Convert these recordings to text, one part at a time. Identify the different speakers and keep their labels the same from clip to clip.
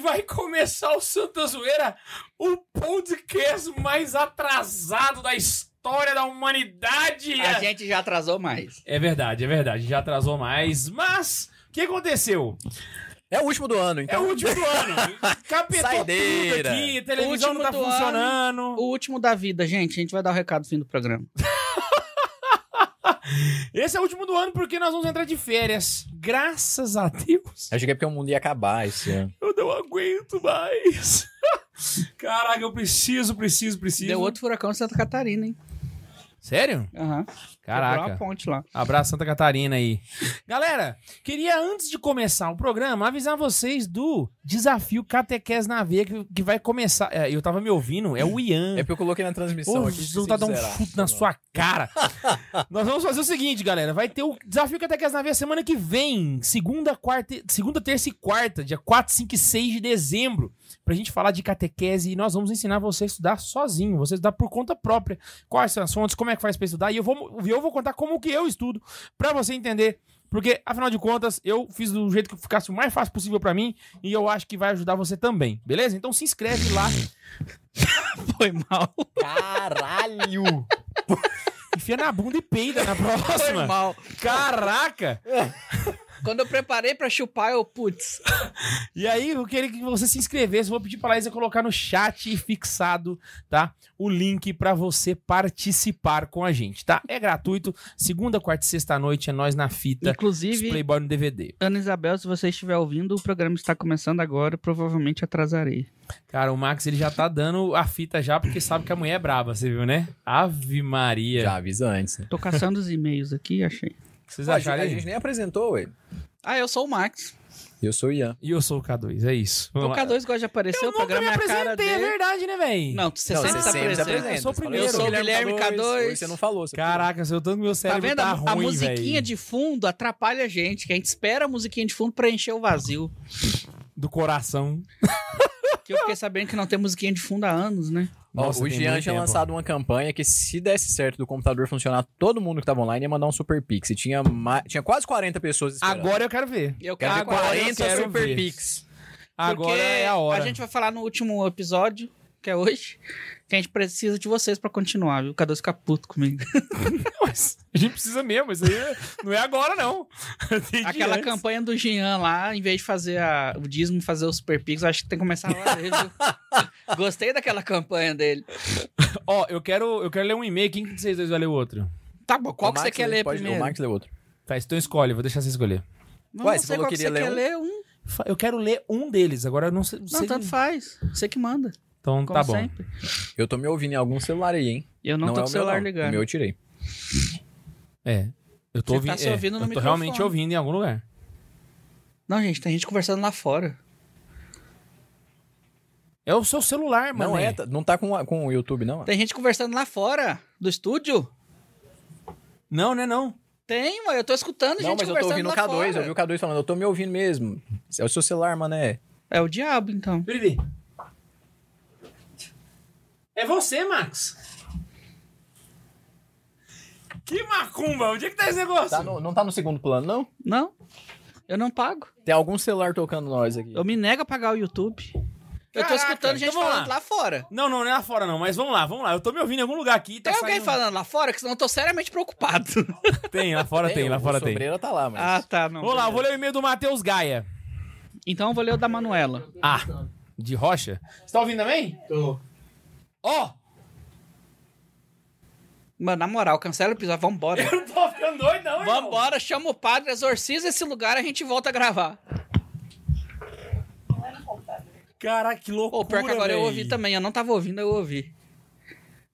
Speaker 1: vai começar o Santa Zoeira, o podcast mais atrasado da história da humanidade.
Speaker 2: A gente já atrasou mais.
Speaker 1: É verdade, é verdade, já atrasou mais, mas o que aconteceu?
Speaker 2: É o último do ano, então.
Speaker 1: É o último do ano. Capetou
Speaker 2: Saideira.
Speaker 1: tudo aqui, a televisão não tá funcionando.
Speaker 2: Ano, o último da vida, gente. A gente vai dar o recado no fim do programa.
Speaker 1: Esse é o último do ano porque nós vamos entrar de férias. Graças a Deus.
Speaker 2: Eu cheguei porque o mundo ia acabar esse ano.
Speaker 1: Eu não aguento mais. Caraca, eu preciso, preciso, preciso.
Speaker 2: Deu outro furacão em Santa Catarina, hein?
Speaker 1: Sério?
Speaker 2: Aham. Quebrou
Speaker 1: Caraca.
Speaker 2: uma ponte lá.
Speaker 1: Abraço Santa Catarina aí. Galera, queria antes de começar o programa avisar vocês do desafio Catequese na Veia que, que vai começar. É, eu tava me ouvindo, é o Ian.
Speaker 3: É porque eu coloquei na transmissão
Speaker 1: Ô,
Speaker 3: aqui.
Speaker 1: Jesus, tá dando um chute na sua cara. Nós vamos fazer o seguinte, galera. Vai ter o Desafio Catequese na Veia semana que vem. Segunda, quarta, e- segunda, terça e quarta, dia 4, 5 e 6 de dezembro. Pra gente falar de catequese e nós vamos ensinar você a estudar sozinho, você estudar por conta própria. Quais são as fontes, como é que faz pra estudar. E eu vou, eu vou contar como que eu estudo pra você entender. Porque, afinal de contas, eu fiz do jeito que ficasse o mais fácil possível pra mim e eu acho que vai ajudar você também, beleza? Então se inscreve lá,
Speaker 2: Foi mal.
Speaker 3: Caralho!
Speaker 1: enfia na bunda e peida na
Speaker 2: Foi
Speaker 1: próxima.
Speaker 2: mal.
Speaker 1: Caraca!
Speaker 2: Quando eu preparei pra chupar, eu, putz.
Speaker 1: E aí, eu queria que você se inscrevesse. Vou pedir pra Laísa colocar no chat e fixado, tá? O link pra você participar com a gente, tá? É gratuito. Segunda, quarta e sexta à noite é nós na fita. os
Speaker 2: Inclusive,
Speaker 1: Playboy no DVD.
Speaker 2: Ana Isabel, se você estiver ouvindo, o programa está começando agora. Provavelmente atrasarei.
Speaker 1: Cara, o Max ele já tá dando a fita já, porque sabe que a mulher é braba, você viu, né? Ave Maria.
Speaker 3: Já avisa antes. né?
Speaker 2: Tô caçando os e-mails aqui, achei.
Speaker 1: O que vocês
Speaker 3: Pô, a, gente,
Speaker 1: acharam
Speaker 3: a
Speaker 1: aí?
Speaker 3: gente nem apresentou, ué.
Speaker 2: Ah, eu sou o Max.
Speaker 3: Eu sou o Ian.
Speaker 1: E eu sou o K2, é isso.
Speaker 2: O
Speaker 1: Vamos lá.
Speaker 2: K2 gosta de aparecer,
Speaker 1: Eu
Speaker 2: o programa é
Speaker 1: nunca
Speaker 2: a
Speaker 1: me
Speaker 2: cara
Speaker 1: apresentei, é
Speaker 2: dele.
Speaker 1: verdade, né, véi?
Speaker 2: Não, você
Speaker 3: Não,
Speaker 2: sempre
Speaker 3: você
Speaker 2: tá
Speaker 3: sempre
Speaker 2: presente.
Speaker 3: se apresenta.
Speaker 1: Eu sou o
Speaker 3: Você fala,
Speaker 1: primeiro.
Speaker 2: Eu sou o Guilherme K2.
Speaker 3: Hoje Você não falou. Você
Speaker 1: Caraca, eu tanto meu
Speaker 2: Tá
Speaker 1: cérebro
Speaker 2: vendo?
Speaker 1: tá,
Speaker 2: a,
Speaker 1: ruim,
Speaker 2: a musiquinha
Speaker 1: véi.
Speaker 2: de fundo atrapalha a gente, que a gente espera a musiquinha de fundo pra encher o vazio.
Speaker 1: do coração.
Speaker 2: Que eu fiquei sabendo que não tem musiquinha de fundo há anos, né?
Speaker 3: Ó, o
Speaker 1: tem
Speaker 3: Jean
Speaker 1: muito
Speaker 3: tinha
Speaker 1: tempo.
Speaker 3: lançado uma campanha que, se desse certo do computador funcionar, todo mundo que tava online ia mandar um Super Pix. E tinha, ma- tinha quase 40 pessoas esperando.
Speaker 1: Agora eu quero ver.
Speaker 2: Eu
Speaker 3: Quero ver
Speaker 1: agora eu
Speaker 3: 40
Speaker 1: quero
Speaker 3: Super
Speaker 1: ver.
Speaker 3: Pix.
Speaker 1: Agora
Speaker 2: Porque
Speaker 1: é a hora.
Speaker 2: A gente vai falar no último episódio, que é hoje, que a gente precisa de vocês pra continuar, viu? Cadê os caputo comigo?
Speaker 1: Mas a gente precisa mesmo, isso aí não é agora, não. Tem que ir
Speaker 2: Aquela
Speaker 1: antes.
Speaker 2: campanha do Jean lá, em vez de fazer a- o dízimo, fazer o Super Pix, eu acho que tem que começar lá mesmo. Gostei daquela campanha dele.
Speaker 1: Ó, eu quero, eu quero ler um e-mail. Quem de vocês dois vai ler o outro?
Speaker 2: Tá bom, qual
Speaker 3: O
Speaker 2: que você
Speaker 3: Max
Speaker 2: quer
Speaker 3: lê-
Speaker 2: ler
Speaker 3: pode-
Speaker 2: primeiro?
Speaker 3: O Max lê outro.
Speaker 1: Tá, então escolhe, vou deixar você escolher.
Speaker 2: Não,
Speaker 3: Ué,
Speaker 2: não
Speaker 3: você
Speaker 2: sei
Speaker 3: falou
Speaker 2: qual
Speaker 3: que
Speaker 2: que você quer
Speaker 3: queria
Speaker 2: ler
Speaker 3: ler
Speaker 2: um.
Speaker 1: Fa- Eu quero ler um deles, agora eu não sei.
Speaker 2: Não,
Speaker 1: sei-
Speaker 2: tanto faz. Você que manda.
Speaker 1: Então
Speaker 2: Como
Speaker 1: tá bom.
Speaker 2: sempre.
Speaker 3: Eu tô me ouvindo em algum celular aí, hein?
Speaker 2: Eu não, tô
Speaker 3: é
Speaker 2: com
Speaker 3: o
Speaker 2: o celular
Speaker 3: meu, não.
Speaker 2: ligado.
Speaker 3: O meu eu tirei.
Speaker 1: É. Eu tô
Speaker 2: Você
Speaker 1: ouvindo.
Speaker 2: tá se
Speaker 1: é,
Speaker 2: ouvindo no
Speaker 1: eu tô
Speaker 2: microfone.
Speaker 1: realmente ouvindo em algum lugar.
Speaker 2: Não, gente, tem gente conversando lá fora.
Speaker 1: É o seu celular, mano.
Speaker 3: Não é, tá- não tá com, a- com o YouTube, não?
Speaker 2: Tem gente conversando lá fora do estúdio.
Speaker 1: Não, né, não.
Speaker 2: Tem, mano. Eu tô escutando
Speaker 3: Não,
Speaker 2: gente
Speaker 3: mas eu tô
Speaker 2: conversando
Speaker 3: ouvindo o
Speaker 2: lá
Speaker 3: K2.
Speaker 2: fora.
Speaker 3: Eu vi o K2 falando, eu tô me ouvindo mesmo. É o seu celular, mané.
Speaker 2: É o diabo, então.
Speaker 1: Brili. É você, Max. Que macumba, onde é que tá esse negócio?
Speaker 3: Tá no- não tá no segundo plano, não?
Speaker 2: Não. Eu não pago.
Speaker 3: Tem algum celular tocando nós aqui.
Speaker 2: Eu me nego a pagar o YouTube. eu tô
Speaker 1: Caraca,
Speaker 2: escutando gente
Speaker 1: então vamos
Speaker 2: falando lá, fora.
Speaker 1: Não, não, não é lá fora, não. Mas vamos lá, vamos lá. Eu tô me ouvindo em algum lugar aqui. Tá
Speaker 2: Tem alguém
Speaker 1: saindo-
Speaker 2: falando lá fora? Que senão eu tô seriamente preocupado.
Speaker 1: Tem, lá fora tem, lá fora
Speaker 3: o
Speaker 1: tem.
Speaker 3: Sobreira tá lá, mas...
Speaker 2: ah, tá. Não.
Speaker 1: Vamos lá, eu vou
Speaker 2: beleza.
Speaker 1: ler o e-mail do Matheus Gaia.
Speaker 2: Então eu vou ler o da Manuela.
Speaker 1: Ah, de rocha. Você tá ouvindo também? Tô. Ó!
Speaker 2: Mano, na moral, cancela o episódio. Vambora.
Speaker 1: Eu não tô ficando doido, não, irmão.
Speaker 2: Vambora, chama o padre, exorciza esse lugar, a gente volta a gravar.
Speaker 1: Caraca, que loucura,
Speaker 2: Pô, pior que agora eu ouvi também. Eu não tava ouvindo, eu ouvi.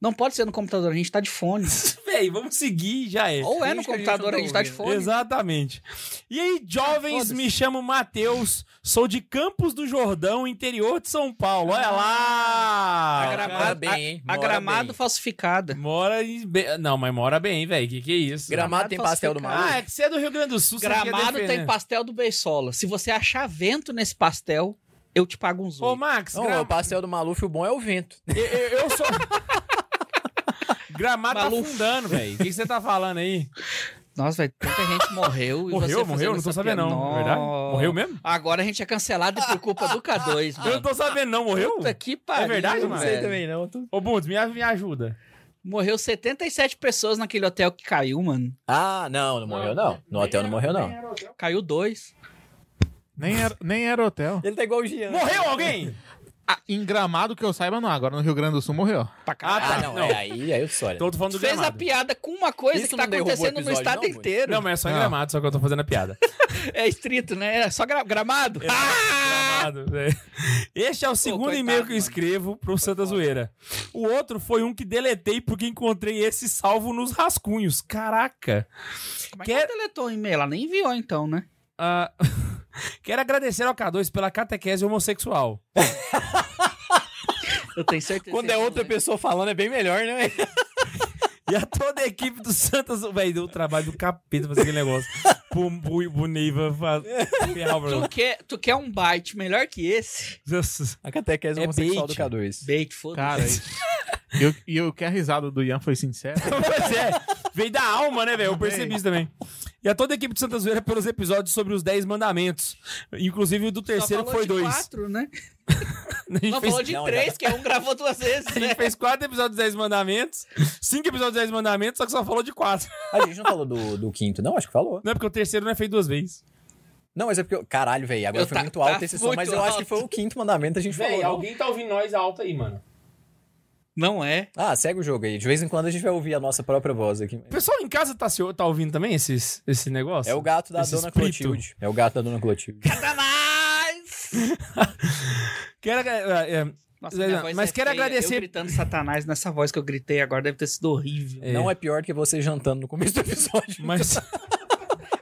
Speaker 2: Não pode ser no computador, a gente tá de fone.
Speaker 1: Véi, vamos seguir já é.
Speaker 2: Ou é no
Speaker 3: Finge que a gente
Speaker 2: computador,
Speaker 3: não tá
Speaker 2: a gente tá de
Speaker 3: ouvindo.
Speaker 2: fone.
Speaker 1: Exatamente. E aí, jovens,
Speaker 2: Foda-se.
Speaker 1: me chamo Matheus, sou de Campos do Jordão, interior de São Paulo. Olha lá!
Speaker 2: A
Speaker 3: Mora
Speaker 2: gramado,
Speaker 3: bem, hein?
Speaker 2: a, a
Speaker 3: Mora
Speaker 2: gramado
Speaker 3: bem.
Speaker 2: falsificada.
Speaker 1: Mora em... be- Não, mas mora bem, velho. Que que é isso?
Speaker 3: Gramado tem pastel do maluco.
Speaker 1: Ah, é que você é do Rio Grande do Sul. você não quer
Speaker 2: Gramado
Speaker 1: defender.
Speaker 2: tem pastel do Beisola. Se você achar vento nesse pastel, eu te pago um uns
Speaker 1: Ô,
Speaker 2: oito.
Speaker 1: Max,
Speaker 3: Não,
Speaker 1: gra-
Speaker 3: o pastel do Maluf, o bom é o vento.
Speaker 1: eu, eu- eu sou. Gramado tá
Speaker 2: Maluf.
Speaker 1: afundando, velho. O que que você tá falando aí?
Speaker 2: Nossa, velho, tanta gente morreu. e você
Speaker 1: Morreu,
Speaker 2: fazendo
Speaker 1: morreu? Não
Speaker 2: essa
Speaker 1: tô sabendo,
Speaker 2: piada.
Speaker 1: não. É Verdade?
Speaker 2: Nossa.
Speaker 1: Morreu mesmo?
Speaker 2: Agora a gente é cancelado por culpa do K2, mano.
Speaker 1: Eu não tô sabendo, não. Morreu?
Speaker 2: Puta que pariu,
Speaker 1: É verdade,
Speaker 2: velho.
Speaker 1: mano? Não sei
Speaker 3: não.
Speaker 1: Ô, Bundes, me, me ajuda.
Speaker 2: Morreu 77 pessoas naquele hotel que caiu, mano.
Speaker 3: Ah, não, não morreu não. No hotel não morreu não.
Speaker 2: Caiu dois.
Speaker 4: Nem era, nem era hotel.
Speaker 3: Ele tá igual o Jean.
Speaker 1: Morreu alguém?
Speaker 4: Ah, em Gramado que eu saiba, não. Agora no Rio Grande do Sul morreu.
Speaker 2: Pra
Speaker 1: Ah,
Speaker 2: caralho.
Speaker 1: tá.
Speaker 3: Ah, não, é aí, aí eu sou.
Speaker 1: Então eu tô falando do
Speaker 2: Fez a
Speaker 1: gramado.
Speaker 2: piada com uma coisa
Speaker 3: Isso
Speaker 2: que tá
Speaker 3: não derrubou o
Speaker 2: acontecendo no
Speaker 3: episódio,
Speaker 2: estado
Speaker 3: não, Bruno?
Speaker 2: inteiro.
Speaker 1: Não, mas é só em
Speaker 4: Não.
Speaker 1: gramado, só que eu tô fazendo a piada.
Speaker 2: É estrito, né? É só gra- gramado.
Speaker 1: Gramado, velho. Este é o segundo
Speaker 2: coitado,
Speaker 1: e-mail que eu
Speaker 2: mano.
Speaker 1: escrevo pro Santa
Speaker 2: foda.
Speaker 1: Zoeira. O outro foi um que deletei porque encontrei esse salvo nos rascunhos. Caraca.
Speaker 2: Como é
Speaker 1: Quer-
Speaker 2: que deletou o e-mail? Ela nem enviou, então, né?
Speaker 1: Ah, Quero agradecer ao K2 pela catequese homossexual.
Speaker 2: Eu tenho certeza.
Speaker 3: Quando
Speaker 2: que
Speaker 3: é
Speaker 2: ela
Speaker 3: outra
Speaker 2: não
Speaker 3: pessoa falando é bem melhor, né?
Speaker 1: E a toda a equipe do Santa Zoeira. Véi, deu um trabalho do capeta fazer aquele negócio. Pro, pro, pro Neiva fa- ferrar o
Speaker 2: lembra.
Speaker 1: programa.
Speaker 2: Tu quer, tu quer um bite melhor que esse?
Speaker 1: Jesus.
Speaker 3: A catequese
Speaker 1: É
Speaker 3: homossexual do
Speaker 1: bait.
Speaker 3: K2.
Speaker 2: Bait, foda-se.
Speaker 4: E eu, e eu que a risada do Ian foi sincera.
Speaker 1: Pois é, veio da alma, né, velho? Eu percebi isso também. E a toda a equipe de Santa Zoeira pelos episódios sobre os 10 mandamentos. Inclusive o do terceiro,
Speaker 2: Só
Speaker 1: que
Speaker 2: falou
Speaker 1: foi
Speaker 2: de
Speaker 1: dois.
Speaker 2: Quatro, né?
Speaker 1: A gente
Speaker 2: Não,
Speaker 1: fez-
Speaker 2: falou de
Speaker 3: Não,
Speaker 2: três,
Speaker 3: já-
Speaker 2: que é um gravou duas vezes,
Speaker 1: A gente
Speaker 2: né?
Speaker 1: fez quatro episódios dos 10 mandamentos, cinco episódios dos 10 mandamentos, só que só falou de quatro.
Speaker 3: A gente não falou do, do quinto, não? Acho que falou.
Speaker 1: Não é porque o terceiro não é feito duas vezes.
Speaker 3: Não, mas é porque. eu- Caralho, velho, agora
Speaker 2: Eu
Speaker 3: foi
Speaker 2: tá-
Speaker 3: muito alto
Speaker 2: tá
Speaker 3: esse som, mas
Speaker 2: muito
Speaker 3: eu acho que
Speaker 2: alto.
Speaker 3: foi o quinto mandamento que a gente falou. não?
Speaker 1: tá ouvindo nós alta aí, mano.
Speaker 2: Não é.
Speaker 3: Ah, segue o jogo aí. De vez em quando a gente vai ouvir a nossa própria voz aqui.
Speaker 1: O pessoal em casa tá, se- tá ouvindo também esses, esse negócio?
Speaker 3: É o gato da
Speaker 1: Esse
Speaker 3: dona
Speaker 1: espírito.
Speaker 3: Clotilde. É o gato da dona Clotilde.
Speaker 2: Satanás!
Speaker 1: Quero, é, é,
Speaker 2: Nossa,
Speaker 1: Zé,
Speaker 2: minha
Speaker 1: Zé,
Speaker 2: voz
Speaker 1: mas
Speaker 2: é
Speaker 1: quero
Speaker 2: feia.
Speaker 1: agradecer-
Speaker 2: Eu gritando Satanás nessa voz que eu gritei agora deve ter sido horrível.
Speaker 1: é,
Speaker 3: Não é pior que você jantando no começo do episódio.
Speaker 1: Mas,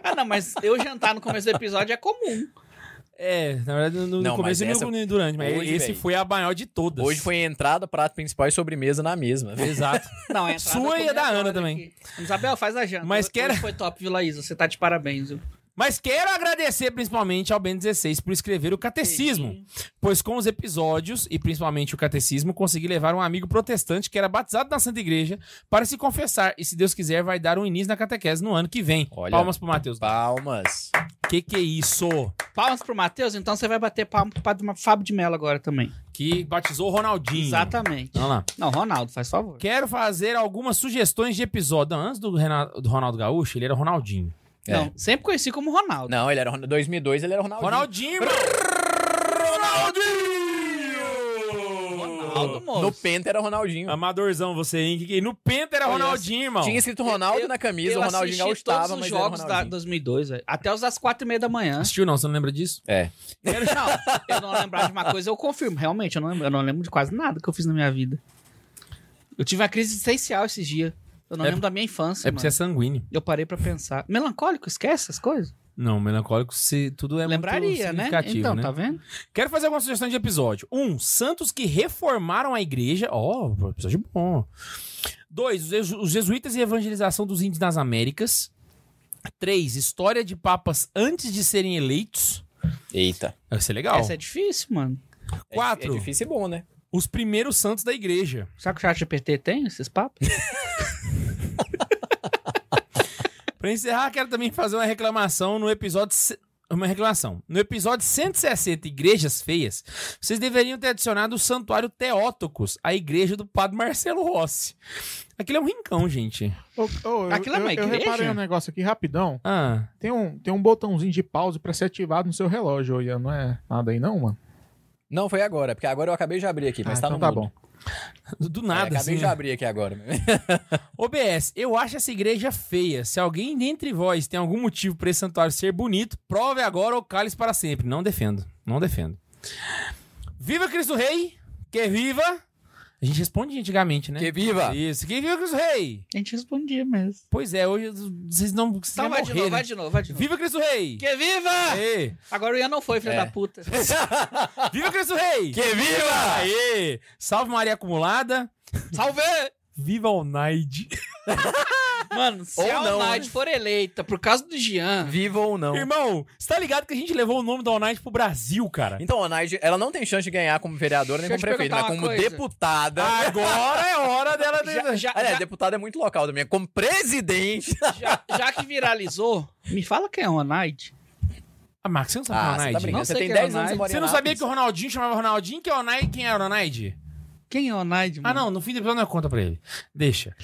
Speaker 2: Ah, não, mas eu jantar no começo do episódio é comum.
Speaker 1: é, na verdade, no, no
Speaker 3: Não,
Speaker 1: começo
Speaker 3: mas
Speaker 1: e no-
Speaker 3: essa-
Speaker 1: no- durante, mas
Speaker 3: Hoje,
Speaker 1: esse
Speaker 3: véi.
Speaker 1: foi a maior de todas.
Speaker 3: Hoje foi entrada, prato principal e sobremesa na mesma.
Speaker 1: Exato.
Speaker 2: Não, é entrada
Speaker 1: Sua
Speaker 2: eu comi
Speaker 1: e a da
Speaker 2: agora
Speaker 1: Ana também.
Speaker 2: aqui. Isabel, faz a janta.
Speaker 1: Mas
Speaker 2: Hoje
Speaker 1: quero-
Speaker 2: foi top, Vila Isa. Você tá de parabéns, viu?
Speaker 1: Mas quero agradecer principalmente ao Ben 16 por escrever o catecismo, pois com os episódios e principalmente o catecismo consegui levar um amigo protestante que era batizado na Santa Igreja para se confessar e se Deus quiser vai dar um início na catequese no ano que vem.
Speaker 3: Olha.
Speaker 1: Palmas pro Matheus.
Speaker 3: Palmas.
Speaker 1: Que que é isso?
Speaker 2: Palmas pro Matheus, então você vai bater palma pro padre Fábio de Mello agora também.
Speaker 1: Que batizou o Ronaldinho.
Speaker 2: Exatamente.
Speaker 1: Vamos lá.
Speaker 2: Não, Ronaldo, faz favor.
Speaker 1: Quero fazer algumas sugestões de episódio. Não, Antes do, Renato- do Ronaldo Gaúcho, ele era o Ronaldinho.
Speaker 3: É.
Speaker 2: Não, sempre conheci como Ronaldo.
Speaker 3: Não, ele era. Ron- 2002 ele era
Speaker 1: Ronaldinho,
Speaker 3: Ronaldinho.
Speaker 1: mano!
Speaker 2: Ronaldo, moço.
Speaker 3: No Penta era
Speaker 1: Ah,
Speaker 3: Ronaldinho.
Speaker 1: Amadorzão você, hein? Que- que- No Penta era
Speaker 2: Olha,
Speaker 1: Ronaldinho, irmão.
Speaker 3: Tinha escrito Ronaldo
Speaker 2: Eu-
Speaker 3: na camisa,
Speaker 2: eu
Speaker 3: o Ronaldinho
Speaker 2: assisti
Speaker 3: Gaúcho
Speaker 2: todos
Speaker 3: tava,
Speaker 2: os
Speaker 3: mas era
Speaker 2: jogos da
Speaker 3: Ronaldinho.
Speaker 2: 2002, velho. Até os das quatro e meia da manhã.
Speaker 1: Assistiu não, você não lembra disso?
Speaker 3: É.
Speaker 2: Não, eu não lembrar de uma coisa, eu confirmo. Realmente, eu não, lembro, eu não lembro de quase nada que eu fiz na minha vida. Eu tive uma crise existencial esses dias. Eu não
Speaker 1: É
Speaker 2: lembro da minha
Speaker 1: É
Speaker 2: infância, mano.
Speaker 1: porque você é sanguíneo.
Speaker 2: Eu parei pra pensar. Melancólico, esquece essas coisas?
Speaker 1: Não, melancólico, se tudo é muito
Speaker 2: Lembraria, né?
Speaker 1: significativo,
Speaker 2: Então,
Speaker 1: né?
Speaker 2: tá vendo?
Speaker 1: Quero fazer alguma sugestão de episódio. Um, santos que reformaram a igreja. Ó, episódio bom. Dois, os jesu- os jesuítas e evangelização dos índios nas Américas. Três, história de papas antes de serem eleitos.
Speaker 3: Eita.
Speaker 1: Vai ser legal.
Speaker 2: Essa é difícil, mano.
Speaker 3: É-
Speaker 1: Quatro.
Speaker 3: É, difícil e bom, né?
Speaker 1: Os primeiros santos da igreja.
Speaker 2: Será que o chat GPT tem esses papos?
Speaker 1: Pra encerrar, quero também fazer uma reclamação no episódio. ce- Uma reclamação. No episódio 160, Igrejas Feias, vocês deveriam ter adicionado o Santuário Teótocos, a igreja do Padre Marcelo Rossi. Aquilo é um rincão, gente.
Speaker 4: Ô, ô, eu-
Speaker 2: Aquilo é
Speaker 4: eu,
Speaker 2: uma
Speaker 4: eu
Speaker 2: igreja?
Speaker 4: reparei um negócio aqui rapidão.
Speaker 1: Ah,
Speaker 4: Tem um, tem um botãozinho de pause pra ser ativado no seu relógio, ô Ian. Não é nada aí, não, mano?
Speaker 3: Não, foi agora, porque agora eu acabei de abrir aqui, mas
Speaker 4: Ah,
Speaker 3: tá
Speaker 4: então
Speaker 3: no
Speaker 4: tá
Speaker 3: mudo.
Speaker 4: bom.
Speaker 1: do- do
Speaker 3: É,
Speaker 1: nada,
Speaker 3: acabei
Speaker 1: assim.
Speaker 3: de abrir aqui agora.
Speaker 1: OBS, eu acho essa igreja feia. Se alguém dentre vós tem algum motivo pra esse santuário ser bonito, prove agora ou cale para sempre. Não defendo, não defendo. Viva Cristo Rei, que viva! A gente responde antigamente, né?
Speaker 3: que viva!
Speaker 1: Isso, que viva Cristo Rei!
Speaker 2: A gente respondia mesmo.
Speaker 1: Pois é, hoje vocês não vocês
Speaker 2: Então
Speaker 1: vão
Speaker 2: vai de novo,
Speaker 1: morrer, né?
Speaker 2: vai de novo, vai de novo.
Speaker 1: Viva Cristo Rei!
Speaker 2: Que viva!
Speaker 1: Aê!
Speaker 2: Agora o Ian não foi, filho
Speaker 3: É.
Speaker 2: da puta.
Speaker 1: Viva Cristo Rei!
Speaker 3: Que viva!
Speaker 1: Aê! Salve Maria Acumulada!
Speaker 2: Salve!
Speaker 1: Viva o Naide.
Speaker 2: Mano, se
Speaker 3: Ou
Speaker 2: a
Speaker 3: não,
Speaker 2: Almighty
Speaker 3: né?
Speaker 2: for eleita por causa do Jean,
Speaker 3: Viva ou não.
Speaker 1: Irmão, você tá ligado que a gente levou o nome da All Night pro Brasil, cara?
Speaker 3: Então, a Onaide, ela não tem chance de ganhar como vereadora nem
Speaker 2: Deixa eu
Speaker 3: como
Speaker 2: te
Speaker 3: prefeita, mas
Speaker 2: perguntar
Speaker 3: como
Speaker 2: uma coisa.
Speaker 3: deputada.
Speaker 1: Agora é hora dela...
Speaker 2: já, já,
Speaker 3: Aliás,
Speaker 2: já, Ah,
Speaker 3: deputada é muito local também. Como presidente.
Speaker 2: já- já que viralizou, me fala quem é o Onaide.
Speaker 1: Ah, Marcos, você não sabe
Speaker 3: Ah,
Speaker 1: o
Speaker 3: você
Speaker 1: Onaide?
Speaker 3: tá brincando.
Speaker 2: Não
Speaker 3: Você
Speaker 2: sei
Speaker 3: tem
Speaker 2: quem é
Speaker 3: 10 anos
Speaker 2: Onaide.
Speaker 3: você mora em
Speaker 1: Você não sabia
Speaker 3: Anápolis.
Speaker 1: que o Ronaldinho chamava Ronaldinho, que é Onaide, quem era Onaide?
Speaker 2: Quem é o Onaide,
Speaker 1: Ah,
Speaker 2: mano?
Speaker 1: não, no fim do episódio não conta pra ele. Deixa.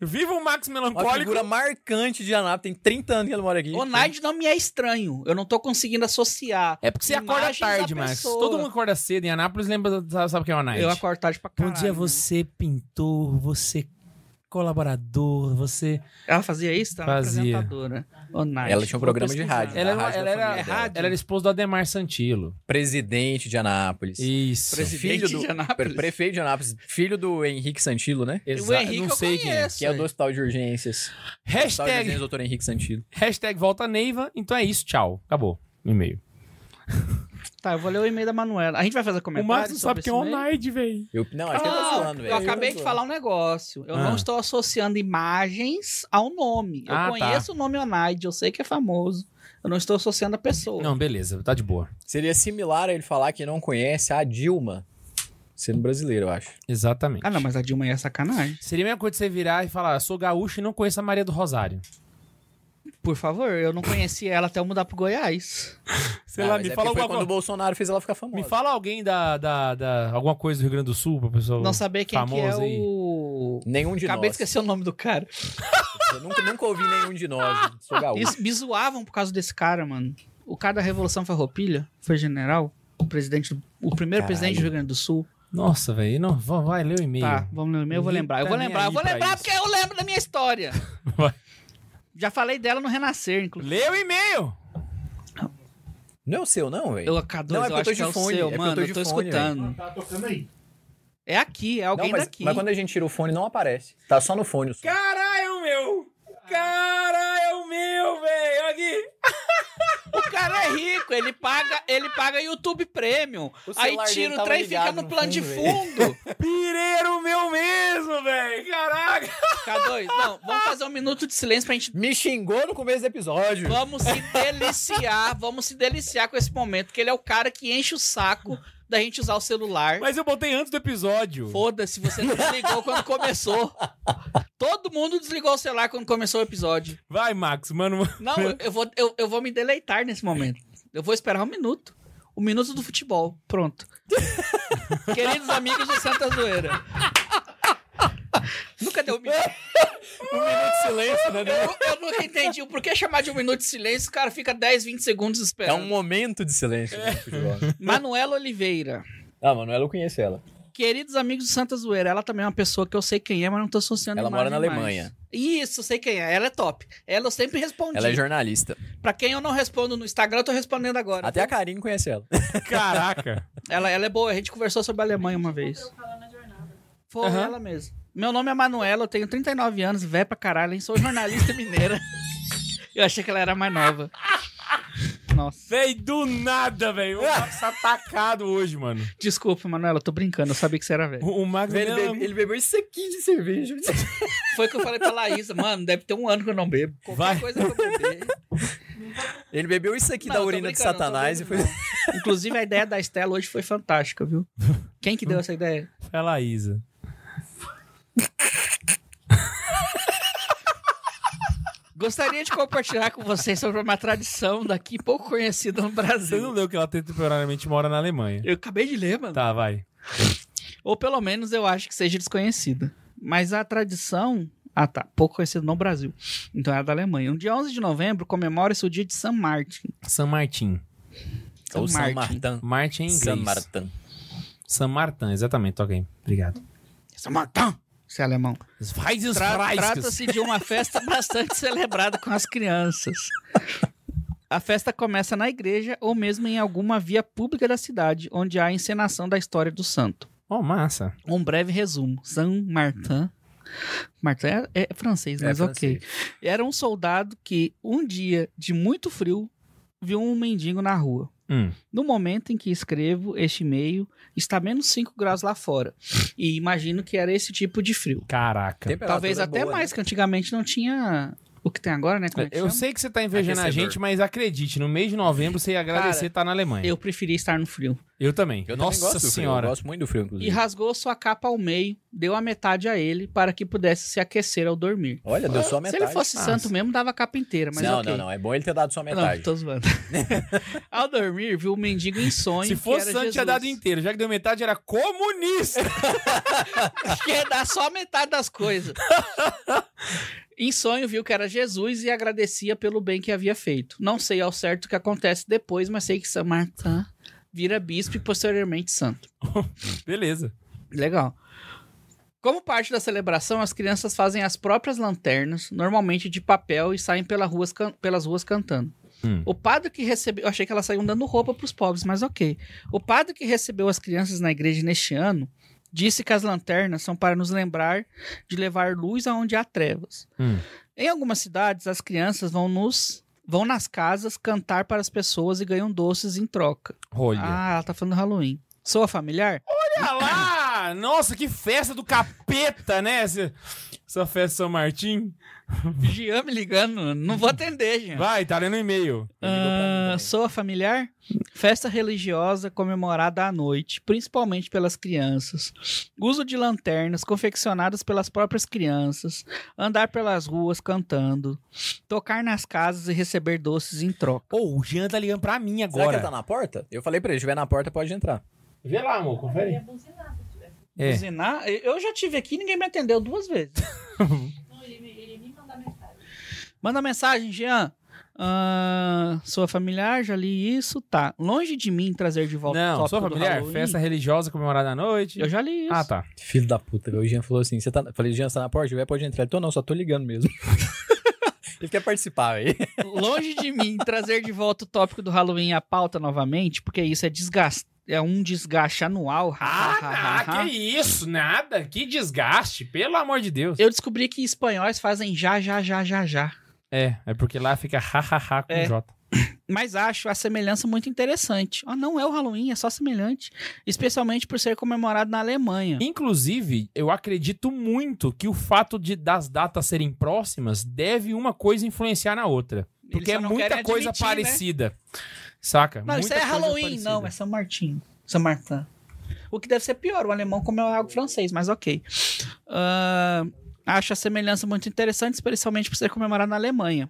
Speaker 1: Viva o Max
Speaker 3: Uma
Speaker 1: Melancólico.
Speaker 3: figura marcante de Anápolis. Tem 30 anos que ele mora aqui.
Speaker 2: Onaide não me é estranho. Eu não tô conseguindo associar.
Speaker 1: É porque você acorda
Speaker 2: Imagens
Speaker 1: tarde,
Speaker 2: da
Speaker 1: Max.
Speaker 2: pessoa.
Speaker 1: Todo mundo acorda cedo em Anápolis, lembra, sabe, sabe o que é Onaide?
Speaker 2: Eu acordo tarde pra
Speaker 1: Bom
Speaker 2: caralho.
Speaker 1: dia, você pintor, você colaborador, você...
Speaker 2: Ela fazia isso? Tá?
Speaker 1: Fazia.
Speaker 2: Apresentadora. Onaide.
Speaker 3: Ela tinha um
Speaker 2: Vou
Speaker 3: programa de
Speaker 2: pesquisar.
Speaker 3: rádio.
Speaker 1: Ela,
Speaker 3: Da
Speaker 1: era-
Speaker 3: rádio
Speaker 1: ela
Speaker 3: da
Speaker 1: era,
Speaker 3: família dela.
Speaker 1: ela era esposa do Ademar Santilo.
Speaker 3: Presidente de Anápolis.
Speaker 1: Isso.
Speaker 2: Presidente
Speaker 3: filho do
Speaker 2: de Anápolis.
Speaker 3: pre- prefeito de Anápolis, filho do Henrique Santilo, né?
Speaker 2: O Henrique
Speaker 1: não
Speaker 2: eu
Speaker 1: sei quem é.
Speaker 2: conheço.
Speaker 3: Que é do Hospital de Urgências. Hospital de Urgências,
Speaker 1: Hashtag,
Speaker 3: doutor Henrique Santilo.
Speaker 1: hashtag volta Neiva. Então é isso, tchau. Acabou. o E-mail.
Speaker 2: Tá, eu vou ler o e-mail da Manuela. A gente vai fazer
Speaker 1: O
Speaker 2: comentário
Speaker 1: Max não sabe
Speaker 2: sobre
Speaker 1: quem é
Speaker 2: esse e-mail?
Speaker 1: Onaide, velho.
Speaker 3: Eu, não, acho que ele tá
Speaker 2: Não,
Speaker 3: zoando, velho.
Speaker 2: Ah, eu acabei de falar um negócio. Eu
Speaker 1: Ah.
Speaker 2: não estou associando imagens ao nome. Eu
Speaker 1: Ah, tá.
Speaker 2: conheço o nome Onaide, eu sei que é famoso. Eu não estou associando a pessoa.
Speaker 1: Não, beleza, tá de boa.
Speaker 2: um
Speaker 3: Seria similar a ele falar que não conhece a Dilma. Sendo brasileiro, eu acho.
Speaker 1: Exatamente.
Speaker 2: Ah, não, mas a Dilma é sacanagem.
Speaker 1: Seria a mesma coisa de você virar e falar, sou gaúcho e não conheço a Maria do Rosário.
Speaker 2: Por favor, eu não conhecia ela até eu mudar pro Goiás.
Speaker 1: Sei
Speaker 3: Ah,
Speaker 1: lá,
Speaker 3: mas
Speaker 1: me
Speaker 3: é
Speaker 1: fala
Speaker 3: porque
Speaker 1: alguma
Speaker 3: foi quando o
Speaker 1: coisa.
Speaker 3: Bolsonaro fez ela ficar famosa.
Speaker 1: Me fala alguém da, da, da- alguma coisa do Rio Grande do Sul pra pessoa.
Speaker 2: não saber quem que é
Speaker 1: famoso aí.
Speaker 2: o.
Speaker 3: Nenhum de
Speaker 2: Acabei de
Speaker 3: nós.
Speaker 2: esquecer o nome do cara.
Speaker 3: Eu nunca, nunca ouvi nenhum de nós.
Speaker 2: Ah,
Speaker 3: Sou gaúcho.
Speaker 2: Eles me zoavam por causa desse cara, mano. O cara da Revolução Farroupilha foi general, o presidente, do- o primeiro
Speaker 3: Caralho.
Speaker 2: presidente do Rio Grande do Sul.
Speaker 1: Nossa, velho. Não, vai, vai, lê o e-mail.
Speaker 2: Tá, vamos ler o e-mail, eu vou
Speaker 1: Ninguém
Speaker 2: lembrar. eu
Speaker 1: tá
Speaker 2: vou
Speaker 1: nem
Speaker 2: lembrar, eu
Speaker 1: aí
Speaker 2: vou
Speaker 1: pra
Speaker 2: lembrar
Speaker 1: isso.
Speaker 2: porque eu lembro da minha história.
Speaker 1: Vai.
Speaker 2: Já falei dela no Renascer, inclusive.
Speaker 1: Lê o e-mail!
Speaker 3: Não é o seu, não, velho.
Speaker 2: Eu, K2, eu
Speaker 3: Não, é porque eu tô
Speaker 2: acho
Speaker 3: de
Speaker 2: que é o
Speaker 3: fone, é
Speaker 2: seu,
Speaker 3: porque eu
Speaker 2: mano.
Speaker 3: tô
Speaker 2: Eu
Speaker 3: de
Speaker 2: tô
Speaker 3: fone,
Speaker 2: escutando.
Speaker 4: Tá tocando aí.
Speaker 2: É aqui, é alguém
Speaker 3: não, mas,
Speaker 2: daqui.
Speaker 3: mas quando a gente tira o fone, não aparece. Tá só no fone o som.
Speaker 1: Caralho, meu! Caralho, meu, velho! Olha aqui!
Speaker 2: O cara é rico, ele paga, ele paga YouTube Premium.
Speaker 3: O
Speaker 2: Aí
Speaker 3: celular dele
Speaker 2: tira o
Speaker 3: tava
Speaker 2: trem e fica
Speaker 3: ligado
Speaker 2: no
Speaker 3: no
Speaker 2: plano de
Speaker 3: fundo,
Speaker 2: fundo.
Speaker 1: Pireiro meu mesmo, velho! Caraca!
Speaker 2: K2, não, vamos fazer um minuto de silêncio pra gente.
Speaker 3: Me xingou no começo do episódio.
Speaker 2: Vamos se deliciar, vamos se deliciar com esse momento, que ele é o cara que enche o saco da gente usar o celular.
Speaker 1: Mas eu botei antes do episódio.
Speaker 2: Foda-se, você não desligou quando começou. Todo mundo desligou o celular quando começou o episódio.
Speaker 1: Vai, Max, mano. um
Speaker 2: Não,
Speaker 3: É.
Speaker 2: eu vou, eu, eu vou me deleitar nesse momento. Eu vou esperar um minuto. O minuto do futebol. Pronto. Queridos amigos do Santa Zoeira. Nunca deu um minuto.
Speaker 3: Um minuto de silêncio, né? né?
Speaker 2: Eu, eu nunca entendi o porquê chamar de um minuto de silêncio. O cara fica 10, 20 segundos
Speaker 3: É um
Speaker 2: esperando.
Speaker 3: momento de silêncio. né, futebol.
Speaker 2: Manuela Oliveira.
Speaker 3: Ah, Manuela, eu conheço ela.
Speaker 2: Queridos amigos do Santa Zoeira, ela também é uma pessoa que eu sei quem é, mas não tô associando
Speaker 3: Ela
Speaker 2: imagem
Speaker 3: mora na
Speaker 2: mais.
Speaker 3: Alemanha.
Speaker 2: Isso, sei quem é. Ela é top. Ela eu sempre respondi.
Speaker 3: Ela é jornalista.
Speaker 2: Pra quem eu não respondo no Instagram, eu tô respondendo agora.
Speaker 3: Até a Karine conhece ela.
Speaker 1: Caraca!
Speaker 2: Ela, ela é boa, a gente conversou sobre a Alemanha uma vez. Foi
Speaker 1: Aham.
Speaker 2: ela mesmo. Meu nome é Manuela, eu tenho 39 anos, vé pra caralho, hein? Sou jornalista mineira. Eu achei que ela era mais nova. Nossa.
Speaker 1: Véi, do nada, velho. O Max tá atacado hoje, mano.
Speaker 2: Desculpa, Manuela, eu tô brincando, eu sabia que você era velho.
Speaker 1: O, o Max é
Speaker 3: Ele,
Speaker 1: Melan-
Speaker 3: bebe- ele bebeu isso aqui de cerveja.
Speaker 2: Foi o que eu falei pra Laísa, mano, deve ter um ano que eu não bebo. Qualquer
Speaker 1: Vai.
Speaker 2: coisa que eu beber.
Speaker 3: Ele bebeu isso aqui
Speaker 2: Não,
Speaker 3: da
Speaker 2: eu tô
Speaker 3: urina de
Speaker 2: brincando, não tô
Speaker 3: Satanás e foi.
Speaker 2: bebendo, não. Inclusive, a ideia da Estela hoje foi fantástica, viu? Quem que deu essa ideia?
Speaker 1: É a Laísa.
Speaker 2: Gostaria de compartilhar com vocês sobre uma tradição daqui pouco conhecida no
Speaker 1: Você não
Speaker 2: Brasil.
Speaker 1: leu que ela temporariamente mora na Alemanha.
Speaker 2: Eu acabei de ler, mano.
Speaker 1: Tá, vai.
Speaker 2: Ou pelo menos eu acho que seja desconhecida. Mas a tradição. Ah, tá. Pouco conhecida no Brasil. Então é a da Alemanha. No dia 11 de novembro comemora-se o dia de San Martin.
Speaker 1: San Martin.
Speaker 3: Ou San
Speaker 2: Martin.
Speaker 3: Martin.
Speaker 1: Martin em inglês.
Speaker 3: San Martin.
Speaker 1: San Martin, exatamente. Toca aí. Obrigado.
Speaker 2: San Martin! Isso é alemão.
Speaker 1: Sveises
Speaker 2: Tra-
Speaker 1: Freiskas.
Speaker 2: Trata-se de uma festa bastante celebrada com as crianças. A festa começa na igreja ou mesmo em alguma via pública da cidade, onde há a encenação da história do santo.
Speaker 1: Oh, massa.
Speaker 2: Um breve resumo. San Martin. Martin é, é francês, mas ok. Era um soldado que, um dia de muito frio, viu um mendigo na rua.
Speaker 1: Hum.
Speaker 2: No momento em que escrevo este e-mail, está menos 5 graus lá fora. E imagino que era esse tipo de frio.
Speaker 1: Caraca.
Speaker 3: Temperatura
Speaker 2: Talvez
Speaker 3: é
Speaker 2: até
Speaker 3: boa, né?
Speaker 2: mais, que antigamente não tinha o que tem agora, né? Como é que
Speaker 1: Eu
Speaker 2: chama?
Speaker 1: sei que você tá invejando a
Speaker 3: Aquecedor.
Speaker 1: gente, mas acredite, no mês de novembro você ia agradecer estar tá na Alemanha. Eu,
Speaker 2: Eu preferia estar no frio.
Speaker 1: também.
Speaker 3: Eu também
Speaker 1: Nossa
Speaker 3: gosto do frio,
Speaker 1: senhora.
Speaker 3: eu gosto muito do frio,
Speaker 2: E
Speaker 3: inclusive.
Speaker 2: rasgou sua capa ao meio, deu a metade a ele para que pudesse se aquecer ao dormir.
Speaker 3: Olha, deu só a metade. Ah,
Speaker 2: Se ele fosse santo mesmo, dava a capa inteira, assim, mas
Speaker 3: não,
Speaker 2: ok.
Speaker 3: não, não. É bom ele ter dado só a metade.
Speaker 2: Não, tô zoando. Ao dormir, viu o mendigo em sonho.
Speaker 1: Se fosse
Speaker 2: que era
Speaker 1: santo, tinha
Speaker 2: Jesus.
Speaker 1: dado inteiro. Já que deu metade, era comunista.
Speaker 2: que é dar só a metade das coisas. em sonho, viu que era Jesus e agradecia pelo bem que havia feito. Não sei ao certo o que acontece depois, mas sei que São Martin vira bispo e posteriormente santo.
Speaker 1: Beleza.
Speaker 2: Legal. Como parte da celebração, as crianças fazem as próprias lanternas, normalmente de papel, e saem pela ruas can- pelas ruas cantando.
Speaker 1: Hum.
Speaker 2: O padre que recebeu. Eu achei que elas saíam dando roupa para os pobres, mas ok. O padre que recebeu as crianças na igreja neste ano disse que as lanternas são para nos lembrar de levar luz aonde há trevas.
Speaker 1: Hum.
Speaker 2: Em algumas cidades, as crianças vão nos. Vão nas casas cantar para as pessoas e ganham doces em troca.
Speaker 1: Olha.
Speaker 2: Ah, ela tá falando do Halloween. Soa familiar?
Speaker 1: Olha Tá lá! Nossa, que festa do capeta, né? Essa, essa festa São Martim.
Speaker 2: Jean me ligando, não vou atender, Jean.
Speaker 1: Vai, tá lendo e-mail.
Speaker 2: Ah, soa familiar? Festa religiosa comemorada à noite, principalmente pelas crianças. Uso de lanternas confeccionadas pelas próprias crianças. Andar pelas ruas cantando. Tocar nas casas e receber doces em troca.
Speaker 1: Pô, o Jean tá ligando pra mim
Speaker 3: Será que
Speaker 1: agora.
Speaker 3: ele tá na porta? Eu falei pra ele, se estiver na porta, pode entrar.
Speaker 1: Vê lá, amor, confere. É.
Speaker 2: Buzinar? Eu já tive aqui e ninguém me atendeu duas vezes. Manda mensagem, Jean. Ah, sua familiar, já li isso, tá. Longe de mim trazer de volta
Speaker 1: Não,
Speaker 2: tópico
Speaker 1: sua
Speaker 2: do
Speaker 1: familiar,
Speaker 2: Halloween.
Speaker 1: festa religiosa comemorada à noite.
Speaker 2: Eu já li isso.
Speaker 1: Ah, tá.
Speaker 3: Filho da puta, velho. O Jean falou assim: você tá. na- Falei, Jean, você tá na porta? Ele, "É, pode entrar. Ele tô não, só tô ligando mesmo. ele quer participar aí.
Speaker 2: Longe de mim trazer de volta o tópico do Halloween à pauta novamente, porque isso é desgaste. É um desgaste anual. Ha, ha, ha,
Speaker 1: Ah,
Speaker 2: ha, ha.
Speaker 1: que isso, nada, que desgaste, pelo amor de Deus.
Speaker 2: Eu descobri que espanhóis fazem já, já, já, já, já.
Speaker 1: É, é porque lá fica hahaha com
Speaker 2: É.
Speaker 1: J.
Speaker 2: Mas acho a semelhança muito interessante. Ah, não é o Halloween, é só semelhante. Especialmente por ser comemorado na Alemanha.
Speaker 1: Inclusive, eu acredito muito que o fato de das datas serem próximas deve uma coisa influenciar na outra.
Speaker 2: Eles
Speaker 1: Porque
Speaker 2: só
Speaker 1: é
Speaker 2: não
Speaker 1: muita
Speaker 2: querem
Speaker 1: coisa
Speaker 2: admitir, né?
Speaker 1: parecida. Saca?
Speaker 2: Não, isso
Speaker 1: Muita
Speaker 2: é
Speaker 1: coisa
Speaker 2: Halloween,
Speaker 1: parecida.
Speaker 2: não, é São Martinho. São Martin. O que deve ser pior, o alemão comeu algo francês, mas ok. Ah, acho a semelhança muito interessante, especialmente por ser comemorado na Alemanha.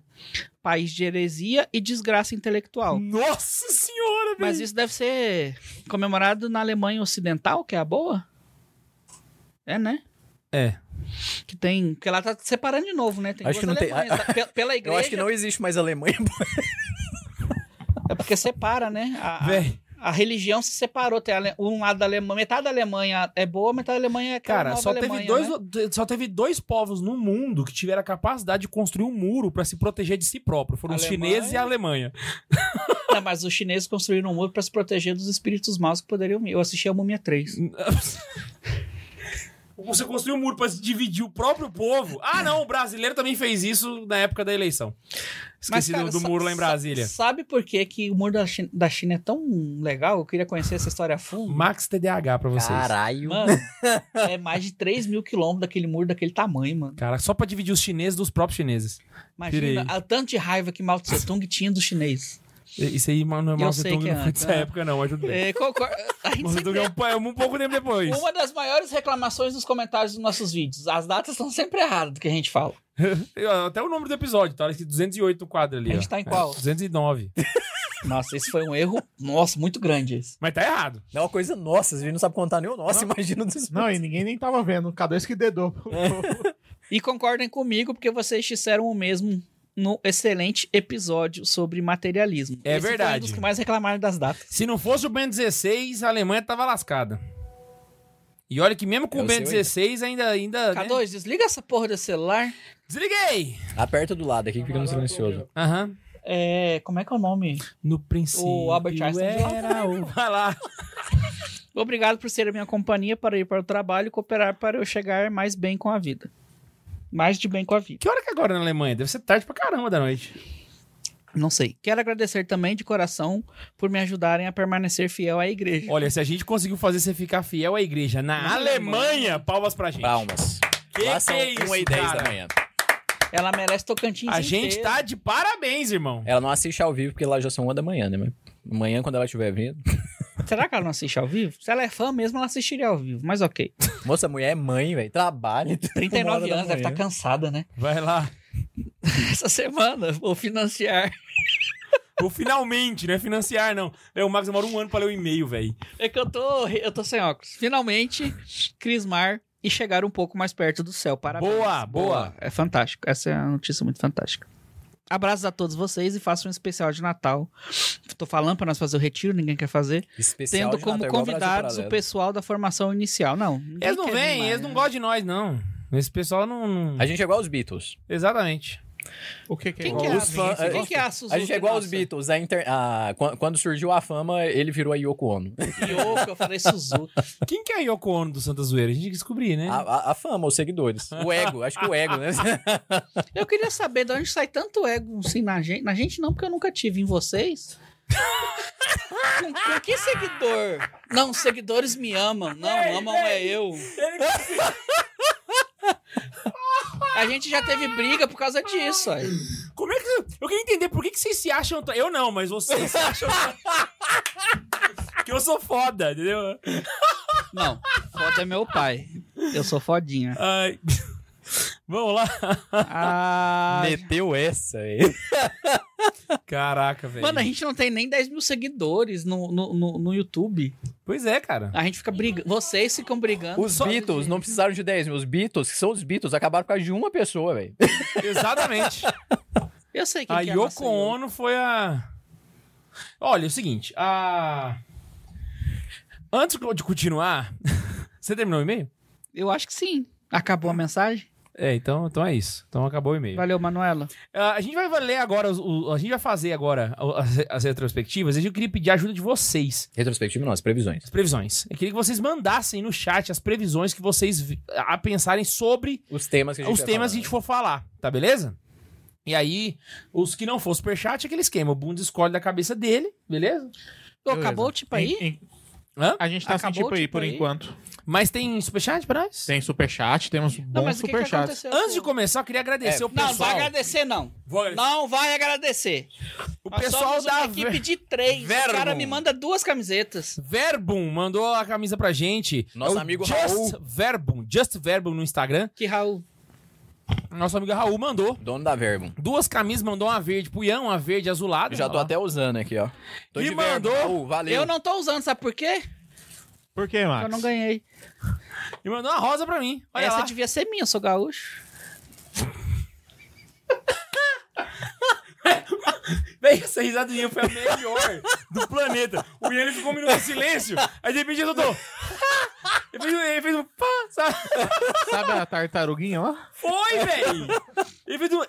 Speaker 2: País de heresia e desgraça intelectual.
Speaker 1: Nossa senhora, velho.
Speaker 2: Mas isso deve ser comemorado na Alemanha Ocidental, que é a boa? É, né?
Speaker 1: É.
Speaker 2: Que tem. Porque ela tá separando de novo, né? Tem
Speaker 3: Acho que
Speaker 2: duas
Speaker 3: não tem-
Speaker 2: Alemanhas, tá? Pe- Pela igreja.
Speaker 3: Eu acho que não existe mais Alemanha.
Speaker 2: É porque separa, né? A, a-
Speaker 1: Véi,
Speaker 2: a religião se separou. Tem ale- um lado da Alemanha. Metade da Alemanha é boa, metade da Alemanha é aquela
Speaker 1: cara,
Speaker 2: nova
Speaker 1: só teve,
Speaker 2: Alemanha,
Speaker 1: dois,
Speaker 2: né?
Speaker 1: só teve dois povos no mundo que tiveram a capacidade de construir um muro pra se proteger de si próprio. Foram os
Speaker 2: Alemanha.
Speaker 1: chineses e a Alemanha.
Speaker 2: Não, mas os chineses construíram um muro para se proteger dos espíritos maus que poderiam vir. Eu assisti a Múmia 3.
Speaker 1: Hum, Você construiu um muro pra se dividir o próprio povo. Ah, não, o brasileiro também fez isso na época da eleição. Esqueci
Speaker 2: Mas, cara,
Speaker 1: do, do
Speaker 2: sa-
Speaker 1: muro lá em
Speaker 2: sa-
Speaker 1: Brasília.
Speaker 2: Sabe por que, que o muro da China, da China é tão legal? Eu queria conhecer essa história a fundo.
Speaker 1: Max TDAH pra vocês. Cara.
Speaker 3: Caralho.
Speaker 2: Mano, é mais de 3 mil quilômetros daquele muro daquele tamanho, mano.
Speaker 1: só pra dividir os chineses dos próprios chineses.
Speaker 2: Imagina
Speaker 1: Pirei.
Speaker 2: a tanto de raiva que Mao Tse Tung tinha do chinês.
Speaker 1: E- Isso aí mano, não é Mao
Speaker 2: sei
Speaker 1: Zedong
Speaker 2: que é
Speaker 1: não foi
Speaker 2: antes,
Speaker 1: dessa
Speaker 2: ah.
Speaker 1: época, não, mas tudo bem.
Speaker 2: É, concordo. A gente
Speaker 1: Mao
Speaker 2: sempre
Speaker 1: Zedong é um, é um pouco tempo depois.
Speaker 2: Uma das maiores reclamações nos comentários dos nossos vídeos. As datas estão sempre erradas do que a gente fala.
Speaker 1: Eu- Até o número do episódio, tá? Esse 208 no quadro ali.
Speaker 2: A gente
Speaker 1: ó.
Speaker 2: tá em qual?
Speaker 1: É, 209.
Speaker 2: Nossa, esse foi um erro, nossa, muito grande esse.
Speaker 1: Mas tá errado.
Speaker 3: É uma coisa nossa, a gente não sabe contar nem o nosso, imagina o dos...
Speaker 4: Não, e ninguém nem tava vendo. Cada esse que dedou.
Speaker 2: É. E concordem comigo, porque vocês disseram o mesmo no excelente episódio sobre materialismo.
Speaker 1: É
Speaker 2: Esse foi
Speaker 1: verdade.
Speaker 2: um dos que mais reclamaram das datas.
Speaker 1: Se não fosse o Ben 16, a Alemanha tava lascada. E olha que mesmo com
Speaker 3: É
Speaker 1: o
Speaker 3: o
Speaker 1: Ben
Speaker 3: seu
Speaker 1: 16 ainda. ainda né?
Speaker 2: K2, desliga essa porra do celular.
Speaker 1: Desliguei!
Speaker 3: Aperta do lado aqui que fica no silencioso.
Speaker 1: Aham.
Speaker 2: É, como é que é o nome?
Speaker 1: No princípio.
Speaker 2: O Albert Einstein
Speaker 1: era um- o. Vai lá.
Speaker 2: Obrigado por ser a minha companhia para ir para o trabalho e cooperar para eu chegar mais bem com a vida. Mais de bem com a vida.
Speaker 1: Que hora que é agora na Alemanha? Deve ser tarde pra caramba da noite.
Speaker 2: Não sei. Quero agradecer também de coração por me ajudarem a permanecer fiel à igreja.
Speaker 1: Olha, se a gente conseguiu fazer você ficar fiel à igreja na,
Speaker 2: Na
Speaker 1: Alemanha,
Speaker 2: Alemanha.
Speaker 1: palmas pra gente.
Speaker 3: Palmas.
Speaker 1: Que
Speaker 3: Lá
Speaker 1: que
Speaker 3: são
Speaker 1: é
Speaker 2: um
Speaker 1: isso,
Speaker 3: 1 e 10
Speaker 1: cara?
Speaker 3: da manhã.
Speaker 2: Ela merece Tocantins
Speaker 1: A gente
Speaker 2: inteiro.
Speaker 1: tá de parabéns, irmão.
Speaker 3: Ela não assiste ao vivo porque lá já são 1 da manhã, né? Mas amanhã, quando ela estiver vindo.
Speaker 2: Será que ela não assiste ao vivo? Se ela é fã mesmo, ela assistiria ao vivo, mas ok.
Speaker 3: Moça, a mulher é mãe, velho. Trabalha. Uma
Speaker 2: 39
Speaker 3: hora da
Speaker 2: anos, deve estar
Speaker 3: manhã.
Speaker 2: cansada, né?
Speaker 1: Vai lá.
Speaker 2: Essa semana vou financiar.
Speaker 1: Ou finalmente, não é financiar, não. É, o Max demora um ano pra ler o e-mail, velho.
Speaker 2: É que eu tô, eu tô sem óculos. Finalmente, Crismar e chegar um pouco mais perto do céu. Parabéns.
Speaker 1: Boa, boa.
Speaker 2: É fantástico. Essa é uma notícia muito fantástica. Abraços a todos vocês e faço um especial de Natal. Tô falando pra nós fazer o retiro, ninguém quer fazer.
Speaker 3: Especial
Speaker 2: tendo
Speaker 3: de
Speaker 2: como
Speaker 3: Natal, igual Brasil
Speaker 2: convidados o
Speaker 3: Paralelo.
Speaker 2: pessoal da formação inicial. Não. ninguém
Speaker 1: Eles não
Speaker 2: quer
Speaker 1: vêm,
Speaker 2: demais,
Speaker 1: eles não
Speaker 2: né?
Speaker 1: gostam de nós, não. Esse pessoal não. não-
Speaker 3: A gente é igual os Beatles.
Speaker 1: Exatamente.
Speaker 4: O que, que é
Speaker 2: Quem
Speaker 4: igual
Speaker 2: que é
Speaker 4: ao
Speaker 2: a
Speaker 3: Os fã-
Speaker 4: Vince?
Speaker 2: Quem que é a Suzuki?
Speaker 3: A gente é igual os
Speaker 2: nossa?
Speaker 3: Beatles. A inter- a- quan- Quando surgiu a fama, ele virou a Yoko Ono.
Speaker 2: Yoko, eu falei Suzuki.
Speaker 1: Quem que é a Yoko Ono do Santa Zoeira? A gente tem que descobrir, né?
Speaker 2: Ah.
Speaker 3: A, a- a fama, os seguidores. O ego, acho que o ego, né?
Speaker 2: Eu queria saber de onde sai tanto ego assim na gente. Na gente não, porque eu nunca tive em vocês. com, com que seguidor? Não, os seguidores me amam. Não, amam é eu. A gente já teve briga por causa disso. Aí.
Speaker 1: Como é que. Eu queria entender por que, que vocês se acham. tão- Eu não, mas vocês se acham. que eu sou foda, entendeu?
Speaker 2: Não, foda é meu pai. Eu sou fodinha.
Speaker 1: Ai. Vamos lá.
Speaker 2: Ah,
Speaker 3: Meteu essa aí.
Speaker 1: Caraca, velho.
Speaker 2: mano, a gente não tem nem 10 mil seguidores no, no, no, no YouTube.
Speaker 1: Pois é, cara.
Speaker 2: A gente fica brigando. Vocês ficam brigando.
Speaker 3: Os Beatles não precisaram de 10 mil. Os Beatles, que são os Beatles, acabaram por causa de uma pessoa, velho.
Speaker 1: Exatamente.
Speaker 2: Eu sei quem
Speaker 1: a
Speaker 2: que é nossa
Speaker 1: Yoko Ono foi a. Olha, é o seguinte, a. Antes de continuar. Você terminou o e-mail?
Speaker 2: Eu acho que sim. Acabou a mensagem?
Speaker 1: É, então, então é isso. Então acabou o e-mail.
Speaker 2: Valeu, Manuela.
Speaker 1: Ah, a gente vai ler agora, os- o- a gente vai fazer agora as, as retrospectivas. E eu queria pedir a ajuda de vocês.
Speaker 3: Retrospectiva não, as previsões.
Speaker 1: As previsões. Eu queria que vocês mandassem no chat as previsões que vocês vi- a pensarem sobre
Speaker 3: Os temas que a gente
Speaker 1: os
Speaker 3: vai
Speaker 1: temas
Speaker 3: falar,
Speaker 1: que a gente
Speaker 3: né?
Speaker 1: for falar, tá beleza? E aí, os que não for superchat, é aquele esquema. O Bundes escolhe da cabeça dele, beleza?
Speaker 2: Ô,
Speaker 4: Beleza.
Speaker 2: acabou o tipo
Speaker 4: Em-
Speaker 2: aí?
Speaker 4: em-
Speaker 1: Hã?
Speaker 4: A gente tá
Speaker 2: Acabou
Speaker 4: sem tipo
Speaker 2: o
Speaker 4: aí
Speaker 2: tipo
Speaker 4: por
Speaker 2: aí?
Speaker 4: enquanto.
Speaker 1: Mas tem superchat pra nós?
Speaker 4: Tem superchat, temos
Speaker 2: Não,
Speaker 4: bons
Speaker 2: mas o que, que
Speaker 4: superchats.
Speaker 2: aconteceu?
Speaker 1: Antes de começar, eu queria agradecer
Speaker 3: É,
Speaker 1: o
Speaker 2: Não, não vai
Speaker 1: pessoal.
Speaker 2: agradecer, não.
Speaker 1: Vou agradecer.
Speaker 2: Não vai agradecer.
Speaker 1: o
Speaker 2: Nós
Speaker 1: pessoal
Speaker 2: somos uma
Speaker 1: da
Speaker 2: equipe
Speaker 1: Ver-
Speaker 2: de três.
Speaker 1: Verbo.
Speaker 2: O cara me manda duas camisetas.
Speaker 1: Verbum mandou a camisa pra gente. É
Speaker 3: Nosso
Speaker 1: o
Speaker 3: amigo
Speaker 1: Just
Speaker 3: Raul.
Speaker 1: Verbum, Just Verbum no Instagram.
Speaker 2: Que Raul.
Speaker 1: Nosso amigo Raul mandou
Speaker 3: Dono da Verbo.
Speaker 1: duas camisas, mandou uma verde pro Ian, uma verde azulada.
Speaker 3: Eu já tô
Speaker 1: Ó.
Speaker 3: até usando aqui, ó. Tô
Speaker 1: E
Speaker 3: de Verbo,
Speaker 1: mandou-
Speaker 3: Raul, valeu.
Speaker 2: Eu não tô usando, sabe por quê? Porque
Speaker 4: Por que, Max?
Speaker 2: eu não ganhei.
Speaker 1: E mandou uma rosa pra mim. Olha
Speaker 2: Essa
Speaker 1: lá.
Speaker 2: devia ser minha, eu sou gaúcho.
Speaker 1: Véi, essa risadinha foi a melhor do planeta. O Ian ele ficou um minuto em silêncio, aí de repente ele soltou. Ele fez um- Ele fez um pá, sabe?
Speaker 4: Sabe a tartaruguinha lá?
Speaker 1: Foi, velho! Ele fez um.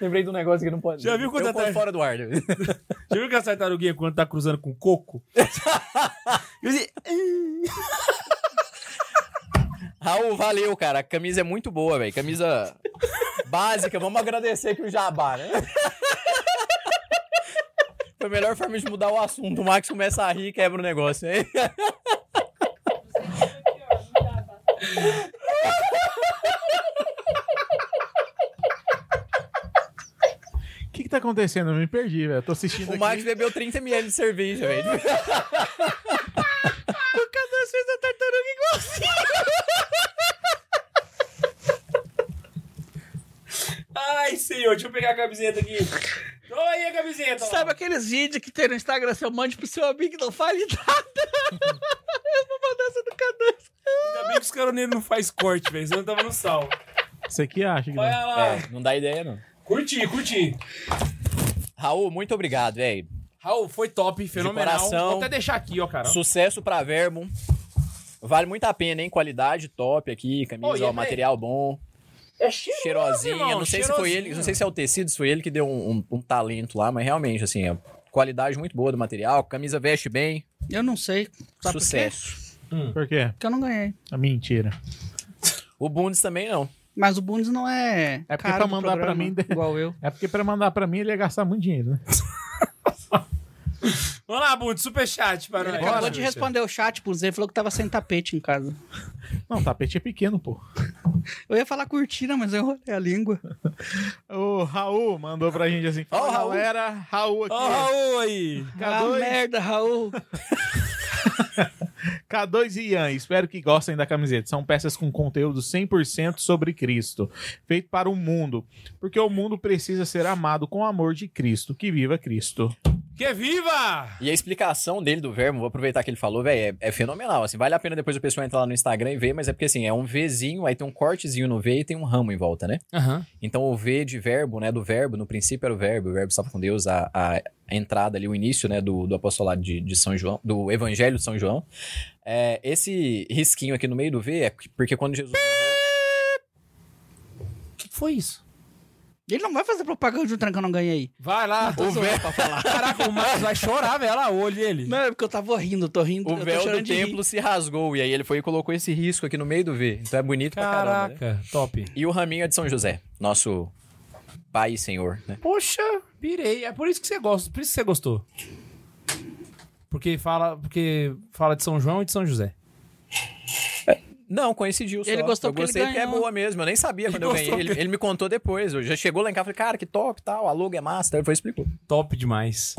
Speaker 3: Lembrei de um negócio que não pode.
Speaker 1: Já viu quando
Speaker 3: eu
Speaker 1: a
Speaker 3: ponho
Speaker 1: tar-
Speaker 3: fora do ar.
Speaker 1: Já viu que a tartaruguinha quando tá cruzando com coco? Eu disse,
Speaker 3: Raul, valeu, cara. A camisa é muito boa, velho. Camisa básica. Vamos agradecer aqui o Jabá, né? Foi a melhor forma de mudar o assunto. O Max começa a rir e quebra o negócio, hein?
Speaker 4: O que que tá acontecendo? Eu me perdi, velho. Eu Tô assistindo
Speaker 3: O
Speaker 4: aqui.
Speaker 3: Max bebeu 30ml de cerveja, velho.
Speaker 2: O Cadê fez a tartaruga igualzinho?
Speaker 1: Ai, senhor, deixa eu pegar a camiseta aqui. Olha aí a camiseta. ó.
Speaker 2: Sabe aqueles vídeos que tem no Instagram? Seu mande pro seu amigo, não fale nada. Eu vou mandar essa do Cadê.
Speaker 1: Ainda bem que os caroneiros não faz corte, velho. Senão eu tava no sal.
Speaker 4: Você aqui acha que não?
Speaker 1: Olha lá.
Speaker 3: É, não dá ideia, não.
Speaker 1: Curti, curti.
Speaker 3: Raul, muito obrigado, velho.
Speaker 1: Raul, foi top, fenomenal.
Speaker 3: coração.
Speaker 1: Vou até deixar aqui, ó, cara.
Speaker 3: Sucesso pra Verbo. Vale muito a pena, hein? Qualidade top aqui, camisa,
Speaker 1: Ô, e
Speaker 3: ó,
Speaker 1: é
Speaker 3: material bom,
Speaker 1: É cheiroso,
Speaker 3: cheirosinha.
Speaker 1: irmão,
Speaker 3: não sei se foi ele,
Speaker 1: cheirosinho.
Speaker 3: não sei se é o tecido, se foi ele que deu um, um- um talento lá, mas realmente, assim, ó, qualidade muito boa do material, camisa veste bem,
Speaker 2: Eu não sei. Sabe
Speaker 3: sucesso.
Speaker 4: Por quê?
Speaker 2: Por quê? Porque eu não ganhei.
Speaker 4: Ah, mentira.
Speaker 3: O Bundes também não.
Speaker 2: Mas o Bundes não é.
Speaker 4: É porque
Speaker 2: cara
Speaker 4: pra
Speaker 2: do
Speaker 4: mandar pra
Speaker 2: programa,
Speaker 4: mim-
Speaker 2: Igual eu.
Speaker 4: É porque pra mandar pra mim ele ia gastar muito dinheiro, né?
Speaker 1: Vamos lá, Bundes, superchat para
Speaker 2: Ele
Speaker 1: nós.
Speaker 2: acabou
Speaker 4: Bora,
Speaker 2: de
Speaker 4: Richard.
Speaker 2: responder o chat, por ele falou que tava sem tapete em casa.
Speaker 4: Não, o tapete é pequeno, pô.
Speaker 2: Eu ia falar cortina, mas eu enrolei a língua.
Speaker 4: O Raul mandou pra gente assim. Fala,
Speaker 3: Ó, o Raul.
Speaker 4: galera. Raul aqui.
Speaker 1: Ó, o Raul aí.
Speaker 3: Tá
Speaker 2: Ah,
Speaker 4: K2.
Speaker 2: merda, Raul.
Speaker 4: K2 e Ian, espero que gostem da camiseta. São peças com conteúdo 100% sobre Cristo, feito para o mundo, porque o mundo precisa ser amado com o amor de Cristo. Que viva Cristo.
Speaker 1: Que viva!
Speaker 3: E a explicação dele do verbo, vou aproveitar que ele falou, velho, é, é fenomenal. Assim, vale a pena depois o pessoal entrar lá no Instagram e ver, mas é porque assim, é um Vzinho, aí tem um cortezinho no V e tem um ramo em volta, né?
Speaker 1: Aham.
Speaker 3: Então o V de verbo, né? Do verbo, no princípio era o verbo, o verbo estava com Deus, a, a entrada ali, o início, né, do, do apostolado de, de São João, do Evangelho de São João. É, esse risquinho aqui no meio do V é porque quando Jesus.
Speaker 1: O que que foi isso?
Speaker 2: Ele não vai fazer propaganda de um tranca não ganhei.
Speaker 1: Vai lá.
Speaker 3: O véu, pra falar.
Speaker 1: Caraca, o Marcos vai chorar, velho. Olha lá, o olho ele.
Speaker 2: Não, é porque eu tava rindo, tô rindo.
Speaker 3: O
Speaker 2: eu tô
Speaker 3: véu
Speaker 2: chorando
Speaker 3: do
Speaker 2: de rir.
Speaker 3: templo se rasgou, e aí ele foi e colocou esse risco aqui no meio do V. Então é bonito pra caramba. né?
Speaker 1: Caraca, top.
Speaker 3: E o raminho é de São José, nosso pai e senhor, né?
Speaker 1: Poxa, pirei. É por isso que você gosta, por isso que você gostou. Porque fala, porque fala de São João e de São José.
Speaker 3: Não, coincidiu só.
Speaker 2: Ele gostou
Speaker 3: eu
Speaker 2: porque ele
Speaker 3: gostei porque é
Speaker 2: ganhou.
Speaker 3: boa mesmo. Eu nem sabia quando eu ganhei.
Speaker 1: gostou
Speaker 3: Ele, ele me contou depois. Eu já chegou lá em casa e falei, cara, que top e tal. A logo é massa. Então ele foi e explicou.
Speaker 1: Top demais.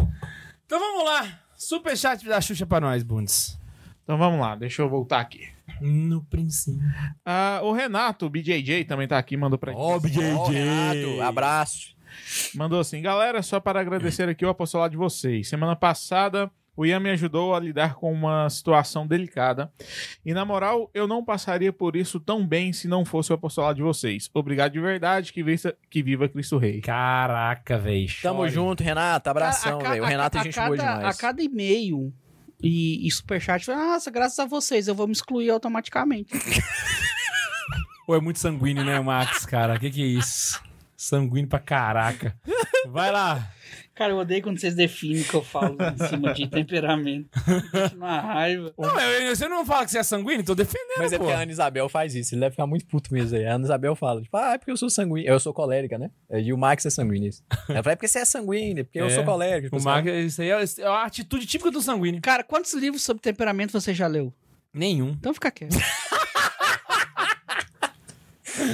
Speaker 1: Então vamos lá. Superchat da Xuxa pra nós, Bundes.
Speaker 4: Então vamos lá, deixa eu voltar aqui.
Speaker 1: No princípio.
Speaker 4: Ah, o Renato, o BJJ, também tá aqui, mandou pra gente.
Speaker 1: Ó, BJJ.
Speaker 3: Ó, Renato, abraço.
Speaker 4: Mandou assim, galera, só para agradecer aqui o apostolado de vocês. Semana passada, o Ian me ajudou a lidar com uma situação delicada. E na moral, eu não passaria por isso tão bem se não fosse o apostolado de vocês. Obrigado de verdade, que, vista, que viva Cristo Rei.
Speaker 1: Caraca, velho.
Speaker 3: Tamo
Speaker 1: Chore.
Speaker 3: junto, Renato.
Speaker 2: Cara,
Speaker 3: Abração,
Speaker 2: a ca-
Speaker 3: velho. O
Speaker 2: a-
Speaker 3: Renato é
Speaker 2: a
Speaker 3: gente
Speaker 2: cada,
Speaker 3: boa demais.
Speaker 2: A cada e-mail e, e superchat, fala, nossa, graças a vocês, eu vou me excluir automaticamente.
Speaker 1: Ou é muito sanguíneo, né, Max, cara? Que que é isso? Sanguíneo pra caraca. Vai lá.
Speaker 2: Cara, eu odeio quando vocês definem o que eu falo em cima de temperamento. Deixa uma raiva.
Speaker 1: Não, eu, eu- você não fala que você é sanguíneo? Tô defendendo,
Speaker 3: Mas é
Speaker 1: pô.
Speaker 3: porque a Ana Isabel faz isso. Ele deve ficar muito puto mesmo aí. A Ana Isabel fala, tipo, ah, é porque eu sou sanguíneo. Eu sou colérica, né? E o Max é sanguíneo. Ela fala, é porque você é sanguíneo, é porque eu
Speaker 1: É.
Speaker 3: sou colérica.
Speaker 1: O Max, isso aí é, isso é uma atitude típica do sanguíneo.
Speaker 2: Cara, quantos livros sobre temperamento você já leu?
Speaker 1: Nenhum.
Speaker 2: Então fica quieto.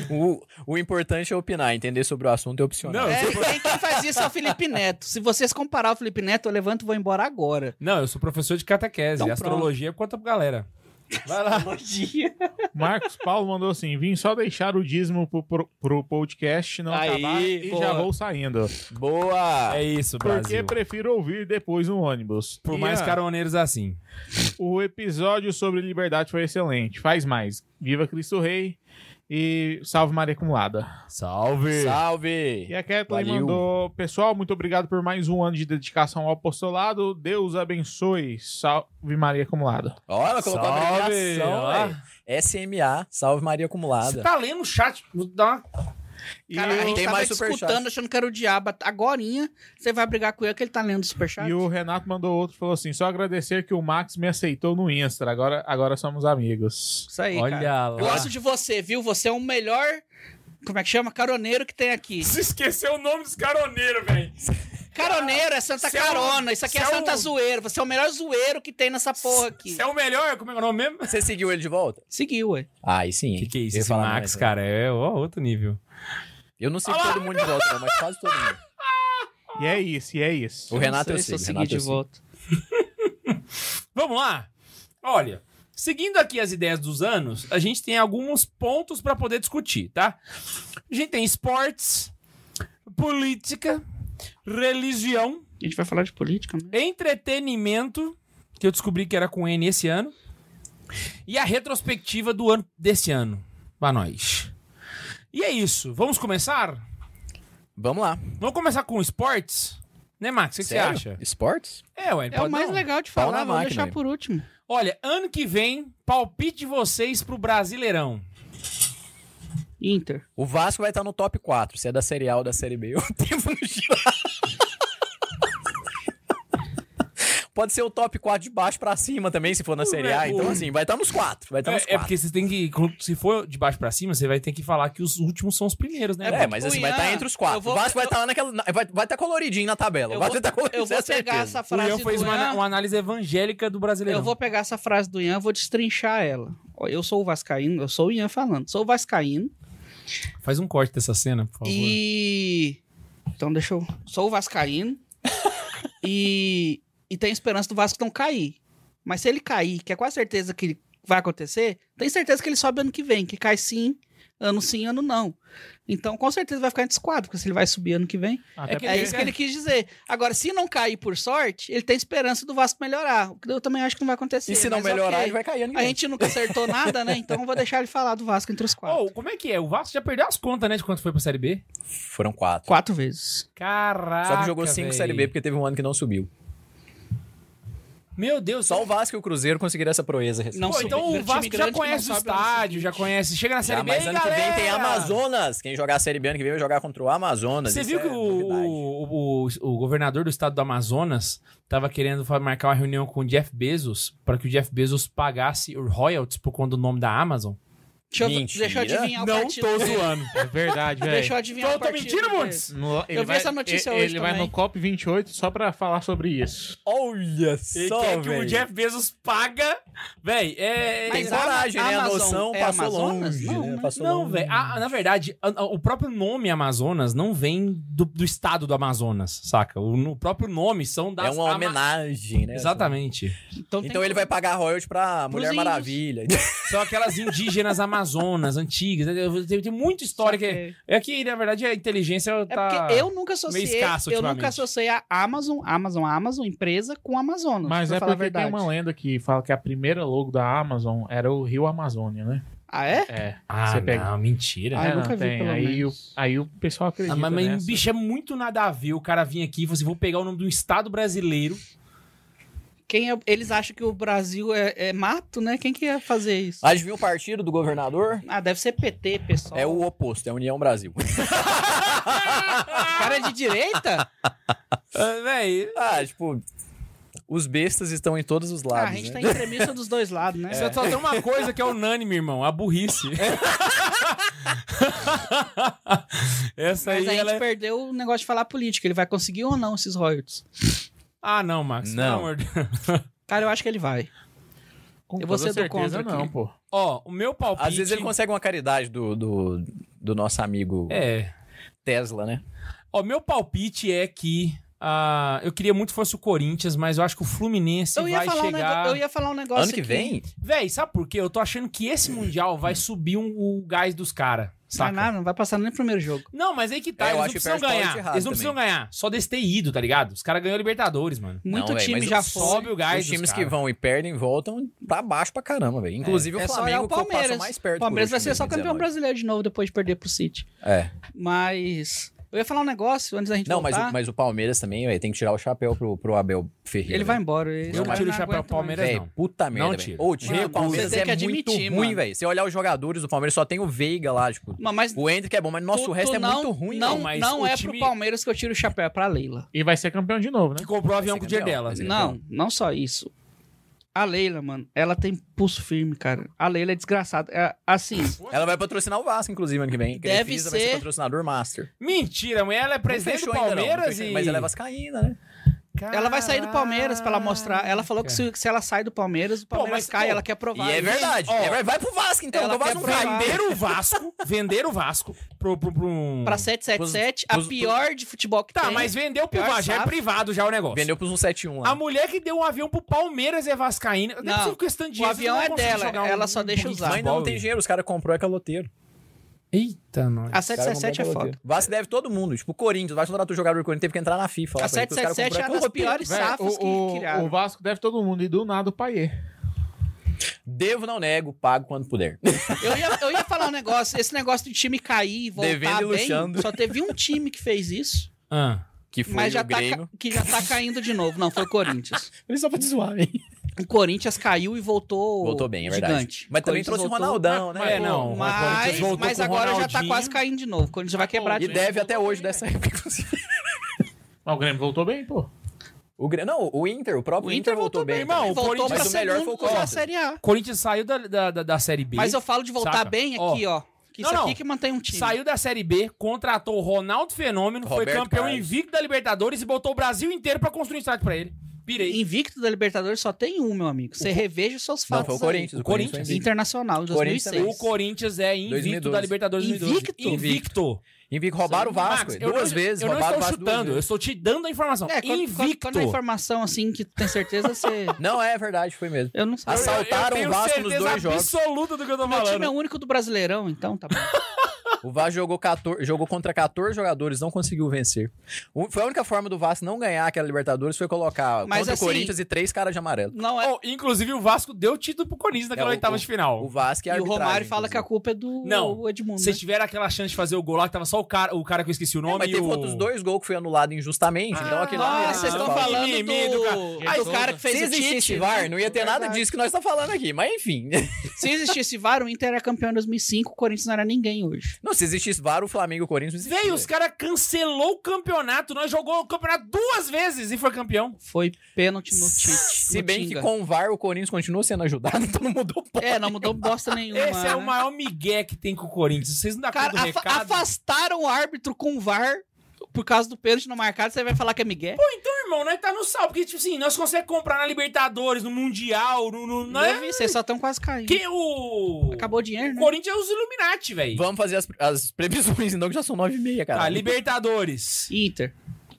Speaker 3: O, o importante é opinar, entender sobre o assunto é opcional.
Speaker 1: Não, tipo- eu
Speaker 2: É,
Speaker 1: sou,
Speaker 2: quem, quem faz isso é o Felipe Neto. Se vocês comparar o Felipe Neto, eu levanto e vou embora agora.
Speaker 1: não, eu sou professor de catequese.
Speaker 2: Então pronto.
Speaker 1: astrologia conta pra galera. Vai lá.
Speaker 2: Dia.
Speaker 4: Marcos Paulo mandou assim: vim só deixar o dízimo pro, pro, pro podcast não
Speaker 2: Aí,
Speaker 4: acabar e
Speaker 2: boa.
Speaker 4: já vou saindo.
Speaker 3: Boa!
Speaker 1: É isso,
Speaker 4: Porque
Speaker 1: Brasil.
Speaker 4: prefiro ouvir depois no ônibus.
Speaker 1: Por
Speaker 4: E,
Speaker 1: mais
Speaker 4: ah,
Speaker 1: caroneiros assim.
Speaker 4: O episódio sobre liberdade foi excelente. Faz mais. Viva Cristo Rei e salve Maria Acumulada.
Speaker 1: Salve!
Speaker 3: Salve!
Speaker 4: E a Kathleen
Speaker 3: Valeu.
Speaker 4: mandou: Pessoal, muito obrigado por mais um ano de dedicação ao apostolado. Deus abençoe. Salve Maria Acumulada.
Speaker 3: Ó, ela colocou a
Speaker 1: Salve! Ó.
Speaker 3: abreviação, velho. SMA, salve Maria Acumulada.
Speaker 1: Você tá lendo o chat? Vou dar uma-
Speaker 4: E
Speaker 2: Cara, a
Speaker 4: o-
Speaker 2: gente
Speaker 3: Tem
Speaker 2: tava
Speaker 3: mais
Speaker 2: discutando,
Speaker 3: superchat.
Speaker 2: achando que era o diabo. Agorinha, você vai brigar com ele que ele tá lendo o superchat.
Speaker 4: E o Renato mandou outro, falou assim: só agradecer que o Max me aceitou no Insta, agora, agora somos amigos.
Speaker 2: Isso aí,
Speaker 1: Olha
Speaker 2: cara.
Speaker 1: lá.
Speaker 2: Gosto de você, viu? Você é o melhor. Como é que chama? Caroneiro que tem aqui.
Speaker 1: Se esqueceu o nome dos caroneiros, velho.
Speaker 2: Caroneiro é Santa
Speaker 1: Você é o-
Speaker 2: Carona. Isso aqui é,
Speaker 1: você é o-
Speaker 2: Santa Zoeira. Você é o melhor zoeiro que tem nessa porra aqui.
Speaker 1: Você é o melhor? Como é que é o nome mesmo?
Speaker 3: Você seguiu ele de volta?
Speaker 2: Seguiu, ué.
Speaker 3: Aí sim.
Speaker 1: Que que é isso?
Speaker 3: Eu ia
Speaker 1: Esse
Speaker 3: falar, né?
Speaker 1: Max,
Speaker 3: não, mas-
Speaker 1: cara, é ó, outro nível.
Speaker 3: Eu não sigo
Speaker 1: Olha lá.
Speaker 3: todo mundo de volta, não, mas quase todo mundo.
Speaker 4: E é isso, e é isso.
Speaker 3: O Renato eu
Speaker 2: sei
Speaker 3: sigo.
Speaker 2: se eu segui
Speaker 3: Renato
Speaker 2: de
Speaker 3: eu sigo.
Speaker 2: volta.
Speaker 1: Vamos lá? Olha, seguindo aqui as ideias dos anos, a gente tem alguns pontos para poder discutir, tá? A gente tem esportes, política, religião,
Speaker 2: A gente vai falar de política, né?
Speaker 1: entretenimento, que eu descobri que era com N esse ano, e a retrospectiva do ano desse ano. Pra nós. E é isso. Vamos começar?
Speaker 3: Vamos lá.
Speaker 1: Vamos começar com esportes? Né, Max? O que que você
Speaker 3: Sério?
Speaker 1: acha?
Speaker 3: Esportes?
Speaker 1: É, ué,
Speaker 2: É o
Speaker 1: pode
Speaker 2: mais
Speaker 1: não.
Speaker 2: legal de
Speaker 3: Pau na
Speaker 2: falar, vamos
Speaker 3: máquina,
Speaker 2: deixar
Speaker 3: velho.
Speaker 2: por último.
Speaker 1: Olha, ano que vem, palpite de vocês pro Brasileirão.
Speaker 2: Inter.
Speaker 3: O Vasco vai estar no top 4. Se é da Série A ou da Série B, eu tempo no girar. Pode ser o top 4 de baixo pra cima também, se for na Série A. Então, assim, vai estar nos quatro. Vai estar nos
Speaker 1: É, é
Speaker 3: quatro.
Speaker 1: porque você tem que. Se for de baixo pra cima, você vai ter que falar que os últimos são os primeiros, né?
Speaker 3: É, mas assim, vai estar
Speaker 2: Ian,
Speaker 3: entre os
Speaker 2: eu
Speaker 3: quatro.
Speaker 2: vou-
Speaker 3: o Vasco vai
Speaker 2: eu-
Speaker 3: estar lá naquela. na- Vai estar coloridinho na tabela.
Speaker 2: Eu
Speaker 3: O Vasco
Speaker 2: vou-
Speaker 3: vai estar coloridinho.
Speaker 2: eu vou
Speaker 3: isso é
Speaker 2: pegar
Speaker 3: certeza.
Speaker 2: essa
Speaker 1: O
Speaker 2: frase
Speaker 1: Ian
Speaker 2: do
Speaker 1: fez uma,
Speaker 2: Ian.
Speaker 1: uma análise evangélica do brasileiro.
Speaker 2: Eu vou pegar essa frase do Ian, vou destrinchar ela. Ó, Eu sou o Vascaíno, eu sou o Ian falando. Sou o Vascaíno
Speaker 1: Faz um corte dessa cena, por favor.
Speaker 2: e. Então deixa eu. Sou o Vascaíno e. E tem esperança do Vasco não cair. Mas se ele cair, que é quase certeza que vai acontecer, tem certeza que ele sobe ano que vem, que cai sim, ano sim, ano não. Então com certeza vai ficar entre os quatro, porque se ele vai subir ano que vem.
Speaker 1: É
Speaker 4: Até
Speaker 1: que-
Speaker 2: É
Speaker 4: porque-
Speaker 2: isso que ele quis dizer. Agora, se não cair por sorte, ele tem esperança do Vasco melhorar. O que eu também acho que não vai acontecer.
Speaker 3: E se não
Speaker 2: mas
Speaker 3: melhorar,
Speaker 2: ok.
Speaker 3: ele vai cair ano que
Speaker 2: A
Speaker 3: vem.
Speaker 2: gente nunca acertou nada, né? Então eu vou deixar ele falar do Vasco entre os quatro.
Speaker 3: Oh.
Speaker 1: Ô, como é que é? O Vasco já perdeu as contas, né? De quanto foi pra Série B?
Speaker 3: Foram quatro.
Speaker 2: Quatro vezes.
Speaker 1: Caraca.
Speaker 3: Só que jogou cinco
Speaker 1: véi.
Speaker 3: Série B porque teve um ano que não subiu.
Speaker 1: Meu Deus,
Speaker 3: Só o Vasco e o Cruzeiro conseguiram essa proeza.
Speaker 2: Não
Speaker 1: Pô,
Speaker 2: subiu.
Speaker 1: então o
Speaker 2: Primeiro time
Speaker 1: Vasco
Speaker 2: grande
Speaker 1: já
Speaker 2: que
Speaker 1: conhece o
Speaker 2: não sobe, não
Speaker 1: estádio, já conhece. Chega na Série
Speaker 3: Já,
Speaker 1: B,
Speaker 3: mas
Speaker 1: hein,
Speaker 3: ano que vem
Speaker 1: galera?
Speaker 3: tem Amazonas. Quem jogar a Série B ano que vem vai jogar contra o Amazonas.
Speaker 1: Você
Speaker 3: Isso
Speaker 1: viu
Speaker 3: é
Speaker 1: que o,
Speaker 3: novidade.
Speaker 1: o, o- o governador do estado do Amazonas tava querendo fa- marcar uma reunião com o Jeff Bezos para que o Jeff Bezos pagasse o royalties por conta do nome da Amazon?
Speaker 2: Deixa eu,
Speaker 3: Mentira.
Speaker 2: deixa eu adivinhar É o
Speaker 1: Não
Speaker 2: partido.
Speaker 1: tô
Speaker 2: dele.
Speaker 1: zoando.
Speaker 4: É verdade,
Speaker 2: Deixa eu
Speaker 4: velho.
Speaker 2: adivinhar
Speaker 1: Tô-
Speaker 2: o
Speaker 1: tô
Speaker 2: partido.
Speaker 1: mentindo,
Speaker 2: dele.
Speaker 1: Montes?
Speaker 4: No- ele
Speaker 2: vi
Speaker 4: vai-
Speaker 2: essa notícia
Speaker 4: ele,
Speaker 2: hoje
Speaker 4: Ele vai
Speaker 2: também.
Speaker 4: no COP28 só pra falar sobre isso.
Speaker 3: Olha
Speaker 1: Ele
Speaker 3: só,
Speaker 1: quer é que o
Speaker 3: velho.
Speaker 1: Jeff Bezos paga. Véi, é.
Speaker 3: Tem
Speaker 2: Mas a-
Speaker 3: coragem, né? A
Speaker 2: Amazon
Speaker 3: noção
Speaker 2: é
Speaker 3: passou
Speaker 2: Amazonas?
Speaker 3: longe,
Speaker 2: Não,
Speaker 3: né?
Speaker 2: né?
Speaker 3: Passou
Speaker 1: Não,
Speaker 3: longe.
Speaker 1: velho. a- a- Na verdade, a- a- o próprio nome Amazonas não vem do, do estado do Amazonas, saca? O, no- próprio nome são das.
Speaker 3: É uma
Speaker 1: Ama-
Speaker 3: homenagem, né?
Speaker 1: Exatamente.
Speaker 2: Então, tem
Speaker 3: Então
Speaker 2: que-
Speaker 3: ele vai pagar royalties pra
Speaker 2: Pros
Speaker 3: Mulher
Speaker 2: índios.
Speaker 3: Maravilha.
Speaker 1: São aquelas indígenas amazonas, antigas. né? Tem, tem muita história que.
Speaker 2: É
Speaker 1: É que, na verdade, a inteligência
Speaker 2: porque
Speaker 1: tá.
Speaker 2: eu nunca associei.
Speaker 1: meio escasso
Speaker 2: eu nunca
Speaker 1: ultimamente.
Speaker 2: associei a Amazon, Amazon, Amazon, empresa com Amazonas.
Speaker 4: Mas
Speaker 2: pra
Speaker 4: é
Speaker 2: falar a
Speaker 4: porque tem
Speaker 2: verdade.
Speaker 4: uma lenda que fala que a primeira logo da Amazon era o Rio Amazônia, né?
Speaker 2: Ah, é?
Speaker 4: É.
Speaker 1: Ah,
Speaker 4: Você pega.
Speaker 1: não, mentira.
Speaker 2: Ah, eu
Speaker 4: É, não,
Speaker 2: nunca vi,
Speaker 4: tem.
Speaker 2: pelo
Speaker 4: aí, o,
Speaker 2: menos.
Speaker 4: aí o pessoal acredita
Speaker 1: Ah, mas, mas
Speaker 4: nessa.
Speaker 1: bicho, é muito nada a ver o cara vir aqui e falar assim, vou pegar o nome de um estado brasileiro.
Speaker 2: Quem é- Eles acham que o Brasil é, é mato, né? Quem que ia fazer isso?
Speaker 3: Adivinha o partido do governador?
Speaker 2: Ah, deve ser PT, pessoal.
Speaker 3: É o oposto, é a União Brasil.
Speaker 2: O cara é de direita?
Speaker 1: Ah, véi,
Speaker 3: ah, tipo, os bestas estão em todos os
Speaker 2: ah,
Speaker 3: lados,
Speaker 2: a gente
Speaker 3: né? É.
Speaker 2: tem premissa dos dois lados, né?
Speaker 1: Você só tem uma coisa que é unânime, irmão. A burrice.
Speaker 3: Tá
Speaker 1: Essa
Speaker 2: Mas
Speaker 1: aí,
Speaker 2: a gente
Speaker 1: ela é...
Speaker 2: perdeu o negócio de falar política. Ele vai conseguir ou não esses royalties?
Speaker 1: Ah, não, Max.
Speaker 3: Não.
Speaker 1: pelo amor de Deus.
Speaker 2: Cara, eu acho que ele vai.
Speaker 4: Com
Speaker 2: Eu vou ser
Speaker 4: toda
Speaker 2: do
Speaker 4: certeza
Speaker 2: contra
Speaker 4: não,
Speaker 2: aqui.
Speaker 4: pô.
Speaker 1: Ó, o meu palpite...
Speaker 3: Às vezes ele consegue uma caridade do, do, do nosso amigo
Speaker 1: É.
Speaker 3: Tesla, né?
Speaker 1: Ó, meu palpite é que... ah, eu queria muito que fosse o Corinthians, mas eu acho que o Fluminense
Speaker 2: eu, ia
Speaker 1: vai
Speaker 2: falar um
Speaker 1: chegar...
Speaker 2: nego- eu ia falar um negócio.
Speaker 3: ano que
Speaker 2: aqui.
Speaker 3: vem?
Speaker 1: Véi, sabe por quê? Eu tô achando que esse Mundial vai subir um- o gás dos caras,
Speaker 2: Vai
Speaker 1: saca?
Speaker 2: nada, não vai passar nem o primeiro jogo.
Speaker 1: Não, mas aí que tá,
Speaker 3: É, eu
Speaker 1: eles não
Speaker 3: acho que
Speaker 1: precisam
Speaker 3: perde pra
Speaker 1: ganhar. Eles
Speaker 3: Etihad
Speaker 1: não precisam ganhar. Só desse ter ido, tá ligado? Os caras ganham a Libertadores, mano.
Speaker 2: Muito
Speaker 3: Não, véi,
Speaker 2: time
Speaker 3: mas
Speaker 2: já
Speaker 3: eu
Speaker 2: foi.
Speaker 1: Sobe o gás
Speaker 3: os times
Speaker 1: dos
Speaker 3: que
Speaker 1: cara.
Speaker 3: vão e perdem voltam pra baixo pra caramba, velho. Inclusive
Speaker 2: É
Speaker 3: o
Speaker 2: só olhar
Speaker 3: Flamengo
Speaker 2: o
Speaker 3: que eu passo
Speaker 2: Palmeiras.
Speaker 3: mais perto.
Speaker 2: O Palmeiras
Speaker 3: por
Speaker 2: vai
Speaker 3: último,
Speaker 2: ser só campeão
Speaker 3: 2019.
Speaker 2: brasileiro de novo depois de perder pro City.
Speaker 3: É.
Speaker 2: Mas. Eu ia falar um negócio antes da gente
Speaker 3: Não, mas
Speaker 2: voltar.
Speaker 3: o, mas o Palmeiras também, velho, tem que tirar o chapéu pro, pro Abel Ferreira.
Speaker 2: Ele vai embora. esse
Speaker 1: Eu
Speaker 2: cara
Speaker 1: tiro o
Speaker 2: não
Speaker 1: chapéu
Speaker 2: aguenta
Speaker 1: pro Palmeiras.
Speaker 2: mais.
Speaker 1: não.
Speaker 3: Véi, puta
Speaker 1: Não
Speaker 3: merda.
Speaker 1: tira.
Speaker 3: velho. Ô, o time
Speaker 2: Mano,
Speaker 3: do Palmeiras
Speaker 2: você tem
Speaker 3: é
Speaker 2: que admitir,
Speaker 3: muito ruim,
Speaker 2: mano.
Speaker 3: velho. Você olhar os jogadores do Palmeiras, só tem o Veiga lá, tipo.
Speaker 2: Não, Mas
Speaker 3: O Hendrick é bom, mas nossa,
Speaker 2: tu-
Speaker 3: o resto
Speaker 2: tu
Speaker 3: é
Speaker 2: não,
Speaker 3: muito ruim,
Speaker 2: Não,
Speaker 1: mas
Speaker 2: não
Speaker 1: o
Speaker 2: é
Speaker 1: time-
Speaker 2: pro Palmeiras que eu tiro o chapéu, é pra Leila.
Speaker 4: E vai ser campeão de novo, né?
Speaker 1: Que comprou o avião
Speaker 3: Vai ser
Speaker 1: com o dia
Speaker 3: campeão,
Speaker 1: dela.
Speaker 3: vai ser
Speaker 1: né?
Speaker 2: Não, não só isso. A Leila, mano, ela tem pulso firme, cara. A Leila é desgraçada. É, assim,
Speaker 3: Ela vai patrocinar o Vasco, inclusive, ano que vem. Que
Speaker 2: Deve
Speaker 3: a Crefisa vai
Speaker 2: ser.
Speaker 3: ser patrocinador master.
Speaker 1: Mentira, mulher, ela é presidente do
Speaker 3: Não fechou ainda, não, não
Speaker 1: Palmeiras
Speaker 3: fechou
Speaker 1: e...
Speaker 3: ainda, Mas ela é vascaína, né?
Speaker 2: ela vai sair do Palmeiras pra ela mostrar. Ela falou
Speaker 3: É.
Speaker 2: que se, se ela sai do Palmeiras, o
Speaker 1: Pô,
Speaker 2: Palmeiras
Speaker 1: mas,
Speaker 2: cai,
Speaker 1: pô,
Speaker 2: ela quer provar.
Speaker 3: e é
Speaker 2: isso.
Speaker 3: verdade.
Speaker 1: ó,
Speaker 3: É, vai- vai pro Vasco, então.
Speaker 2: ela
Speaker 3: que o Vasco
Speaker 2: quer
Speaker 3: não
Speaker 2: provar.
Speaker 3: cai.
Speaker 1: É Vender o Vasco, vender o Vasco pro... pro, pro... um-
Speaker 2: Pra 777,
Speaker 3: Pros-
Speaker 2: a
Speaker 3: pros-
Speaker 2: pior de futebol que
Speaker 1: Tá,
Speaker 2: tem.
Speaker 1: mas vendeu pro
Speaker 2: Pior
Speaker 1: Vasco, já é
Speaker 2: safra.
Speaker 1: privado já o negócio.
Speaker 3: Vendeu pros 171 lá.
Speaker 1: A mulher que deu um avião pro Palmeiras é vascaína. Não,
Speaker 2: Não,
Speaker 1: é possível que esse tanto de
Speaker 2: o
Speaker 1: gente
Speaker 2: avião
Speaker 1: não
Speaker 2: é
Speaker 1: consiga
Speaker 2: dela,
Speaker 1: jogar
Speaker 2: ela só deixa
Speaker 1: um
Speaker 2: usar.
Speaker 3: Mas ainda não
Speaker 1: futebol,
Speaker 3: tem
Speaker 1: velho.
Speaker 3: dinheiro, os caras comprou é caloteiro.
Speaker 1: Eita, nós.
Speaker 2: A
Speaker 3: Os cara
Speaker 2: 777 é
Speaker 3: comprou
Speaker 2: foda.
Speaker 3: caloteiro. Vasco deve todo mundo. Tipo, o Corinthians. O Vasco não tratou jogador do Corinthians, teve que entrar na FIFA. lá
Speaker 2: A
Speaker 3: pra ele, porque os caras
Speaker 2: 777 é
Speaker 3: compraram
Speaker 2: uma das
Speaker 3: caloteiro.
Speaker 2: piores
Speaker 4: Véi,
Speaker 2: safras que
Speaker 4: o, o
Speaker 2: criaram.
Speaker 4: Vasco deve todo mundo e do nada o Paier.
Speaker 3: Devo, não nego, pago quando puder.
Speaker 2: Eu ia, eu ia falar um negócio, esse negócio de time cair e voltar
Speaker 3: Devendo e
Speaker 2: bem,
Speaker 3: luxando.
Speaker 2: só teve um time que fez isso,
Speaker 1: Ah.
Speaker 3: Que foi
Speaker 2: mas já
Speaker 3: o
Speaker 2: tá,
Speaker 3: Grêmio.
Speaker 2: ca- que já tá caindo de novo. Não, foi o Corinthians.
Speaker 3: Ele só pra te zoar, hein?
Speaker 2: O Corinthians caiu e voltou.
Speaker 3: Voltou bem, é verdade.
Speaker 2: gigante.
Speaker 3: Mas também
Speaker 2: Corinthians
Speaker 3: trouxe o
Speaker 2: voltou-
Speaker 3: Ronaldão,
Speaker 1: É,
Speaker 3: né?
Speaker 1: não. o
Speaker 2: Mas,
Speaker 1: Corinthians voltou
Speaker 2: mas
Speaker 1: com o
Speaker 2: agora já tá
Speaker 1: Ronaldinho.
Speaker 2: quase caindo de novo. O Corinthians vai quebrar
Speaker 4: pô,
Speaker 2: de
Speaker 3: E
Speaker 2: novo.
Speaker 3: deve até hoje dessa época, inclusive.
Speaker 4: Mas o Grêmio voltou bem, pô.
Speaker 3: O, Gre- não, o Inter, o próprio
Speaker 2: O
Speaker 3: Inter, voltou bem.
Speaker 1: irmão.
Speaker 3: também.
Speaker 1: o
Speaker 2: voltou
Speaker 1: Corinthians-
Speaker 2: pra
Speaker 3: mas o melhor
Speaker 2: segundo
Speaker 3: foi o Corinthians.
Speaker 2: da Série A.
Speaker 1: Corinthians saiu da, da, da, da Série B.
Speaker 2: Mas eu falo de voltar
Speaker 1: Saca?
Speaker 2: bem
Speaker 1: Ó.
Speaker 2: aqui, ó. Que isso
Speaker 1: Não, não.
Speaker 2: aqui que mantém um time.
Speaker 1: Saiu da Série B, contratou o Ronaldo Fenômeno, foi
Speaker 3: Roberto
Speaker 1: campeão
Speaker 3: Carlos.
Speaker 1: invicto da Libertadores e botou o Brasil inteiro pra construir um estádio pra ele. Pirei.
Speaker 2: Invicto da Libertadores só tem um, meu amigo. Você reveja os seus
Speaker 3: Não,
Speaker 2: fatos.
Speaker 3: foi o
Speaker 2: aí.
Speaker 3: Corinthians.
Speaker 1: O Corinthians.
Speaker 3: foi invicto.
Speaker 2: Internacional, em
Speaker 3: Corinthians também.
Speaker 2: 2006.
Speaker 1: O Corinthians é invicto
Speaker 3: 2012.
Speaker 1: da Libertadores 2012.
Speaker 2: Invicto?
Speaker 1: Invicto.
Speaker 3: Invicto, roubaram o Vasco. é
Speaker 1: Max, eu
Speaker 3: duas
Speaker 1: não-
Speaker 3: vezes,
Speaker 1: Eu não
Speaker 3: roubaram o
Speaker 1: estou
Speaker 3: Vasco duas
Speaker 1: chutando, eu
Speaker 3: vezes.
Speaker 1: estou te dando a informação.
Speaker 2: É, quando, quando,
Speaker 1: invicto.
Speaker 2: quando é informação assim que tem certeza, você.
Speaker 3: Não, é verdade, foi mesmo.
Speaker 2: Eu não sei.
Speaker 3: Essa- assaltaram
Speaker 1: eu, eu
Speaker 3: o Vasco nos
Speaker 1: certeza
Speaker 3: dois jogos.
Speaker 1: absoluta do que eu tô
Speaker 2: Meu time é
Speaker 3: um
Speaker 1: falando.
Speaker 2: o único do Brasileirão, então tá bom.
Speaker 3: O Vasco jogou, 14 jogou contra 14 jogadores, não conseguiu vencer. O- foi a única forma do Vasco não ganhar aquela Libertadores foi colocar
Speaker 2: Mas
Speaker 3: contra
Speaker 2: assim-
Speaker 3: o Corinthians e três caras de amarelo.
Speaker 2: Não é.
Speaker 1: Oh, inclusive, o Vasco deu título pro Corinthians naquela
Speaker 3: É, o-
Speaker 1: oitava de
Speaker 3: O
Speaker 1: final.
Speaker 3: Vasco
Speaker 2: e
Speaker 3: é
Speaker 2: o
Speaker 3: arbitragem,
Speaker 2: Romário fala que a
Speaker 3: inclusive.
Speaker 2: culpa é do
Speaker 1: Não.
Speaker 2: Edmundo. né?
Speaker 1: Vocês tiveram aquela chance de fazer o gol lá que tava só o cara, o cara que eu esqueci o nome.
Speaker 3: É, mas
Speaker 1: e
Speaker 3: teve
Speaker 1: o...
Speaker 3: outros dois gols que foi anulado injustamente, então aquele lá...
Speaker 2: Ah,
Speaker 3: merece
Speaker 2: vocês
Speaker 3: ser
Speaker 2: estão
Speaker 3: falta.
Speaker 2: falando do,
Speaker 1: Mimimi um do
Speaker 2: do,
Speaker 1: cara-
Speaker 2: cara que fez
Speaker 3: Se
Speaker 2: o né? É Tite.
Speaker 3: existisse VAR, não ia ter nada disso que nós estamos falando aqui, mas enfim.
Speaker 2: Se existisse VAR, o Inter era campeão em 2005, o Corinthians não era ninguém hoje.
Speaker 3: Não, se existisse VAR, o Flamengo e o Corinthians não
Speaker 1: Veio, os caras cancelou o campeonato. Nós jogou o campeonato duas vezes e foi campeão.
Speaker 2: Foi pênalti no Tite.
Speaker 3: Se
Speaker 2: no
Speaker 3: bem
Speaker 2: Tinga.
Speaker 3: que com o VAR o Corinthians continua sendo ajudado, então não mudou porra.
Speaker 2: É, não mudou bosta nenhuma.
Speaker 1: Esse é o
Speaker 2: né?
Speaker 1: maior migué que tem com o Corinthians. Vocês não dão conta
Speaker 2: Cara,
Speaker 1: do
Speaker 2: afa-
Speaker 1: recado?
Speaker 2: afastaram o árbitro com o VAR por causa do pênalti não marcado, você vai falar que é Miguel?
Speaker 1: Meu irmão, nós tá no sal. Porque, tipo assim, nós conseguimos comprar na Libertadores, no Mundial, no... no
Speaker 2: Não
Speaker 1: né?
Speaker 2: vi, vocês só estão quase caindo.
Speaker 1: Que o...
Speaker 2: Acabou o dinheiro,
Speaker 1: O
Speaker 2: né?
Speaker 1: Corinthians é os Illuminati, velho.
Speaker 3: Vamos fazer as, as previsões, então, que já são nove e meia, cara.
Speaker 1: Tá, Libertadores.
Speaker 2: Inter.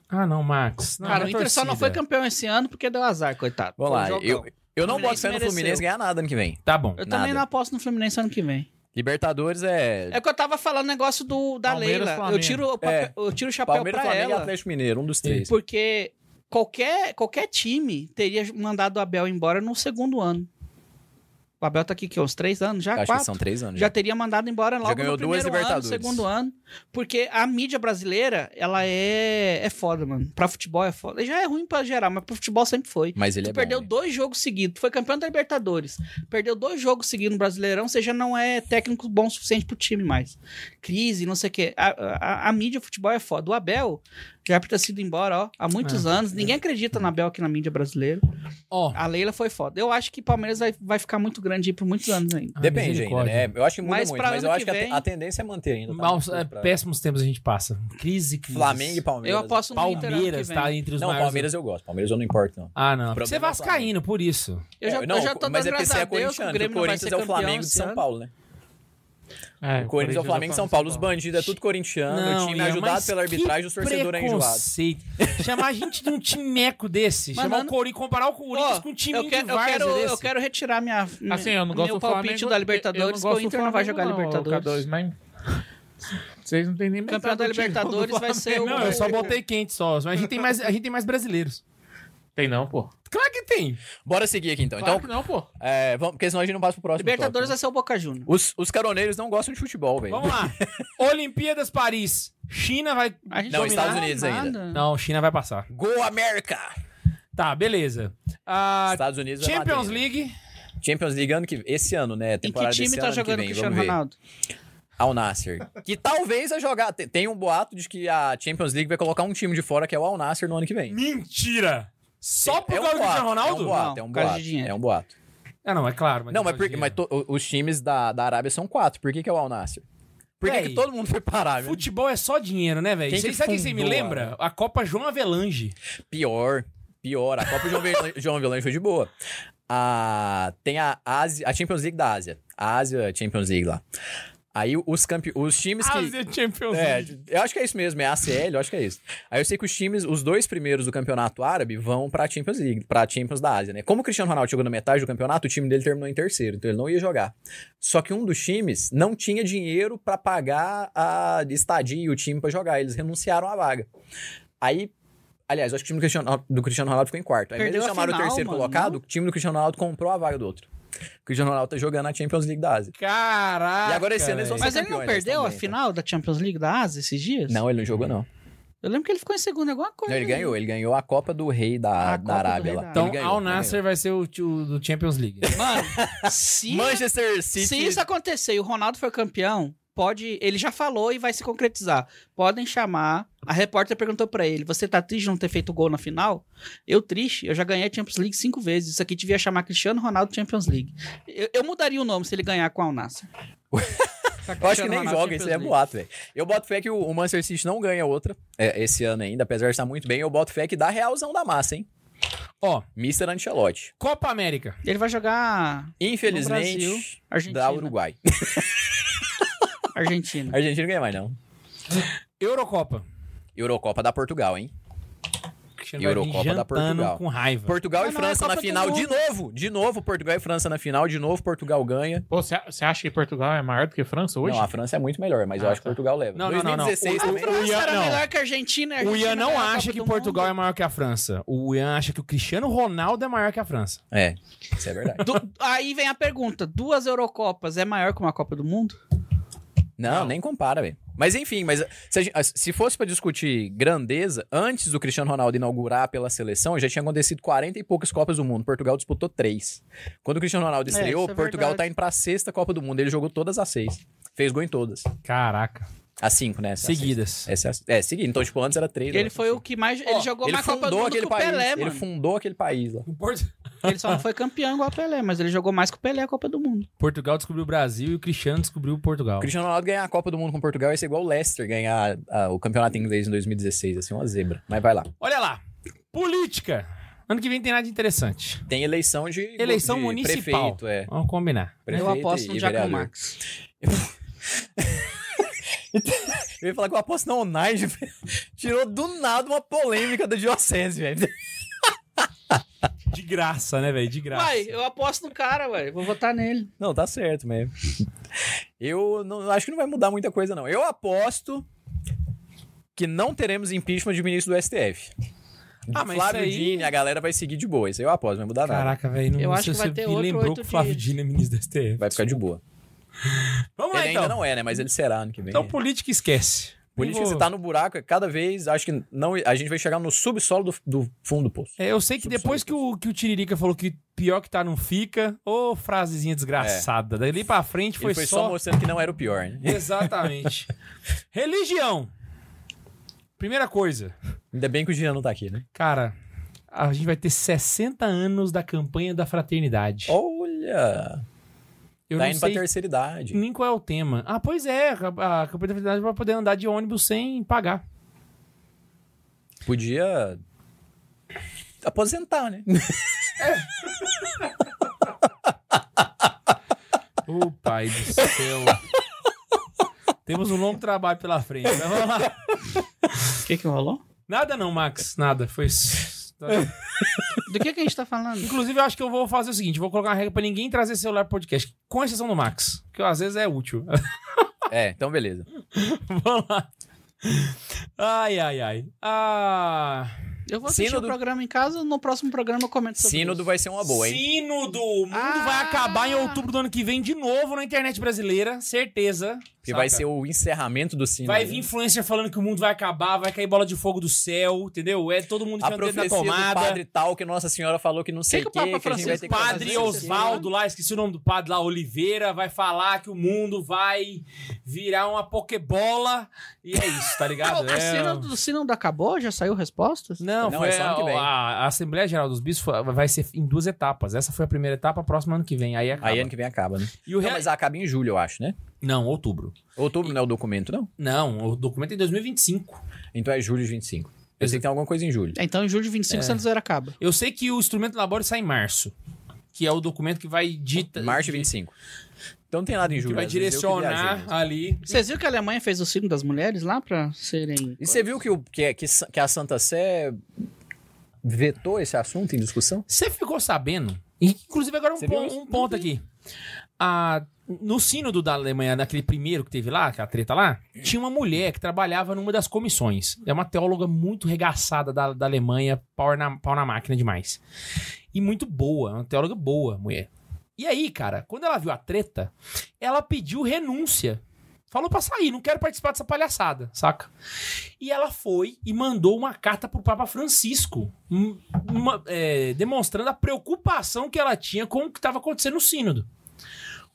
Speaker 1: Ah, não, Max. Não,
Speaker 2: Cara,
Speaker 1: não
Speaker 2: o
Speaker 1: é
Speaker 2: Inter só não foi
Speaker 1: torcida.
Speaker 2: campeão esse ano porque deu azar, coitado.
Speaker 3: Vamos lá,
Speaker 2: Foi um
Speaker 3: eu,
Speaker 2: jogão.
Speaker 3: eu não
Speaker 2: Fluminense
Speaker 3: boto fé no
Speaker 2: mereceu.
Speaker 3: Fluminense ganhar nada ano que vem.
Speaker 1: Tá bom.
Speaker 2: Eu
Speaker 3: Nada.
Speaker 2: também não aposto no Fluminense ano que vem.
Speaker 3: Libertadores é,
Speaker 2: É que eu tava falando negócio do, da
Speaker 4: Palmeiras,
Speaker 2: Leila. Eu
Speaker 4: Flamengo.
Speaker 2: tiro, o papel- eu tiro o chapéu
Speaker 3: Palmeiras,
Speaker 2: pra
Speaker 3: Flamengo e
Speaker 2: ela.
Speaker 3: Atlético Mineiro, um dos três.
Speaker 2: Porque qualquer, qualquer time teria mandado o Abel embora no segundo ano. O Abel tá aqui, que uns três anos já?
Speaker 3: Acho
Speaker 2: quatro?
Speaker 3: que são três anos.
Speaker 2: já teria mandado embora logo
Speaker 3: ganhou
Speaker 2: no
Speaker 3: duas
Speaker 2: primeiro ano,
Speaker 3: Libertadores.
Speaker 2: segundo ano, porque a mídia brasileira, ela é é foda, mano. Pra futebol é foda. Já é ruim pra geral, mas pro futebol sempre foi.
Speaker 3: Mas ele
Speaker 2: Tu
Speaker 3: é
Speaker 2: perdeu
Speaker 3: bom. né?
Speaker 2: dois jogos seguidos, tu foi campeão da Libertadores, perdeu dois jogos seguidos no Brasileirão, você já não é técnico bom o suficiente pro time mais. Crise, não sei o quê. A, a, a mídia futebol é foda. O Abel já é pra ter sido embora, ó, há muitos anos. Ninguém acredita no Abel aqui na mídia brasileira.
Speaker 1: Ó,
Speaker 2: A Leila foi foda. Eu acho que Palmeiras vai, vai ficar muito grande aí por muitos anos ainda.
Speaker 1: Ah,
Speaker 3: Depende ainda,
Speaker 1: misericórdia.
Speaker 3: né? Eu acho que muda
Speaker 2: Mas
Speaker 3: muito,
Speaker 2: pra
Speaker 3: mas
Speaker 2: ano
Speaker 3: eu acho
Speaker 2: que
Speaker 3: que a te-
Speaker 2: vem-
Speaker 3: a tendência é manter ainda. tá?
Speaker 1: Maus, é,
Speaker 3: Pra-
Speaker 1: péssimos tempos a gente passa. Crise, crise.
Speaker 3: Flamengo e Palmeiras.
Speaker 2: Eu aposto no Inter ano
Speaker 1: Palmeiras
Speaker 2: que vem.
Speaker 1: tá entre os
Speaker 3: Não,
Speaker 1: maiores.
Speaker 3: Palmeiras eu gosto. Palmeiras eu não importo, não.
Speaker 1: Ah, não.
Speaker 3: Problema
Speaker 1: Você é vascaíno, por isso.
Speaker 2: Eu já,
Speaker 3: É, não,
Speaker 2: eu já tô
Speaker 3: mas
Speaker 2: dando
Speaker 3: é
Speaker 2: graças
Speaker 3: porque
Speaker 2: a
Speaker 3: é
Speaker 2: Deus que o
Speaker 3: corintiano,
Speaker 2: Grêmio
Speaker 3: o
Speaker 2: não vai
Speaker 3: Corinthians
Speaker 2: ser
Speaker 3: é o
Speaker 2: campeão
Speaker 3: Flamengo de
Speaker 2: esse
Speaker 3: São
Speaker 2: ano.
Speaker 3: Paulo, né?
Speaker 1: É,
Speaker 3: O Corinthians é o Flamengo de São Paulo. Os bandidos é tudo corintiano, o time é
Speaker 1: Ian,
Speaker 3: ajudado
Speaker 1: mas
Speaker 3: pela
Speaker 1: que
Speaker 3: arbitragem, os torcedores é enjoado.
Speaker 1: preconceito. Chamar a gente de um timeco desse.
Speaker 2: Mas
Speaker 1: chamar
Speaker 2: não-
Speaker 1: o Corinthians, comparar o Corinthians
Speaker 2: Ó,
Speaker 1: com um time
Speaker 2: eu, quero,
Speaker 1: de
Speaker 2: eu,
Speaker 1: várzea
Speaker 2: quero, eu
Speaker 1: desse.
Speaker 2: quero retirar minha,
Speaker 4: Assim, eu não
Speaker 2: meu
Speaker 4: gosto do
Speaker 2: palpite
Speaker 4: Flamengo.
Speaker 2: da
Speaker 4: eu- eu
Speaker 2: Libertadores, é
Speaker 4: não
Speaker 2: que
Speaker 4: gosto
Speaker 2: o
Speaker 4: do
Speaker 2: Inter não vai jogar
Speaker 4: Flamengo, não,
Speaker 2: Libertadores.
Speaker 4: K2, mas... Vocês não têm nem
Speaker 2: Campeão
Speaker 4: metade
Speaker 2: da
Speaker 4: do time do
Speaker 2: Libertadores vai
Speaker 4: Flamengo.
Speaker 2: ser o.
Speaker 1: Não, eu só botei quente só. Mas a gente tem mais, a gente tem mais brasileiros.
Speaker 4: Tem não, pô.
Speaker 1: Claro que tem.
Speaker 3: Bora seguir aqui, então.
Speaker 4: Claro que
Speaker 3: Então,
Speaker 4: não, pô.
Speaker 3: é, vamos, porque senão a gente não passa pro próximo
Speaker 2: Libertadores vai
Speaker 3: tópico.
Speaker 2: ser o Boca Juniors.
Speaker 3: Os, os caroneiros não gostam de futebol, velho.
Speaker 1: Vamos lá. Olimpíadas Paris. China vai.
Speaker 2: A gente
Speaker 3: Não,
Speaker 2: vai
Speaker 3: Estados
Speaker 2: dominar
Speaker 3: Unidos
Speaker 2: nada.
Speaker 1: Não, China vai passar.
Speaker 3: Go América!
Speaker 1: Tá, beleza. Ah,
Speaker 3: Estados Unidos vai
Speaker 1: Champions
Speaker 3: bater, né?
Speaker 1: League.
Speaker 3: Champions League ano que esse ano, né?
Speaker 2: Em
Speaker 3: Temporada
Speaker 2: que time
Speaker 3: desse
Speaker 2: tá
Speaker 3: ano, ano
Speaker 2: jogando o
Speaker 3: que vem,
Speaker 2: Cristiano
Speaker 3: vamos ver.
Speaker 2: Ronaldo?
Speaker 3: Al Nasser. Que talvez vai jogar. Tem, tem um boato de que a Champions League vai colocar um time de fora que é o Al Nasser no ano que vem.
Speaker 1: Mentira! Só por
Speaker 3: é um
Speaker 1: causa do Cristiano
Speaker 3: boato, É um
Speaker 1: Ronaldo?
Speaker 3: boato,
Speaker 2: Não,
Speaker 3: é um
Speaker 2: por causa de
Speaker 3: boato.
Speaker 2: dinheiro.
Speaker 3: É um boato.
Speaker 1: Ah, não, é claro.
Speaker 3: não, mas,
Speaker 1: é
Speaker 3: por-
Speaker 1: dinheiro.
Speaker 3: mas to- o- os times da, da Arábia são quatro. Por que, que é o Al Nasser? Por que,
Speaker 1: Véi,
Speaker 3: que todo mundo foi parar? meu?
Speaker 1: Futebol é só dinheiro, né, velho?
Speaker 3: Quem
Speaker 1: Você-
Speaker 3: que
Speaker 1: Sabe o que você me
Speaker 3: fundou,
Speaker 1: lembra? A Copa João Avelange.
Speaker 3: Pior, pior. A Copa João, Vilan- João Avelange foi de boa. A, tem a, Ásia, a Champions League da Ásia. A Ásia Champions League lá. Aí os, campe... os times que.
Speaker 1: Champions
Speaker 3: É, eu acho que é isso mesmo, é ACL, eu acho que é isso. Aí eu sei que os times, os dois primeiros do campeonato árabe vão pra Champions League, pra Champions da Ásia, né? Como o Cristiano Ronaldo chegou na metade do campeonato, o time dele terminou em terceiro, então ele não ia jogar. Só que um dos times não tinha dinheiro pra pagar a estadia e o time pra jogar, eles renunciaram à vaga. Aí, aliás, eu acho que o time do Cristiano, do Cristiano Ronaldo ficou em quarto. Aí, ao invés de
Speaker 2: Perdeu a
Speaker 3: chamaram
Speaker 2: final,
Speaker 3: o terceiro
Speaker 2: mano,
Speaker 3: colocado,
Speaker 2: não?
Speaker 3: o time do Cristiano Ronaldo comprou a vaga do outro. O Cristiano Ronaldo tá jogando a Champions League da Ásia.
Speaker 1: Caraca.
Speaker 3: E agora é esse ano eles vão
Speaker 1: velho.
Speaker 3: ser
Speaker 2: Mas ele não
Speaker 3: campeões, eles
Speaker 2: perdeu
Speaker 3: tão
Speaker 2: a
Speaker 3: bem,
Speaker 2: final da Champions League da Ásia esses dias?
Speaker 3: Não, ele não jogou, não.
Speaker 2: Eu lembro que ele ficou em segundo em alguma coisa.
Speaker 3: Não, ele
Speaker 2: né?
Speaker 3: ganhou. Ele ganhou a Copa do Rei da,
Speaker 2: A
Speaker 3: da
Speaker 2: Copa do
Speaker 3: Arábia
Speaker 2: Rei
Speaker 3: lá.
Speaker 2: da
Speaker 3: Ele
Speaker 1: Então,
Speaker 3: ganhou,
Speaker 1: Al
Speaker 3: ele
Speaker 1: Nasser vai ser o, tio do Champions League.
Speaker 2: Mano, se,
Speaker 3: ganhou. Manchester City.
Speaker 2: se isso acontecer e o Ronaldo for campeão, pode. Ele já falou e vai se concretizar. Podem chamar. A repórter perguntou pra ele: Você tá triste de não ter feito gol na final? Eu triste, eu já ganhei a Champions League cinco vezes. Isso aqui devia chamar Cristiano Ronaldo Champions League. Eu, eu mudaria o nome se ele ganhar com a Tá Alnasser.
Speaker 3: Eu acho que nem joga, isso aí é boato, velho. Eu boto fé que o, o Manchester City não ganha outra é, esse ano ainda, apesar de estar muito bem. Eu boto fé que dá realzão da massa, hein?
Speaker 1: Ó,
Speaker 3: Mr. Ancelotti.
Speaker 1: Copa América.
Speaker 2: Ele vai jogar No Brasil,
Speaker 3: Infelizmente,
Speaker 2: Argentina.
Speaker 3: dá Uruguai.
Speaker 2: Argentina.
Speaker 3: A Argentina não ganha mais, não.
Speaker 1: Eurocopa.
Speaker 3: Eurocopa dá Portugal, hein?
Speaker 1: Cristiano vai vir
Speaker 3: Eurocopa da
Speaker 1: jantando
Speaker 3: Portugal.
Speaker 1: com raiva.
Speaker 3: Portugal
Speaker 2: Ah,
Speaker 3: e
Speaker 2: não, é
Speaker 3: França
Speaker 2: Copa
Speaker 3: na
Speaker 2: do
Speaker 3: final de
Speaker 2: Mundo.
Speaker 3: novo. De novo, Portugal e França na final. De novo, Portugal ganha.
Speaker 4: Pô, você você acha que Portugal é maior do que França hoje?
Speaker 3: Não, a França é muito melhor, mas eu
Speaker 4: Ah,
Speaker 3: acho que
Speaker 4: tá.
Speaker 3: Portugal leva.
Speaker 1: Não, não, não, não.
Speaker 3: 2016
Speaker 1: O-
Speaker 2: A
Speaker 1: o-
Speaker 3: também.
Speaker 2: França
Speaker 1: Ian-
Speaker 2: era
Speaker 1: não.
Speaker 2: melhor que a Argentina. é a
Speaker 1: O
Speaker 2: Argentina
Speaker 1: Ian não
Speaker 2: ganhou a
Speaker 1: acha
Speaker 2: Copa
Speaker 1: que
Speaker 2: do
Speaker 1: Portugal
Speaker 2: Mundo.
Speaker 1: é maior que a França. O Ian acha que o Cristiano Ronaldo é maior que a França.
Speaker 3: É, isso é verdade.
Speaker 2: Du- aí vem a pergunta: duas Eurocopas é maior que uma Copa do Mundo?
Speaker 3: Não,
Speaker 4: Não.
Speaker 3: nem compara, velho. Mas enfim, mas eh, se, a gen- se fosse pra discutir grandeza, antes do Cristiano Ronaldo inaugurar pela seleção, já tinha acontecido 40 e poucas Copas do Mundo. Portugal disputou três. Quando o Cristiano Ronaldo
Speaker 2: É,
Speaker 3: estreou,
Speaker 2: isso é
Speaker 3: Portugal tá
Speaker 2: verdade.
Speaker 3: indo pra sexta Copa do Mundo. Ele jogou todas as seis. Fez gol em todas.
Speaker 1: Caraca.
Speaker 3: As cinco, né? Essa é a
Speaker 1: Seguidas.
Speaker 3: sexta. Essa é, a- é, seguido. Então, tipo, antes era três.
Speaker 2: Ele
Speaker 3: né?
Speaker 2: foi o que mais. Ele
Speaker 3: Ó,
Speaker 2: jogou
Speaker 3: ele
Speaker 2: mais Copa do
Speaker 3: fundou
Speaker 2: Mundo que
Speaker 3: aquele
Speaker 2: o
Speaker 3: país.
Speaker 2: Pelé,
Speaker 3: ele
Speaker 2: mano.
Speaker 3: fundou aquele país lá.
Speaker 1: O Porto-
Speaker 2: Ele só não foi campeão igual o Pelé, mas ele jogou mais que o Pelé a Copa do Mundo.
Speaker 1: Portugal descobriu o Brasil e o Cristiano descobriu o Portugal.
Speaker 3: O Cristiano Ronaldo ganhar a Copa do Mundo com Portugal ia ser igual o Leicester ganhar ah, o campeonato inglês em 2016, assim, uma zebra. Mas vai lá.
Speaker 1: Olha lá. Política. Ano que vem tem nada de interessante.
Speaker 3: Tem eleição de
Speaker 1: Eleição
Speaker 3: de
Speaker 1: municipal.
Speaker 3: prefeito, é.
Speaker 1: Vamos combinar.
Speaker 3: Prefeito
Speaker 2: eu aposto
Speaker 3: e
Speaker 2: no Jaco
Speaker 3: vereador.
Speaker 2: Marx.
Speaker 3: Eu ia falar que eu aposto na Onage, velho. Tirou do nada uma polêmica da diocese, velho.
Speaker 1: De graça, né, velho? De graça.
Speaker 2: Uai, eu aposto no cara, ué. Vou votar nele.
Speaker 3: Não, tá certo mesmo. Eu não, acho que não vai mudar muita coisa, não. Eu aposto que não teremos impeachment de ministro do STF.
Speaker 1: Ah, mas
Speaker 3: Flávio
Speaker 1: isso aí-
Speaker 3: Dini, a galera vai seguir de boa. Isso aí eu aposto, não vai mudar nada.
Speaker 1: Caraca, velho. não-
Speaker 2: Eu acho
Speaker 1: você-
Speaker 2: que vai
Speaker 1: você
Speaker 2: ter
Speaker 1: me
Speaker 2: outro
Speaker 1: lembrou
Speaker 2: oito
Speaker 1: que o Flávio
Speaker 2: dias.
Speaker 1: Dina é ministro da STF.
Speaker 3: Vai ficar de boa.
Speaker 1: Vamos lá,
Speaker 3: Ele ainda
Speaker 1: então.
Speaker 3: não é, né? Mas ele será ano que vem.
Speaker 1: Então, política esquece.
Speaker 3: Política,
Speaker 1: Nem vou-
Speaker 3: você tá no buraco, é cada vez, acho que não, a gente vai chegar no subsolo do, do fundo do poço.
Speaker 1: É, eu sei que depois que o, que o Tiririca falou que pior que tá não fica, ô frasezinha desgraçada. Dali pra frente
Speaker 3: Ele
Speaker 1: É. foi,
Speaker 3: foi só
Speaker 1: só...
Speaker 3: mostrando que não era o pior, né?
Speaker 1: Exatamente. Religião. Primeira coisa.
Speaker 3: Ainda bem que o Jean não tá aqui, né?
Speaker 1: Cara, a gente vai ter 60 anos da campanha da fraternidade.
Speaker 3: Olha!
Speaker 1: eu
Speaker 3: tá
Speaker 1: não
Speaker 3: indo pra
Speaker 1: sei
Speaker 3: terceira idade.
Speaker 1: nem qual é o tema. Ah, pois é, a, a campanha da fraternidade vai poder andar de ônibus sem pagar.
Speaker 3: Podia aposentar, né?
Speaker 1: Ô, pai do céu. Temos um longo trabalho pela frente. mas Vamos lá.
Speaker 2: O que que rolou?
Speaker 1: Nada não, Max. Nada. Foi isso. Tá-
Speaker 2: Do que que a gente tá falando?
Speaker 1: Inclusive, eu acho que eu vou fazer o seguinte: vou colocar uma regra pra ninguém trazer celular pro podcast, com exceção do Max, que às vezes é útil.
Speaker 3: é, então beleza.
Speaker 1: Vamos lá. Ai, ai, ai. Ah,
Speaker 2: Eu vou assistir
Speaker 3: Sínodo.
Speaker 2: o programa em casa, no próximo programa eu comento sobre
Speaker 3: Sínodo
Speaker 2: isso.
Speaker 3: vai ser uma boa, hein?
Speaker 1: Sínodo! O mundo
Speaker 2: Ah!
Speaker 1: vai acabar em outubro do ano que vem de novo na internet brasileira, certeza.
Speaker 3: Porque
Speaker 1: saca?
Speaker 3: vai ser o encerramento do Sínodo.
Speaker 1: Vai
Speaker 3: né?
Speaker 1: vir influencer falando que o mundo vai acabar, vai cair bola de fogo do céu, entendeu? É todo mundo
Speaker 3: a
Speaker 1: enfiando o dedo na
Speaker 3: profecia do
Speaker 1: tomada.
Speaker 3: padre tal que Nossa Senhora falou que não sei o
Speaker 2: que o
Speaker 3: que,
Speaker 2: Papa
Speaker 3: que a gente vai ter
Speaker 2: Francisco
Speaker 3: que fazer.
Speaker 1: Padre
Speaker 2: Fazer isso,
Speaker 1: Osvaldo lá, esqueci o nome do padre lá, Oliveira, vai falar que o mundo vai virar uma pokebola e é isso, tá ligado?
Speaker 2: Não, Ah, o Sínodo, o Sínodo acabou? Já saiu respostas?
Speaker 1: Não,
Speaker 3: Não,
Speaker 1: foi
Speaker 3: é só ano que vem.
Speaker 1: A, a Assembleia Geral dos Bispos foi- vai ser em duas etapas. Essa foi a primeira etapa, a próxima ano que vem. Aí acaba.
Speaker 3: Aí ano que vem acaba, né?
Speaker 1: E o
Speaker 3: Não,
Speaker 1: rea-
Speaker 3: mas acaba em julho, eu acho, né?
Speaker 1: Não, outubro.
Speaker 3: Outubro não é o documento, não?
Speaker 1: Não, o documento é em 2025.
Speaker 3: Então é julho de 25. Eu sei que tem alguma coisa em julho.
Speaker 2: Então em julho de 25
Speaker 3: É.
Speaker 2: o Santos era acaba.
Speaker 1: Eu sei que o instrumento do labore sai em março, que é o documento que vai dita,
Speaker 3: Março de 25. Então não tem nada em
Speaker 1: que
Speaker 3: julho.
Speaker 1: vai
Speaker 3: às vezes eu que viajei né?
Speaker 1: direcionar
Speaker 3: mesmo.
Speaker 1: ali.
Speaker 2: Vocês viram que a Alemanha fez o sino das mulheres lá pra serem.
Speaker 3: E você viu que, o, que, que, que a Santa Sé vetou esse assunto em discussão?
Speaker 1: Você ficou sabendo? Inclusive, agora um,
Speaker 3: Você
Speaker 1: pon-
Speaker 3: viu?
Speaker 1: um ponto aqui. Ah, no sínodo da Alemanha, naquele primeiro que teve lá, aquela treta lá, tinha uma mulher que trabalhava numa das comissões. É uma teóloga muito regaçada da, da Alemanha, pau na, pau na máquina demais. E muito boa, uma teóloga boa, mulher. E aí, cara, quando ela viu a treta, ela pediu renúncia. Falou pra sair, não quero participar dessa palhaçada, saca? E ela foi e mandou uma carta pro Papa Francisco, um- uma- é, demonstrando a preocupação que ela tinha com o que estava acontecendo no sínodo.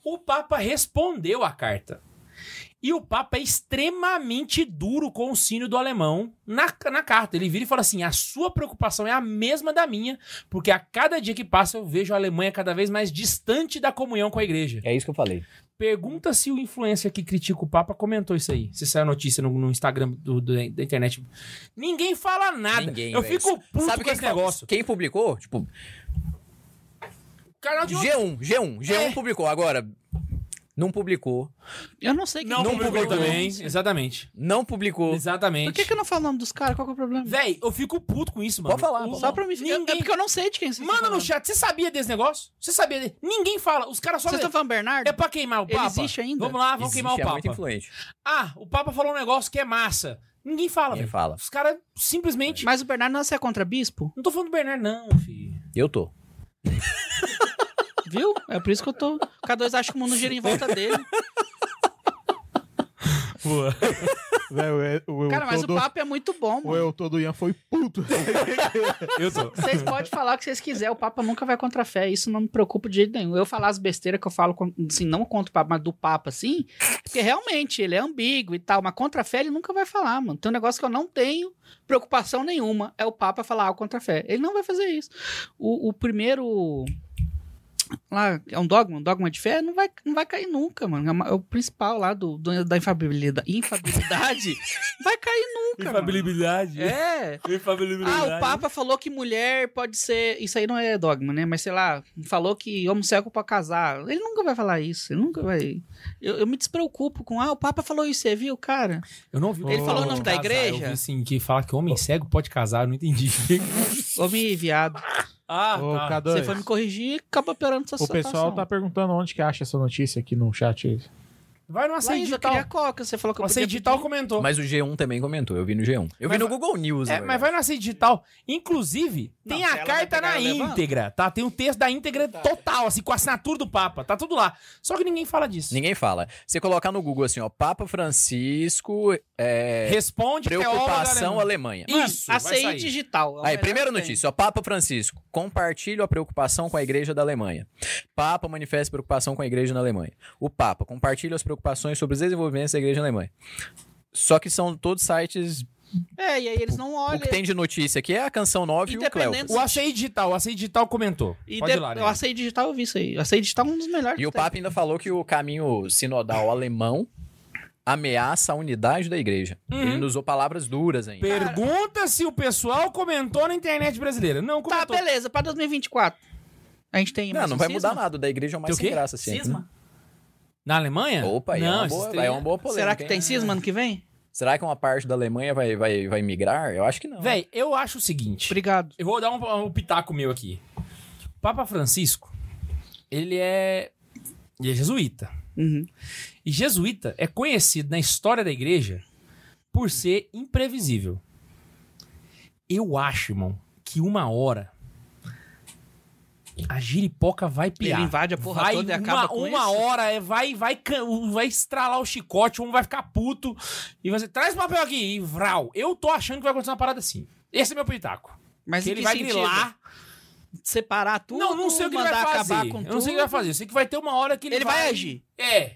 Speaker 1: O Papa respondeu à carta. E o Papa é extremamente duro com o sino do alemão na, na carta. Ele vira e fala assim: a sua preocupação é a mesma da minha, porque a cada dia que passa eu vejo a Alemanha cada vez mais distante da comunhão com a igreja.
Speaker 3: É isso que eu falei.
Speaker 1: Pergunta se o influencer que critica o Papa comentou isso aí. Se saiu a notícia no, no Instagram do- do- da internet. Ninguém fala nada.
Speaker 3: Ninguém,
Speaker 1: eu
Speaker 3: velho.
Speaker 1: fico puto com
Speaker 3: quem
Speaker 1: esse
Speaker 3: fa-
Speaker 1: negócio.
Speaker 3: Quem publicou? Tipo,
Speaker 1: Canal Tá de
Speaker 3: G1, G1, G1
Speaker 1: É.
Speaker 3: publicou. Agora, não publicou,
Speaker 2: Eu não sei quem
Speaker 1: Não,
Speaker 3: Não
Speaker 1: publicou
Speaker 3: publicou.
Speaker 1: também. Exatamente.
Speaker 3: não publicou.
Speaker 1: Exatamente.
Speaker 2: Por que, que eu não falo o nome dos caras? Qual que é o problema?
Speaker 1: Véi, eu fico puto com isso, mano.
Speaker 3: Pode falar,
Speaker 1: O-
Speaker 3: pode
Speaker 2: Só pra me
Speaker 1: Ninguém...
Speaker 2: É porque eu não sei de quem vocês
Speaker 1: Manda
Speaker 2: estão
Speaker 1: no
Speaker 2: tá falando.
Speaker 1: chat. Você sabia desse negócio? Você sabia? de- Ninguém fala. Os caras só...
Speaker 2: Vocês estão falando Bernardo?
Speaker 1: É pra queimar o
Speaker 2: Ele
Speaker 1: Papa.
Speaker 2: existe ainda?
Speaker 1: Vamos lá, vamos
Speaker 3: Existe,
Speaker 1: queimar o
Speaker 3: é
Speaker 1: Papa.
Speaker 3: muito influente.
Speaker 1: ah, o Papa falou um negócio que é massa. Ninguém fala,
Speaker 3: Quem
Speaker 1: velho.
Speaker 3: fala?
Speaker 1: Os caras simplesmente...
Speaker 2: Mas o Bernardo não é ser contra bispo?
Speaker 1: Não tô falando do Bernardo, não, filho.
Speaker 3: Eu tô.
Speaker 2: Viu? É por isso que eu tô. K2 acha que o mundo gira em volta dele.
Speaker 4: Velho, o, um o,
Speaker 2: Cara, mas o
Speaker 4: do,
Speaker 2: papo é muito bom,
Speaker 4: o
Speaker 2: mano.
Speaker 4: eu tô do Ian foi puto.
Speaker 1: Eu tô.
Speaker 2: Vocês podem falar o que vocês quiserem, o Papa nunca vai contra a fé, isso não me preocupa de jeito nenhum. Eu falar as besteiras que eu falo, con- assim, não contra o Papa, mas do Papa, assim, porque realmente ele é ambíguo e tal, mas contra a fé ele nunca vai falar, mano. Tem um negócio que eu não tenho preocupação nenhuma, é o Papa falar algo contra a fé. Ele não vai fazer isso. O, o primeiro... Lá, é um dogma, um dogma de fé, não vai, não vai cair nunca, mano. É uma- É o principal lá do, do- da infabilidade. Infabilidade? vai cair nunca, mano.
Speaker 1: Infabilidade.
Speaker 2: É, ah, o Papa falou que mulher pode ser. Isso aí não é dogma, né? Mas sei lá, falou que homossexual pode casar. Ele nunca vai falar isso. Ele nunca vai. Eu, eu me despreocupo com. Ah, o Papa falou isso, você viu, cara?
Speaker 1: Eu não vi
Speaker 2: Ele falou o nome da igreja?
Speaker 1: Eu vi, assim, que fala que homem cego pode casar, eu não entendi.
Speaker 2: Homem viado.
Speaker 1: ah,
Speaker 4: Ô,
Speaker 1: tá.
Speaker 4: K2,
Speaker 2: Você foi me corrigir e acaba piorando sua
Speaker 4: o
Speaker 2: situação.
Speaker 4: pessoal tá perguntando onde que acha essa notícia aqui no chat.
Speaker 1: Vai no
Speaker 2: Laís,
Speaker 1: açaí
Speaker 2: eu
Speaker 3: tá
Speaker 1: digital.
Speaker 2: queria coca. Você falou
Speaker 1: O
Speaker 2: que eu
Speaker 1: açaí
Speaker 2: podia
Speaker 1: digital
Speaker 2: pedir.
Speaker 1: comentou.
Speaker 3: Mas o G1 também comentou, eu vi no G1. Eu
Speaker 1: Mas
Speaker 3: vi no
Speaker 1: va-
Speaker 3: Google News.
Speaker 1: É, mas
Speaker 3: na verdade.
Speaker 1: vai na Açaí Digital. Inclusive, tem
Speaker 2: se
Speaker 1: a
Speaker 2: ela
Speaker 1: carta
Speaker 2: vai pegar,
Speaker 1: na
Speaker 2: ela levanta. Tá.
Speaker 1: íntegra, tá? Tem o texto da íntegra total, assim, com a assinatura do Papa. Tá tudo lá. Só que ninguém fala disso.
Speaker 3: Ninguém fala. Você colocar no Google assim, ó, Papa Francisco, é,
Speaker 1: Responde
Speaker 3: preocupação
Speaker 1: teólogo da
Speaker 3: Alemanha.
Speaker 1: Alemanha. Isso,
Speaker 2: Mano,
Speaker 1: vai
Speaker 2: açaí
Speaker 1: sair.
Speaker 2: digital. é o
Speaker 3: Aí,
Speaker 2: melhor
Speaker 3: primeira
Speaker 2: que tem.
Speaker 3: notícia, ó, Papa Francisco, compartilho a preocupação com a Igreja da Alemanha. Papa manifesta preocupação com a Igreja na Alemanha. O Papa compartilha as preocupações sobre os desenvolvimentos da Igreja na Alemanha. Só que são todos sites,
Speaker 2: É, e aí eles não
Speaker 3: o
Speaker 2: olham.
Speaker 3: que tem de notícia aqui é a Canção 9 e o Cleo.
Speaker 2: Independente-
Speaker 1: O açaí digital, o açaí digital comentou.
Speaker 2: E
Speaker 1: Pode
Speaker 2: de...
Speaker 1: ir lá, né?
Speaker 2: o açaí digital eu vi isso aí. O açaí digital é um dos melhores.
Speaker 3: E o
Speaker 2: que tem.
Speaker 3: Papa ainda falou que o caminho sinodal alemão ameaça a unidade da Igreja.
Speaker 1: Uhum.
Speaker 3: Ele não usou palavras duras ainda.
Speaker 1: Pergunta se o pessoal comentou na internet brasileira. Não,
Speaker 2: Tá,
Speaker 1: comentou.
Speaker 2: beleza, pra 2024. A gente tem.
Speaker 3: Não,
Speaker 2: mais
Speaker 3: não
Speaker 2: um
Speaker 3: vai
Speaker 2: cisma?
Speaker 3: mudar nada. O Da igreja é o mais
Speaker 1: Tem o quê?
Speaker 3: sem graça sempre. né?
Speaker 1: na Alemanha?
Speaker 3: Opa, aí é
Speaker 1: não,
Speaker 3: uma
Speaker 1: esses
Speaker 3: boa,
Speaker 1: três-
Speaker 3: aí é uma boa polêmica.
Speaker 2: Será que
Speaker 3: hein?
Speaker 2: tem cisma ano que vem?
Speaker 3: Será que uma parte da Alemanha vai, vai, vai migrar? Eu acho que não.
Speaker 1: Véi, eu acho o seguinte.
Speaker 2: Obrigado.
Speaker 1: Eu vou dar um, um pitaco meu aqui. O Papa Francisco, ele é. Ele é jesuíta.
Speaker 2: Uhum.
Speaker 1: E jesuíta é conhecido na história da igreja por ser imprevisível. Eu acho, irmão, que uma hora a giripoca vai piar.
Speaker 2: Ele invade a porra
Speaker 1: vai
Speaker 2: toda e
Speaker 1: uma,
Speaker 2: acaba com
Speaker 1: uma
Speaker 2: isso?
Speaker 1: hora é, vai vai can- um vai estralar o chicote, um vai ficar puto e você traz o papel aqui e vral. Eu tô achando que vai acontecer uma parada assim. Esse é meu pitaco.
Speaker 2: Mas
Speaker 1: Que
Speaker 2: em
Speaker 1: ele
Speaker 2: que
Speaker 1: vai
Speaker 2: sentido?
Speaker 1: grilar
Speaker 2: Separar tudo?
Speaker 1: não, não sei o que ele vai
Speaker 2: mandar
Speaker 1: fazer.
Speaker 2: acabar com
Speaker 1: eu não sei o que
Speaker 2: tudo?
Speaker 1: ele vai fazer. Eu sei que vai ter uma hora que ele,
Speaker 2: Ele vai agir.
Speaker 1: É.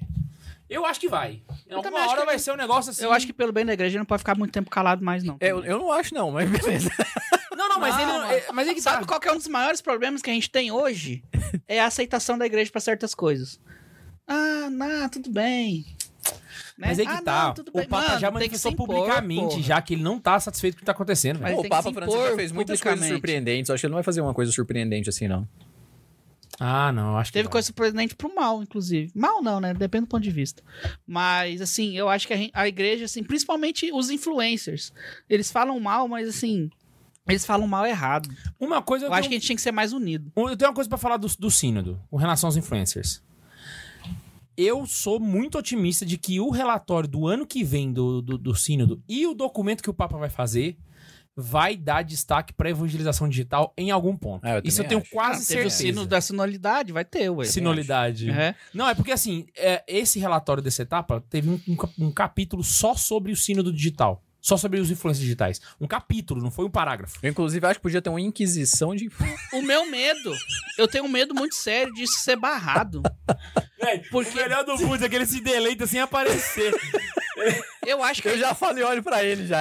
Speaker 1: Eu acho que vai. Em
Speaker 2: também
Speaker 1: alguma
Speaker 2: acho
Speaker 1: hora
Speaker 2: que
Speaker 1: vai
Speaker 2: ele-
Speaker 1: ser um negócio assim.
Speaker 2: Eu acho que pelo bem da igreja ele não pode ficar muito tempo calado mais, não.
Speaker 3: É, Eu, eu não acho, não, mas beleza.
Speaker 1: Não, não, mas
Speaker 2: Não,
Speaker 1: ele. não-
Speaker 2: mano.
Speaker 1: é- Mas ele que
Speaker 2: Sabe
Speaker 1: sabe.
Speaker 2: qual que é um dos maiores problemas que a gente tem hoje? É a aceitação da igreja pra certas coisas. Ah, não, tudo bem. Né?
Speaker 1: Mas aí que
Speaker 2: ah,
Speaker 1: tá.
Speaker 2: não, tudo
Speaker 1: o
Speaker 2: bem.
Speaker 1: Papa
Speaker 2: Mano,
Speaker 1: já
Speaker 2: tem que se
Speaker 1: manifestou
Speaker 2: impor,
Speaker 1: publicamente
Speaker 2: porra.
Speaker 1: já que ele não tá satisfeito com o que tá acontecendo,
Speaker 2: Mas
Speaker 1: velho.
Speaker 2: tem
Speaker 3: o
Speaker 2: que
Speaker 3: Papa
Speaker 2: se
Speaker 3: Francisco
Speaker 2: impor
Speaker 3: já fez muitas coisas
Speaker 2: publicamente.
Speaker 3: surpreendentes. Eu acho que ele não vai fazer uma coisa surpreendente assim, não.
Speaker 1: Ah, não, eu acho que.
Speaker 2: Teve
Speaker 1: vai.
Speaker 2: coisa surpreendente pro mal, inclusive. Mal não, né? Depende do ponto de vista. Mas, assim, eu acho que a, gen- a igreja, assim, principalmente os influencers, eles falam mal, mas, assim, eles falam mal errado.
Speaker 1: Uma coisa.
Speaker 2: Eu
Speaker 1: Eu,
Speaker 2: acho que
Speaker 1: tenho,
Speaker 2: a gente tinha que ser mais unido.
Speaker 1: Um, eu tenho uma coisa pra falar do, do Sínodo, com relação aos influencers. Eu sou muito otimista de que o relatório do ano que vem do, do, do Sínodo e o documento que o Papa vai fazer vai dar destaque pra evangelização digital em algum ponto.
Speaker 3: Ah, eu
Speaker 1: Isso eu
Speaker 3: também
Speaker 1: tenho
Speaker 3: acho.
Speaker 1: quase
Speaker 2: Ah, teve o
Speaker 1: certeza.
Speaker 2: sino da sinalidade, vai ter, ué.
Speaker 1: Sinolidade.
Speaker 2: É.
Speaker 1: Não, é porque assim, é, esse relatório dessa etapa teve um, um cap- um capítulo só sobre o sino do digital. Só sobre os influencers digitais. Um capítulo, não foi um parágrafo.
Speaker 3: Eu, inclusive, acho que podia ter uma inquisição de.
Speaker 2: O meu medo, eu tenho um medo muito sério disso ser barrado.
Speaker 1: Porque... O melhor do mundo é que ele se deleita sem aparecer.
Speaker 2: Eu acho que
Speaker 3: Eu já falei, olho pra ele já.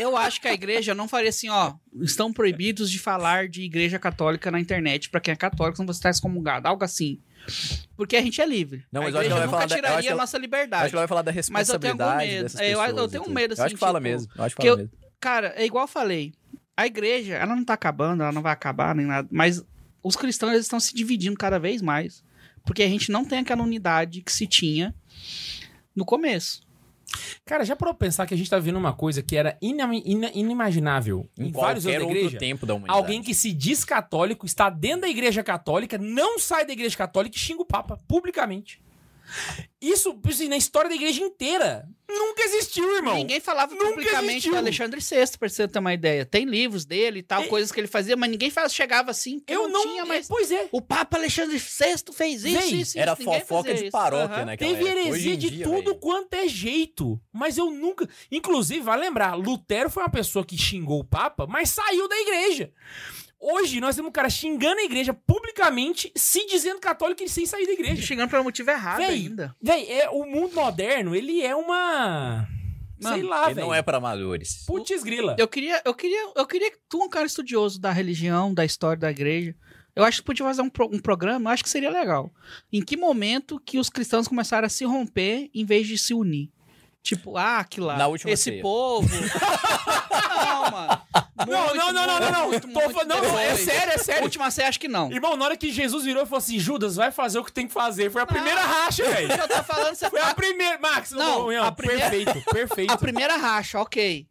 Speaker 2: Eu acho que a igreja não faria assim, ó. Estão proibidos de falar de igreja católica na internet. Pra quem é católico, senão você está excomungado. Algo assim. Porque a gente é livre.
Speaker 3: Não, mas
Speaker 2: a
Speaker 3: eu acho que
Speaker 2: igreja
Speaker 3: ela vai
Speaker 2: nunca
Speaker 3: falar da- eu acho
Speaker 2: tiraria
Speaker 3: que
Speaker 2: a
Speaker 3: ela-
Speaker 2: nossa
Speaker 3: Acho
Speaker 2: liberdade.
Speaker 3: que ela vai falar da
Speaker 2: Tá. Mas eu tenho algum
Speaker 3: responsabilidade
Speaker 2: medo.
Speaker 3: dessas
Speaker 2: É, eu- eu
Speaker 3: pessoas
Speaker 2: tenho
Speaker 3: e tudo.
Speaker 2: medo,
Speaker 3: Eu
Speaker 2: assim,
Speaker 3: acho que fala
Speaker 2: tipo,
Speaker 3: mesmo. Eu acho que
Speaker 2: que
Speaker 3: fala
Speaker 2: eu-
Speaker 3: mesmo.
Speaker 2: Cara, é igual eu falei. A igreja, ela não tá acabando, ela não vai acabar nem nada. Mas os cristãos, eles estão se dividindo cada vez mais. Porque a gente não tem aquela unidade que se tinha no começo.
Speaker 1: Cara, já parou pra pensar que a gente tá vendo uma coisa que era inam- ina- inimaginável em, vários
Speaker 3: qualquer
Speaker 1: anos da
Speaker 3: outro
Speaker 1: igreja?
Speaker 3: tempo da humanidade.
Speaker 1: Alguém que se diz católico, está dentro da igreja católica, não sai da igreja católica e xinga o Papa publicamente. Isso, assim, na história da igreja inteira. Nunca existiu, irmão.
Speaker 2: ninguém falava
Speaker 1: nunca
Speaker 2: publicamente
Speaker 1: existiu.
Speaker 2: do Alexandre VI, pra você ter uma ideia. Tem livros dele e tal,
Speaker 1: E-
Speaker 2: coisas que ele fazia, mas ninguém fala- chegava assim. que
Speaker 1: Eu não.
Speaker 2: tinha mais.
Speaker 1: Pois é.
Speaker 2: O Papa Alexandre VI fez isso,
Speaker 1: Véi,
Speaker 2: isso,
Speaker 3: Era
Speaker 2: isso, ninguém
Speaker 3: fofoca
Speaker 2: fazia
Speaker 3: de
Speaker 2: isso.
Speaker 3: paróquia,
Speaker 2: Aham.
Speaker 3: né? naquela
Speaker 1: Teve
Speaker 3: época. Hoje
Speaker 1: heresia
Speaker 3: em
Speaker 1: de
Speaker 3: dia,
Speaker 1: tudo
Speaker 3: velho.
Speaker 1: quanto é jeito. Mas eu nunca. Inclusive, vai lembrar, Lutero foi uma pessoa que xingou o Papa, mas saiu da igreja. Hoje nós temos um cara xingando a igreja publicamente, se dizendo católico e sem sair da
Speaker 2: Tô
Speaker 1: igreja.
Speaker 2: Chegando pelo motivo errado
Speaker 1: Véi,
Speaker 2: ainda.
Speaker 1: Véi, é, o mundo moderno, ele é uma.
Speaker 2: Mano,
Speaker 1: sei lá,
Speaker 3: Ele
Speaker 1: velho.
Speaker 3: não é pra amadores.
Speaker 1: Putz grila.
Speaker 2: Eu queria, eu queria, eu queria que tu, um cara estudioso da religião, da história da igreja, eu acho que podia fazer um, pro- um programa, eu acho que seria legal. Em que momento que os cristãos começaram a se romper em vez de se unir? Tipo, ah, que lá,
Speaker 3: Na última
Speaker 2: esse
Speaker 3: ceia.
Speaker 2: povo. não, mano.
Speaker 1: não,
Speaker 2: Muito,
Speaker 1: não, não, não, não, não.
Speaker 2: muito,
Speaker 1: Tô
Speaker 2: muito
Speaker 1: fa- não, é
Speaker 2: depois.
Speaker 1: sério, é sério.
Speaker 2: Última ceia, acho que não.
Speaker 1: Irmão, na hora que Jesus virou e falou assim: Judas, vai fazer o que tem que fazer. Foi a
Speaker 2: Não.
Speaker 1: primeira racha, velho.
Speaker 2: Eu tô tá falando, você
Speaker 1: Foi a primeira. Max,
Speaker 2: Não,
Speaker 1: Ian,
Speaker 2: a primeira-
Speaker 1: perfeito, perfeito.
Speaker 2: A primeira racha, ok.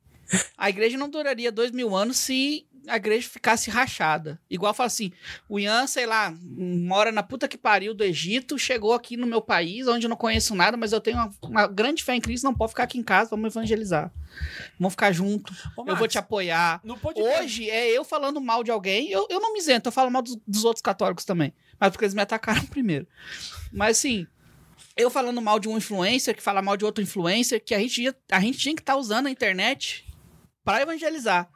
Speaker 2: A igreja não duraria dois mil anos se a igreja ficasse rachada. Igual fala assim, o Ian, sei lá, mora na puta que pariu do Egito, chegou aqui no meu país, onde eu não conheço nada, mas eu tenho uma, uma grande fé em Cristo, não pode ficar aqui em casa, vamos evangelizar. Vamos ficar junto,
Speaker 1: Ô,
Speaker 2: eu
Speaker 1: Max,
Speaker 2: vou te apoiar.
Speaker 1: No podcast.
Speaker 2: Hoje é eu falando mal de alguém, eu, eu não me isento, eu falo mal dos, dos outros católicos também. Mas porque eles me atacaram primeiro. Mas assim, eu falando mal de um influencer, que fala mal de outro influencer, que a gente, ia- a gente tinha que estar usando a internet para evangelizar.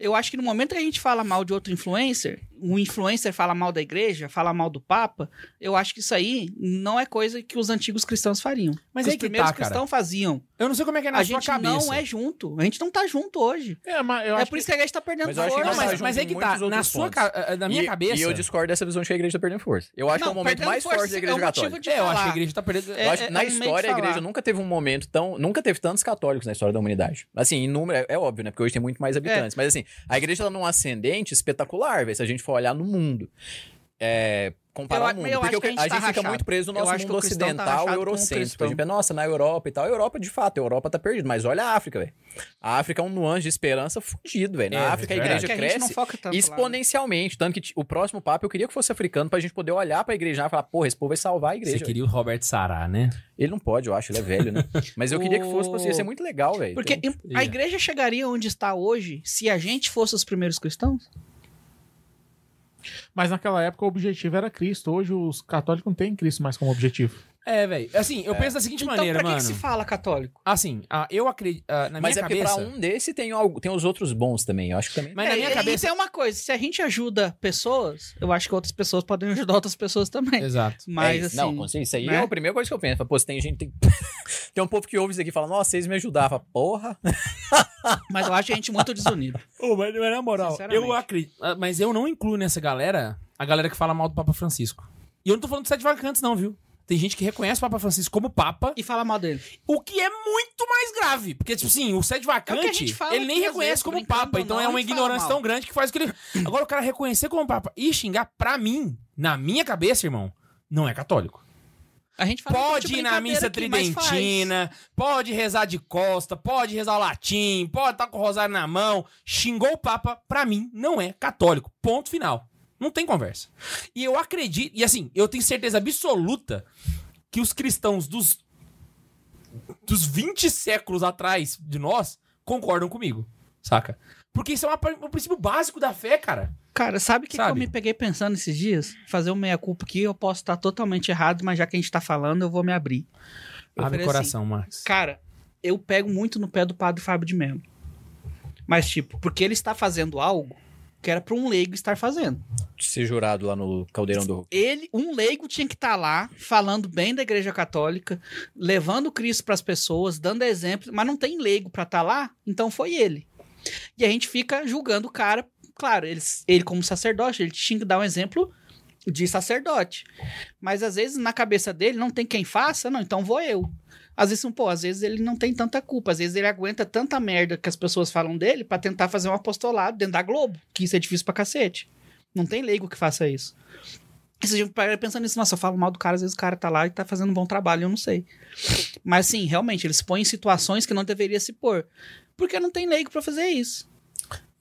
Speaker 2: Eu acho que no momento que a gente fala mal de outro influencer, um influencer fala mal da igreja, fala mal do Papa, eu acho que isso aí não é coisa que os antigos cristãos fariam.
Speaker 1: Mas
Speaker 2: que
Speaker 1: aí que
Speaker 2: os primeiros
Speaker 1: tá, cara.
Speaker 2: cristãos faziam.
Speaker 1: Eu não sei como é que é na
Speaker 2: a
Speaker 1: sua
Speaker 2: gente
Speaker 1: cabeça.
Speaker 2: não é junto. A gente não tá junto hoje.
Speaker 4: É, mas eu
Speaker 2: é
Speaker 4: acho
Speaker 2: por isso que a igreja tá perdendo
Speaker 3: Mas eu acho que
Speaker 2: força.
Speaker 1: Não,
Speaker 3: Mas
Speaker 1: mas,
Speaker 3: junto
Speaker 1: mas é que
Speaker 3: em
Speaker 1: tá.
Speaker 3: muitos
Speaker 1: Na
Speaker 3: outros
Speaker 1: sua
Speaker 3: pontos.
Speaker 1: ca- na minha
Speaker 3: e,
Speaker 1: cabeça.
Speaker 3: E eu discordo dessa visão de que a igreja tá perdendo força. Eu acho
Speaker 2: Não,
Speaker 3: que é o momento
Speaker 2: perdendo
Speaker 3: mais
Speaker 2: força
Speaker 3: forte da
Speaker 2: é
Speaker 3: igreja
Speaker 2: um motivo
Speaker 3: católica.
Speaker 2: de
Speaker 1: É, eu acho que a
Speaker 2: falar.
Speaker 1: igreja tá perdendo.
Speaker 2: É,
Speaker 3: Eu acho que na
Speaker 2: um meio de
Speaker 3: história a
Speaker 2: falar.
Speaker 3: igreja nunca teve um momento tão. Nunca teve tantos católicos na história da humanidade. Assim, em número, é, é óbvio, né? Porque hoje tem muito mais
Speaker 2: É.
Speaker 3: habitantes. Mas assim, a igreja tá num ascendente espetacular, velho, se a gente for olhar no mundo. É.
Speaker 2: Eu
Speaker 3: Comparar
Speaker 2: a-
Speaker 3: o mundo.
Speaker 2: eu acho
Speaker 3: Porque o
Speaker 2: que
Speaker 3: que-
Speaker 2: a
Speaker 3: a
Speaker 2: gente
Speaker 3: gente,
Speaker 2: tá
Speaker 3: fica
Speaker 2: rachado.
Speaker 3: muito preso no
Speaker 2: Eu
Speaker 3: nosso
Speaker 2: acho que
Speaker 3: mundo
Speaker 2: o cristão tá
Speaker 3: ocidental
Speaker 2: rachado com o
Speaker 3: eurocêntrico.
Speaker 2: cristão.
Speaker 3: A gente pensa, nossa, na Europa e tal. A Europa, de fato, a Europa tá perdida. Mas olha a África, velho. A África é um nuance de esperança fudido, velho. Na
Speaker 1: É,
Speaker 3: África, a
Speaker 1: verdade.
Speaker 3: igreja
Speaker 2: que a gente
Speaker 3: cresce
Speaker 2: não foca tanto lá, né?
Speaker 3: exponencialmente. Tanto que t- o próximo papo eu queria que fosse africano pra gente poder olhar pra igreja e falar, porra, esse povo vai salvar a igreja.
Speaker 1: Você queria o Robert Sará, né?
Speaker 3: Ele não pode, eu acho, ele é velho, né? Mas eu queria que fosse, porque ia ser muito legal, velho.
Speaker 2: Porque
Speaker 3: Então,
Speaker 2: em-
Speaker 1: é.
Speaker 2: a igreja chegaria onde está hoje se a gente fosse os primeiros cristãos? Então,
Speaker 4: que... Mas naquela época o objetivo era Cristo. Hoje os católicos não têm Cristo mais como objetivo.
Speaker 1: É, velho. Assim, eu penso da seguinte
Speaker 2: então,
Speaker 1: maneira,
Speaker 2: pra que
Speaker 1: mano.
Speaker 2: que se fala católico?
Speaker 1: Assim, ah, eu acredito. ah, na
Speaker 3: Mas é
Speaker 1: minha
Speaker 3: porque
Speaker 1: cabeça.
Speaker 3: pra um desse tem, algo, tem os outros bons também, eu acho que também.
Speaker 1: Mas na
Speaker 2: É,
Speaker 1: minha
Speaker 2: e-
Speaker 1: cabeça.
Speaker 2: E tem uma coisa, se a gente ajuda pessoas, eu acho que outras pessoas podem ajudar outras pessoas também.
Speaker 1: Exato.
Speaker 2: Mas
Speaker 3: É isso.
Speaker 2: assim,
Speaker 3: Não, consciência, isso aí
Speaker 2: né?
Speaker 3: é a primeira coisa que eu penso. Fala, Pô, se tem gente. Tem, tem um povo que ouve isso aqui e fala, nossa, vocês me ajudavam. Porra.
Speaker 2: mas eu acho a gente muito desunida.
Speaker 1: Ô, mas, mas na moral,
Speaker 2: Sinceramente.
Speaker 1: eu acredito. ah, Mas eu não incluo nessa galera a galera que fala mal do Papa Francisco. E eu não tô falando de sete vacantes, não, viu? Tem gente que reconhece o Papa Francisco como Papa,
Speaker 2: E fala mal dele.
Speaker 1: o que é muito mais grave. Porque, tipo assim, o sede
Speaker 2: É o que a
Speaker 1: vacante,
Speaker 2: gente fala
Speaker 1: ele nem
Speaker 2: aqui, às
Speaker 1: reconhece
Speaker 2: vezes,
Speaker 1: como
Speaker 2: brincando
Speaker 1: Papa.
Speaker 2: ou
Speaker 1: Então
Speaker 2: não,
Speaker 1: é uma
Speaker 2: ele fala
Speaker 1: ignorância
Speaker 2: mal.
Speaker 1: tão grande que faz com que ele. Agora o cara reconhecer como Papa e xingar, pra mim, na minha cabeça, irmão, não é católico.
Speaker 2: A gente fala muito
Speaker 1: Pode
Speaker 2: de
Speaker 1: ir na missa
Speaker 2: brincadeira aqui, mas faz.
Speaker 1: tridentina, pode rezar de costa, pode rezar o latim, pode estar com o rosário na mão. Xingou o Papa, pra mim, não é católico. Ponto final. Não tem conversa. E eu acredito, e assim, eu tenho certeza absoluta que os cristãos dos, dos 20 séculos atrás de nós concordam comigo, saca? Porque isso é uma, um princípio básico da fé, cara.
Speaker 2: Cara, sabe o que, que eu
Speaker 1: Sabe?
Speaker 2: me peguei pensando esses dias? Fazer uma meia-culpa aqui, eu posso estar totalmente errado, mas já que a gente tá falando, eu vou me abrir. Eu
Speaker 1: Abre assim. o
Speaker 2: falei
Speaker 1: coração, Max.
Speaker 2: Cara, eu pego muito no pé do padre Fábio de Mello. Mas, tipo, porque ele está fazendo algo que era para um leigo estar fazendo.
Speaker 3: ser jurado lá no Caldeirão do Hulk.
Speaker 2: ele, um leigo tinha que estar lá falando bem da Igreja Católica, levando Cristo para as pessoas, dando exemplo, mas não tem leigo para estar lá, então foi ele. E a gente fica julgando o cara, claro, ele, ele como sacerdote, ele tinha que dar um exemplo de sacerdote. Mas às vezes na cabeça dele não tem quem faça, não, então vou eu. Às vezes, pô, às vezes ele não tem tanta culpa, às vezes ele aguenta tanta merda que as pessoas falam dele para tentar fazer um apostolado dentro da Globo, que isso é difícil pra cacete. Não tem leigo que faça isso. Esse dia eu parei pensando nisso, nossa, eu falo mal do cara, às vezes o cara tá lá e tá fazendo um bom trabalho, eu não sei. Mas sim, realmente, eles põem em situações que não deveria se pôr. Porque não tem leigo pra fazer isso,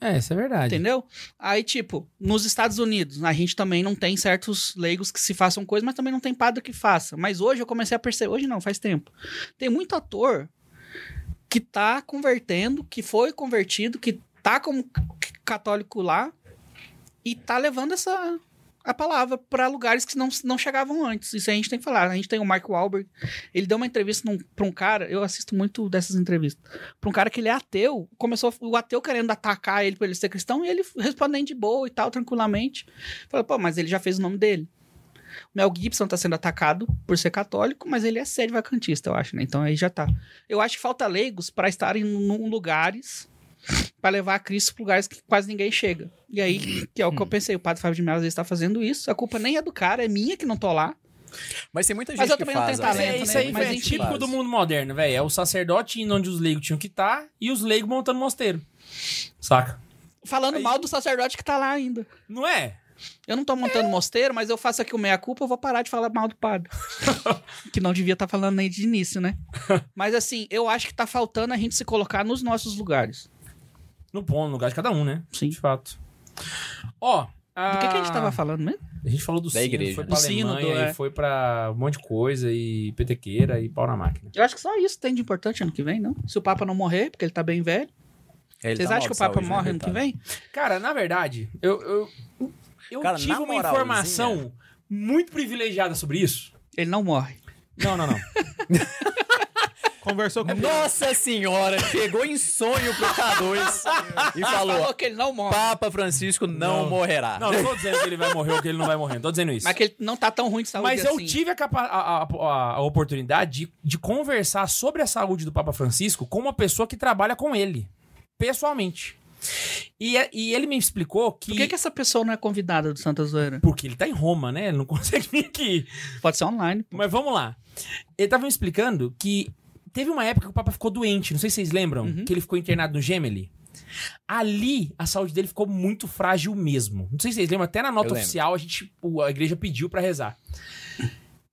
Speaker 1: É, isso é verdade.
Speaker 2: entendeu? Aí, tipo, nos Estados Unidos, a gente também não tem certos leigos que se façam coisas, mas também não tem padre que faça. Mas hoje eu comecei a perceber, hoje não, faz tempo. Tem muito ator que tá convertendo, que foi convertido, que tá como c- católico lá e tá levando essa a palavra pra lugares que não, não chegavam antes. Isso a gente tem que falar. A gente tem o Mark Wahlberg, ele deu uma entrevista num- pra um cara, eu assisto muito dessas entrevistas, pra um cara que ele é ateu, começou o ateu querendo atacar ele por ele ser cristão e ele respondendo de boa e tal, tranquilamente. Fala, pô, mas ele já fez o nome dele. O Mel Gibson tá sendo atacado por ser católico, mas ele é sede vacantista, eu acho, né? Então aí já tá. Eu acho que falta leigos pra estarem em lugares pra levar Cristo pra lugares que quase ninguém chega. E aí, que é o que eu pensei, o padre Fábio de Melo às vezes tá fazendo isso. A culpa nem é do cara, é minha que não tô lá.
Speaker 3: Mas tem muita gente
Speaker 2: Mas eu
Speaker 3: que
Speaker 2: também não
Speaker 3: faz,
Speaker 2: tenho
Speaker 1: Mas
Speaker 3: assim.
Speaker 1: é,
Speaker 2: talento,
Speaker 1: isso
Speaker 2: né?
Speaker 1: aí
Speaker 2: Mas
Speaker 1: velho, é
Speaker 2: enfim.
Speaker 1: típico do mundo moderno, velho. É o sacerdote indo onde os leigos tinham que estar e os leigos montando mosteiro. Saca?
Speaker 2: Falando
Speaker 1: Aí-
Speaker 2: mal do sacerdote que tá lá ainda.
Speaker 1: Não é?
Speaker 2: Eu não tô montando mosteiro, mas eu faço aqui o meia-culpa, eu vou parar de falar mal do padre. que não devia estar falando nem de início, né? Mas assim, eu acho que tá faltando a gente se colocar nos nossos lugares.
Speaker 1: No ponto, no lugar de cada um, né?
Speaker 2: Sim. Ah.
Speaker 1: De fato. Ó.
Speaker 2: Do que, que a gente tava falando mesmo?
Speaker 1: A gente falou do
Speaker 3: Da
Speaker 1: sino,
Speaker 3: igreja,
Speaker 1: foi
Speaker 3: né?
Speaker 1: pra
Speaker 2: Do sino,
Speaker 1: Alemanha,
Speaker 2: do-
Speaker 1: e
Speaker 2: é.
Speaker 1: foi pra um monte de coisa, e petequeira, e pau na máquina.
Speaker 2: Eu acho que só isso tem de importante ano que vem, não? Se o Papa não morrer, porque ele tá bem velho.
Speaker 3: Ele
Speaker 2: Vocês
Speaker 3: tá mal
Speaker 2: acham que o
Speaker 3: de
Speaker 2: Papa
Speaker 3: saúde, né,
Speaker 2: morre ano que
Speaker 3: coitado?
Speaker 2: vem?
Speaker 1: Cara, na verdade, eu, eu, eu
Speaker 3: Cara,
Speaker 1: tive
Speaker 3: na
Speaker 1: uma
Speaker 3: moralzinha-
Speaker 1: informação muito privilegiada sobre isso.
Speaker 2: Ele não morre.
Speaker 1: Não, não, não.
Speaker 4: Conversou com
Speaker 3: Nossa senhora, chegou em sonho pro K2 e falou:
Speaker 2: que ele não morre.
Speaker 3: Papa Francisco não,
Speaker 1: Não.
Speaker 3: morrerá.
Speaker 1: não, não tô dizendo que ele vai morrer ou que ele não vai morrer. Não tô dizendo isso.
Speaker 2: Mas que ele não tá tão ruim de saúde
Speaker 1: Mas eu
Speaker 2: assim.
Speaker 1: tive a, capa- a- a- a oportunidade de, de conversar sobre a saúde do Papa Francisco com uma pessoa que trabalha com ele, pessoalmente. E, é- e ele me explicou que.
Speaker 2: Por que, que essa pessoa não é convidada do Santa Zoeira?
Speaker 1: Porque ele tá em Roma, né? Ele não consegue vir aqui.
Speaker 2: Pode ser online.
Speaker 1: Mas vamos lá. Ele tava me explicando que teve uma época que o Papa ficou doente, não sei se vocês lembram,
Speaker 2: Uhum.
Speaker 1: que ele ficou internado no Gemeli. Ali, a saúde dele ficou muito frágil mesmo. Não sei se vocês lembram, até na nota
Speaker 3: Eu lembro.
Speaker 1: oficial a gente, o- a igreja pediu pra rezar.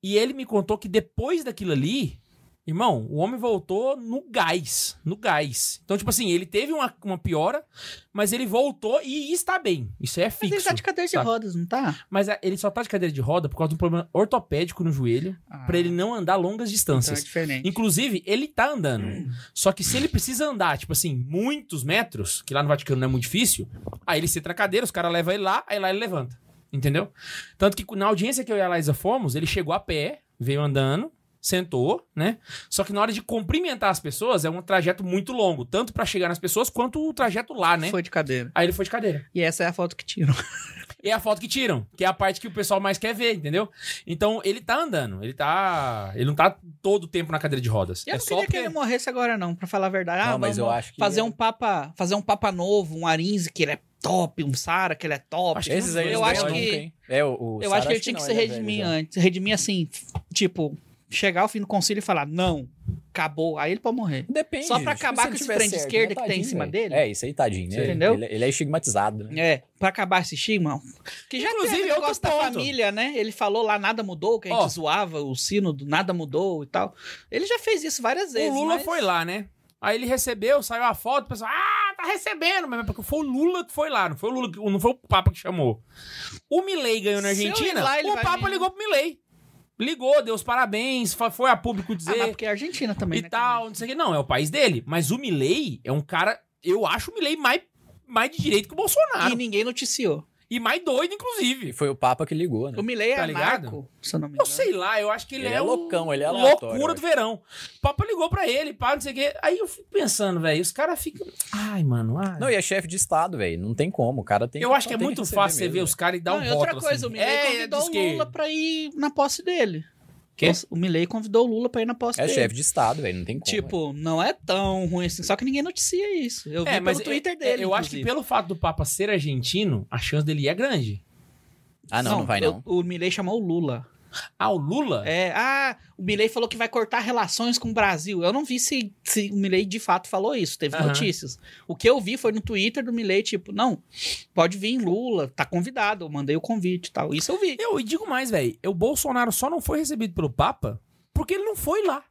Speaker 1: E ele me contou que depois daquilo ali, irmão, o homem voltou no gás, no gás. Então, tipo assim, ele teve uma, uma piora, mas ele voltou e está bem. Isso é
Speaker 2: Mas
Speaker 1: fixo.
Speaker 2: ele tá de cadeira de
Speaker 1: sabe?
Speaker 2: rodas, não tá?
Speaker 1: Mas ah, ele só tá de cadeira de roda por causa de um problema ortopédico no joelho,
Speaker 2: Ah.
Speaker 1: pra ele não andar longas
Speaker 2: Então é
Speaker 1: distâncias.
Speaker 2: diferente.
Speaker 1: Inclusive, ele tá andando. Só que se ele precisa andar, tipo assim, muitos metros, que lá no Vaticano não é muito difícil, aí ele senta na cadeira, os caras levam ele lá, aí lá ele levanta. Entendeu? Tanto que na audiência que eu e a Laísa fomos, ele chegou a pé, veio andando, sentou, né? Só que na hora de cumprimentar as pessoas, é um trajeto muito longo, tanto pra chegar nas pessoas quanto o trajeto lá, né?
Speaker 2: Foi de cadeira.
Speaker 1: Aí ele foi de cadeira.
Speaker 2: E essa é a foto que tiram.
Speaker 1: E é a foto que tiram, que é a parte que o pessoal mais quer ver, entendeu? Então ele tá andando, ele tá. Ele não tá todo o tempo na cadeira de rodas.
Speaker 2: Eu
Speaker 1: é
Speaker 2: não
Speaker 1: só
Speaker 2: queria
Speaker 1: porque.
Speaker 2: que ele morresse agora, não, pra falar a verdade. Ah,
Speaker 3: Não, mas
Speaker 2: vamos
Speaker 3: eu acho que-
Speaker 2: fazer um papa, fazer um papa novo, um Arinze, que ele é top, um Sara, que ele é top.
Speaker 1: Acho que
Speaker 3: Esses aí
Speaker 2: Eu
Speaker 3: não
Speaker 2: acho
Speaker 3: ganham
Speaker 2: que-
Speaker 3: nunca, hein? É, o, o
Speaker 2: eu
Speaker 3: Sara
Speaker 2: acho que ele tinha que,
Speaker 3: não,
Speaker 2: se
Speaker 3: é velho
Speaker 2: redimir
Speaker 3: já.
Speaker 2: antes. Redimir assim, tipo, chegar ao fim do concílio e falar, não, acabou, aí ele pode morrer.
Speaker 3: Depende.
Speaker 2: Só pra
Speaker 3: tipo,
Speaker 2: acabar
Speaker 3: se ele
Speaker 2: com esse
Speaker 3: tiver
Speaker 2: trem de
Speaker 3: certo,
Speaker 2: esquerda
Speaker 3: né,
Speaker 2: que tem em
Speaker 3: tadinho,
Speaker 2: cima
Speaker 3: velho.
Speaker 2: dele.
Speaker 3: É, isso aí, tadinho, né?
Speaker 2: Entendeu?
Speaker 3: Ele, ele é estigmatizado, né?
Speaker 2: É, pra acabar esse estigma. Que já
Speaker 1: Inclusive,
Speaker 2: teve
Speaker 1: é outro
Speaker 2: negócio da
Speaker 1: ponto.
Speaker 2: família, né? Ele falou lá, nada mudou, que a gente
Speaker 1: Ó.
Speaker 2: zoava o sino do nada mudou e tal. Ele já fez isso várias vezes.
Speaker 1: o Lula
Speaker 2: mas- Ah,
Speaker 1: foi lá, né? Aí ele recebeu, saiu a foto, o pessoal, ah, tá recebendo, mas é porque foi o Lula que foi lá, não foi o Lula, que- não foi o Papa que chamou. O Milley ganhou na
Speaker 2: Se eu ir
Speaker 1: Argentina,
Speaker 2: lá, ele
Speaker 1: o
Speaker 2: vai
Speaker 1: Papa
Speaker 2: vir.
Speaker 1: ligou pro Milley. Ligou, deu os parabéns, fa- foi a público
Speaker 2: Ah, mas
Speaker 1: dizer
Speaker 2: porque é Argentina também,
Speaker 1: e
Speaker 2: né?
Speaker 1: tal, não sei o que. Não, é o país dele. Mas o Milley é um cara, eu acho o Milley mais, mais de direito que o Bolsonaro.
Speaker 2: E ninguém noticiou.
Speaker 1: E mais doido, inclusive.
Speaker 3: E foi o Papa que ligou, né?
Speaker 2: O Milley é
Speaker 1: Tá ligado?
Speaker 2: anarco, se eu não me
Speaker 1: Eu
Speaker 2: engano.
Speaker 1: sei lá, eu acho que ele,
Speaker 3: Ele
Speaker 1: é,
Speaker 3: é
Speaker 1: o
Speaker 3: loucão, ele é aleatório,
Speaker 1: loucura do verão. O Papa ligou pra ele, pá, não sei o quê. Aí eu fico pensando, velho, os caras ficam. Ai, mano, ai.
Speaker 3: Não, e é chefe de Estado, velho. Não tem como. O cara tem
Speaker 1: eu acho que é
Speaker 3: tem
Speaker 1: muito
Speaker 3: receber
Speaker 1: fácil você ver
Speaker 3: mesmo, né?
Speaker 1: os caras e dar
Speaker 2: Não,
Speaker 1: um
Speaker 2: Ah, e
Speaker 1: voto.
Speaker 2: outra coisa,
Speaker 1: assim.
Speaker 2: o Milley convidou
Speaker 1: de
Speaker 2: o
Speaker 1: esquerda.
Speaker 2: Lula pra ir na posse dele.
Speaker 1: Quê?
Speaker 2: Nossa, O Milley convidou o Lula pra ir na posse
Speaker 3: velho. É
Speaker 2: dele.
Speaker 3: chefe de Estado, velho. Não tem como. velho.
Speaker 2: Tipo, não é tão ruim assim, só que ninguém noticia isso. Eu vi
Speaker 1: É, mas
Speaker 2: pelo Twitter dele.
Speaker 1: Eu acho que
Speaker 2: inclusive.
Speaker 1: pelo fato do Papa ser argentino, a chance dele é grande.
Speaker 3: Ah, não, não, vai não.
Speaker 2: O, o Milley chamou o Lula.
Speaker 1: Ah, o Lula?
Speaker 2: É, ah, o Milley falou que vai cortar relações com o Brasil. Eu não vi se, se o Milley de fato falou isso, teve
Speaker 1: Aham.
Speaker 2: notícias. O que eu vi foi no Twitter do Milley, tipo, não, pode vir Lula, tá convidado, eu mandei o convite e tal. Isso eu vi.
Speaker 1: Eu e digo mais, velho. O Bolsonaro só não foi recebido pelo Papa porque ele não foi lá.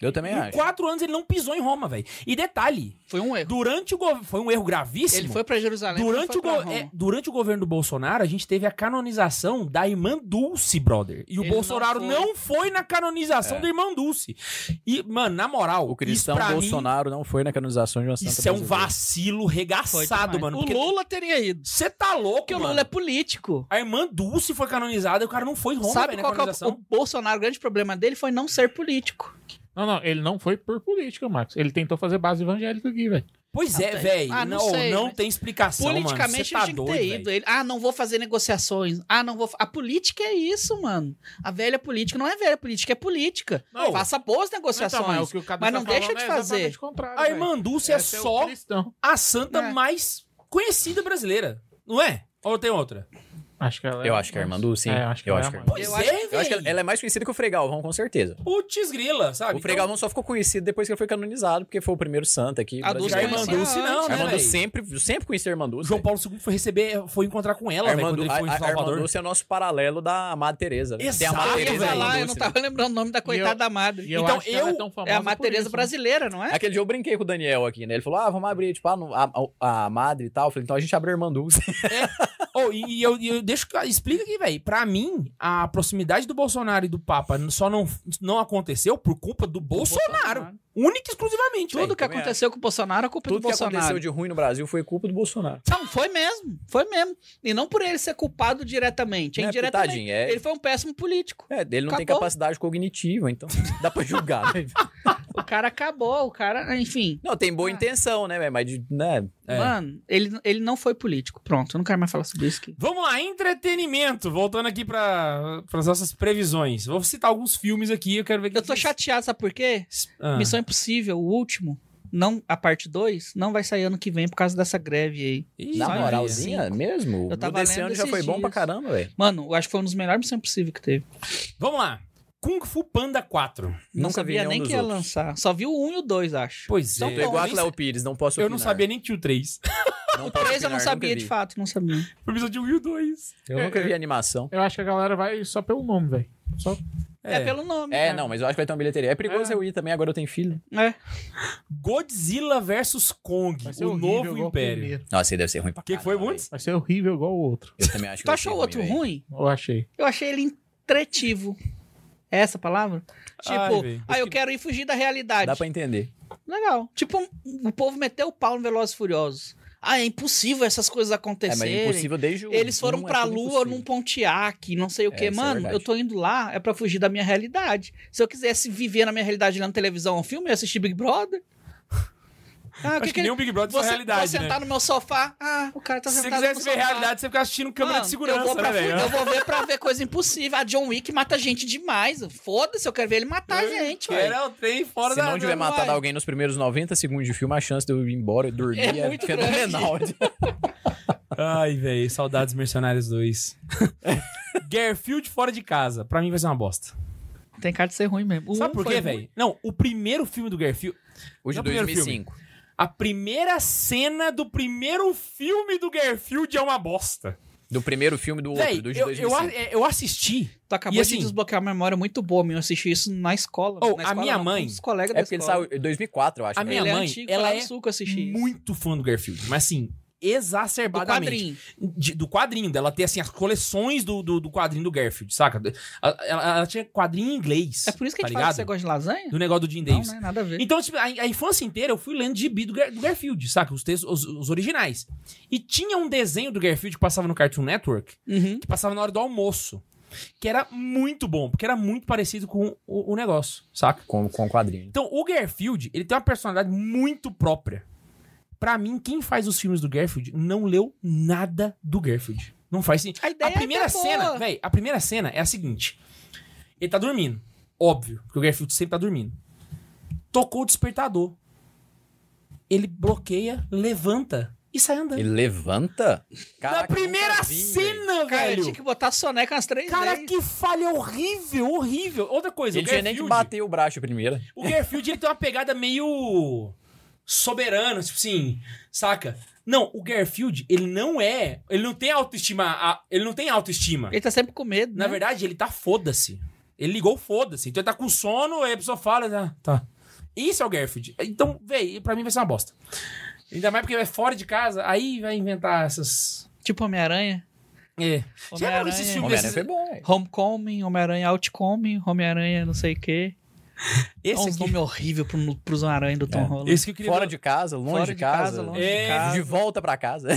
Speaker 3: Eu também
Speaker 1: Em
Speaker 3: acho.
Speaker 1: quatro anos ele não pisou em Roma, velho. E detalhe,
Speaker 2: Foi um erro.
Speaker 1: durante o governo. Foi um erro gravíssimo.
Speaker 2: Ele foi pra Jerusalém,
Speaker 1: Durante
Speaker 2: ele
Speaker 1: o,
Speaker 2: foi pra
Speaker 1: go-
Speaker 2: Roma.
Speaker 1: é, durante o governo do Bolsonaro, a gente teve a canonização da irmã Dulce, brother. E o
Speaker 2: Ele
Speaker 1: Bolsonaro
Speaker 2: não
Speaker 1: não
Speaker 2: foi.
Speaker 1: foi, na canonização da irmã Dulce. E, mano, na moral,
Speaker 3: É. O cristão
Speaker 1: isso pra
Speaker 3: Bolsonaro não foi na canonização de uma
Speaker 1: mim,
Speaker 3: santa
Speaker 1: isso é um
Speaker 3: brasileira.
Speaker 1: vacilo
Speaker 2: Foi
Speaker 1: regaçado,
Speaker 2: demais.
Speaker 1: mano.
Speaker 2: O Lula teria ido.
Speaker 1: Você tá louco,
Speaker 2: Porque o
Speaker 1: mano.
Speaker 2: Lula é político.
Speaker 1: A irmã Dulce foi canonizada e o cara não foi em Roma,
Speaker 2: Sabe
Speaker 1: velho, na
Speaker 2: qual que é o, o
Speaker 1: canonização.
Speaker 2: Bolsonaro? O grande problema dele foi não ser político.
Speaker 4: Não, não, ele não foi por política, Marcos. Ele tentou fazer base evangélica aqui, velho.
Speaker 1: Pois é,
Speaker 2: Ah,
Speaker 1: velho.
Speaker 2: ah, não
Speaker 1: não
Speaker 2: sei,
Speaker 1: não
Speaker 2: mas-
Speaker 1: tem explicação, mano. Você
Speaker 2: Politicamente
Speaker 1: tá
Speaker 2: ele tinha
Speaker 1: doido,
Speaker 2: que ter
Speaker 1: velho.
Speaker 2: ido. Ele, ah, não vou fazer negociações. Ah, não vou. fa-" A política é isso, mano. A velha política não é velha política, é política.
Speaker 4: Não.
Speaker 2: Faça boas
Speaker 4: Então,
Speaker 2: negociações.
Speaker 4: mas o que o Cadu
Speaker 2: Mas
Speaker 4: tá
Speaker 2: não deixa
Speaker 4: falando
Speaker 2: de
Speaker 4: é
Speaker 2: fazer.
Speaker 4: exatamente o contrário,
Speaker 1: A
Speaker 2: né?
Speaker 4: velho.
Speaker 1: irmã Dulce é,
Speaker 4: Esse o
Speaker 1: só
Speaker 4: cristão.
Speaker 1: a santa
Speaker 2: É.
Speaker 1: mais conhecida brasileira. Não é? Ou tem outra?
Speaker 4: Acho que ela é
Speaker 3: Eu acho que é a irmã do, sim.
Speaker 4: É, eu acho que
Speaker 3: Eu
Speaker 4: ela
Speaker 3: acho
Speaker 4: é
Speaker 3: que
Speaker 4: a
Speaker 3: é.
Speaker 4: mãe.
Speaker 1: Pois
Speaker 2: Eu
Speaker 1: é,
Speaker 2: acho-
Speaker 3: Eu acho que
Speaker 1: velho.
Speaker 3: ela ela é mais conhecida que o Fregalvão, com certeza.
Speaker 1: Putz grila,
Speaker 2: Ah,
Speaker 1: sabe? Então,
Speaker 3: O Fregalvão só ficou conhecido depois que ele foi canonizado, porque foi o primeiro santo aqui.
Speaker 2: então A Dulce é
Speaker 1: Então, a
Speaker 3: brasileiro.
Speaker 1: irmã
Speaker 2: conhecia
Speaker 1: Dulce não,
Speaker 2: antes.
Speaker 3: A
Speaker 1: né,
Speaker 3: irmã
Speaker 1: velho?
Speaker 3: Dulce sempre, sempre conheci a irmã
Speaker 1: O
Speaker 3: Dulce.
Speaker 1: João
Speaker 3: velho.
Speaker 1: Paulo II foi receber, foi encontrar com ela,
Speaker 3: A
Speaker 1: velho,
Speaker 3: irmã,
Speaker 1: quando
Speaker 3: du...
Speaker 1: ele
Speaker 3: a,
Speaker 1: foi em
Speaker 3: a- a irmã
Speaker 1: Salvador.
Speaker 3: Dulce é o nosso paralelo da Amada Teresa. né? Tem a
Speaker 1: Exato,
Speaker 2: Ah,
Speaker 3: Amada
Speaker 2: eu ia
Speaker 3: Teresa e a irmã
Speaker 2: falar, eu não
Speaker 3: Dulce, né?
Speaker 2: tava lembrando o nome da coitada
Speaker 4: eu-
Speaker 2: da madre.
Speaker 4: E eu
Speaker 1: Então,
Speaker 4: acho que ela é
Speaker 1: eu-
Speaker 4: tão famosa
Speaker 2: É a
Speaker 4: por
Speaker 2: Madre Teresa
Speaker 4: isso, né?
Speaker 2: brasileira, não é?
Speaker 3: Aquele dia eu brinquei com o Daniel aqui, né? Ele falou, ah, vamos abrir, tipo, ah, não- a, a, a madre e tal. Eu falei, então a gente abre a irmã Dulce.
Speaker 1: Oh, e e eu, e eu deixo. Explica aqui, velho. Pra mim, a proximidade do Bolsonaro e do Papa só não, não aconteceu por culpa do Bolsonaro. Única e exclusivamente.
Speaker 2: Tudo
Speaker 1: velho.
Speaker 2: que
Speaker 3: também acho.
Speaker 2: aconteceu com o Bolsonaro é culpa
Speaker 3: Tudo
Speaker 2: do
Speaker 3: que
Speaker 2: Bolsonaro.
Speaker 3: aconteceu de ruim no Brasil foi culpa do Bolsonaro.
Speaker 2: Não, foi mesmo. Foi mesmo. E não por ele ser culpado diretamente. É
Speaker 3: Né? Porque,
Speaker 2: indiretamente.
Speaker 3: tadinho, é-
Speaker 2: Ele foi um péssimo político.
Speaker 3: É, ele não tem
Speaker 2: Acabou.
Speaker 3: capacidade cognitiva, então dá pra julgar. né?
Speaker 2: O cara acabou, o cara, enfim.
Speaker 3: Não, tem boa
Speaker 2: Ah.
Speaker 3: intenção, né, velho? Mas, de- né?
Speaker 1: É.
Speaker 2: Mano, ele, ele não foi político. Pronto, eu não quero mais falar sobre isso aqui.
Speaker 1: Vamos lá, entretenimento. Voltando aqui para as nossas previsões. Vou citar alguns filmes aqui, eu quero ver o que
Speaker 2: Eu tô
Speaker 1: que-
Speaker 2: chateado, sabe por quê?
Speaker 1: Ah.
Speaker 2: Missão Impossível, o último, não, a parte 2, não vai sair ano que vem por causa dessa greve aí.
Speaker 1: Ih,
Speaker 3: na
Speaker 1: vai,
Speaker 3: moralzinha
Speaker 1: assim.
Speaker 3: mesmo.
Speaker 2: Eu
Speaker 3: O
Speaker 2: tava
Speaker 3: desse
Speaker 2: lendo
Speaker 3: ano já
Speaker 2: esses
Speaker 3: foi bom pra
Speaker 2: dias.
Speaker 3: caramba, velho.
Speaker 2: Mano, eu acho que foi um dos melhores Missão Impossível que teve.
Speaker 1: Vamos lá. Kung Fu Panda 4.
Speaker 2: Não
Speaker 3: Nunca vi
Speaker 2: sabia
Speaker 3: nenhum
Speaker 2: nem
Speaker 3: dos
Speaker 2: que ia
Speaker 3: outros.
Speaker 2: lançar. Só vi o 1 e o 2, acho.
Speaker 1: Pois
Speaker 2: São
Speaker 1: é.
Speaker 2: Paulo.
Speaker 3: Pegou a
Speaker 2: nem
Speaker 3: Cléo Pires, não é. posso
Speaker 1: Eu não
Speaker 3: opinar.
Speaker 1: sabia nem que tinha o 3.
Speaker 3: Não
Speaker 2: O
Speaker 3: posso
Speaker 2: 3 eu não
Speaker 3: opinar,
Speaker 2: sabia
Speaker 3: nunca
Speaker 2: de
Speaker 3: vi.
Speaker 2: fato, não sabia.
Speaker 1: Eu preciso de um e o 2.
Speaker 3: Eu nunca vi animação.
Speaker 4: Eu acho que a galera vai só pelo nome, velho. Só...
Speaker 2: É, pelo nome.
Speaker 3: É,
Speaker 2: né?
Speaker 3: não, mas eu acho que vai ter uma bilheteria. É perigoso eu ir também, agora eu tenho filho.
Speaker 2: É.
Speaker 1: Godzilla vs Kong,
Speaker 4: Vai ser
Speaker 1: o
Speaker 4: horrível
Speaker 1: novo
Speaker 4: igual o
Speaker 1: império.
Speaker 4: primeiro.
Speaker 3: Nossa, ele deve ser ruim pra
Speaker 1: O que, que foi,
Speaker 3: caramba,
Speaker 1: Bundes?
Speaker 4: Vai ser horrível igual o outro.
Speaker 3: velho. Eu também acho que é.
Speaker 2: Tu
Speaker 3: vai ser
Speaker 2: achou o outro
Speaker 3: velho.
Speaker 2: ruim?
Speaker 4: Eu achei.
Speaker 2: Eu achei ele entretivo. É essa a palavra? Tipo,
Speaker 1: Ai, velho.
Speaker 2: ah, eu quero ir fugir da realidade.
Speaker 3: Dá pra entender.
Speaker 2: Legal. Tipo, um- o povo meteu o pau no Velozes e Furiosos. Ah, é impossível essas coisas
Speaker 3: É, mas
Speaker 2: acontecerem.
Speaker 3: é impossível desde o
Speaker 2: Eles
Speaker 3: um
Speaker 2: foram
Speaker 3: é
Speaker 2: pra
Speaker 3: tudo
Speaker 2: lua num
Speaker 3: impossível.
Speaker 2: Pontiac, não sei o
Speaker 3: É,
Speaker 2: quê.
Speaker 3: isso é
Speaker 2: Mano,
Speaker 3: verdade.
Speaker 2: eu tô indo lá é pra fugir da minha realidade. Se eu quisesse viver na minha realidade lá na televisão ou filme, eu ia assistir Big Brother. Ah, o
Speaker 1: Acho que, nem o Big Brother foi
Speaker 2: Você,
Speaker 1: realidade,
Speaker 2: vou
Speaker 1: né?
Speaker 2: sentar no meu sofá. Ah, o cara tá
Speaker 1: Se você
Speaker 2: sentado no
Speaker 1: quisesse ver
Speaker 2: sofá.
Speaker 1: realidade, você fica assistindo câmera
Speaker 2: Mano,
Speaker 1: de segurança,
Speaker 2: eu vou, pra
Speaker 1: né, velho?
Speaker 2: eu vou ver pra ver coisa impossível. A John Wick mata gente demais. Foda-se, eu quero ver ele matar a gente, velho.
Speaker 1: Era o trem fora
Speaker 3: Se
Speaker 1: da...
Speaker 3: não tiver
Speaker 1: da-
Speaker 3: matado
Speaker 2: vai.
Speaker 3: alguém nos primeiros 90 segundos de filme, a chance de eu ir embora e dormir
Speaker 2: É
Speaker 3: é,
Speaker 2: muito grande.
Speaker 3: fenomenal.
Speaker 1: Ai, velho, saudades Mercenários 2. Garfield fora de casa. Pra mim vai ser uma bosta.
Speaker 2: Tem cara de ser ruim mesmo. O
Speaker 1: Sabe
Speaker 2: um
Speaker 1: por
Speaker 2: foi
Speaker 1: quê,
Speaker 2: ruim.
Speaker 1: velho? Não, o primeiro filme do Garfield...
Speaker 3: O de
Speaker 1: No primeiro
Speaker 3: 2005.
Speaker 1: A primeira cena do primeiro filme do Garfield é uma bosta.
Speaker 3: Do primeiro filme do outro,
Speaker 1: Véi,
Speaker 3: do de
Speaker 1: eu, eu,
Speaker 3: 2005.
Speaker 1: a- é, eu assisti...
Speaker 2: Tu acabou
Speaker 1: E assim-
Speaker 2: de desbloquear uma memória muito boa, meu. Eu assisti isso na escola.
Speaker 1: Oh,
Speaker 2: na
Speaker 1: a
Speaker 2: escola
Speaker 1: minha
Speaker 2: não, com
Speaker 1: mãe-
Speaker 2: Os colegas da
Speaker 3: É porque ele
Speaker 2: escola.
Speaker 3: saiu em 2004, eu acho.
Speaker 1: A
Speaker 3: né?
Speaker 1: minha
Speaker 2: Ele é
Speaker 1: mãe,
Speaker 2: antigo,
Speaker 1: ela
Speaker 2: lá no
Speaker 1: é
Speaker 2: Sul que eu assisti isso.
Speaker 1: muito fã do Garfield. Mas assim,
Speaker 2: Do
Speaker 1: exacerbadamente.
Speaker 2: quadrinho.
Speaker 1: de- do quadrinho, dela ter assim as coleções do, do, do quadrinho do Garfield, saca? A- Ela, ela tinha quadrinho em inglês.
Speaker 2: É por isso que
Speaker 1: tá
Speaker 2: a gente fala
Speaker 1: ligado?
Speaker 2: que você gosta de lasanha?
Speaker 1: Do negócio do Jim
Speaker 2: Não,
Speaker 1: Davis.
Speaker 2: né? Nada a ver.
Speaker 1: Então, tipo, a, a infância inteira eu fui lendo gibi do, Gar- do Garfield, saca? Os textos, os, os originais. E tinha um desenho do Garfield que passava no Cartoon Network,
Speaker 2: Uhum.
Speaker 1: que passava na hora do almoço. Que era muito bom, porque era muito parecido com o, o negócio, saca?
Speaker 3: Com, com o quadrinho.
Speaker 1: Então, o Garfield, ele tem uma personalidade muito própria. Pra mim, quem faz os filmes do Garfield não leu nada do Garfield. Não faz sentido.
Speaker 2: A ideia
Speaker 1: A primeira
Speaker 2: é até boa.
Speaker 1: cena, velho, a primeira cena é a seguinte. Ele tá dormindo. Óbvio, porque o Garfield sempre tá dormindo. Tocou o despertador. Ele bloqueia, levanta e sai andando.
Speaker 3: Ele levanta?
Speaker 1: Na
Speaker 3: Caraca,
Speaker 1: primeira
Speaker 3: nunca vi, velho.
Speaker 1: cena,
Speaker 2: Cara, eu tinha
Speaker 1: velho.
Speaker 2: que botar soneca umas três
Speaker 1: Cara,
Speaker 2: vezes.
Speaker 1: que falha horrível, horrível. Outra coisa,
Speaker 3: Ele
Speaker 1: o
Speaker 3: tinha nem que
Speaker 1: Garfield,
Speaker 3: bater o braço primeiro.
Speaker 1: o Garfield ele tem uma pegada meio soberana, tipo assim, saca? Não, o Garfield, ele não é, ele não tem autoestima, a- ele não tem autoestima.
Speaker 2: Ele tá sempre com medo,
Speaker 1: Na
Speaker 2: né?
Speaker 1: verdade, ele tá foda-se. Ele ligou foda-se. Então ele tá com sono, aí a pessoa fala, ah, tá. Isso é o Garfield. Então, véi, pra mim vai ser uma bosta. Ainda mais porque é fora de casa, aí vai inventar essas.
Speaker 2: Tipo Homem-Aranha.
Speaker 1: É. Já viu esses
Speaker 2: Homem-Aranha.
Speaker 1: filmes?
Speaker 3: Homem-Aranha foi
Speaker 1: Esses...
Speaker 3: bom, velho.
Speaker 2: Homecoming, Homem-Aranha Outcoming, Homem-Aranha não sei o quê. Esse uns
Speaker 1: Esse aqui.
Speaker 2: um nome horrível pro, pros Homem-Aranha do Tom
Speaker 3: É.
Speaker 2: Holland.
Speaker 1: Esse que eu queria.
Speaker 3: Fora de casa, longe
Speaker 2: Fora
Speaker 3: de casa.
Speaker 2: longe
Speaker 1: É.
Speaker 2: de casa.
Speaker 3: De volta pra casa.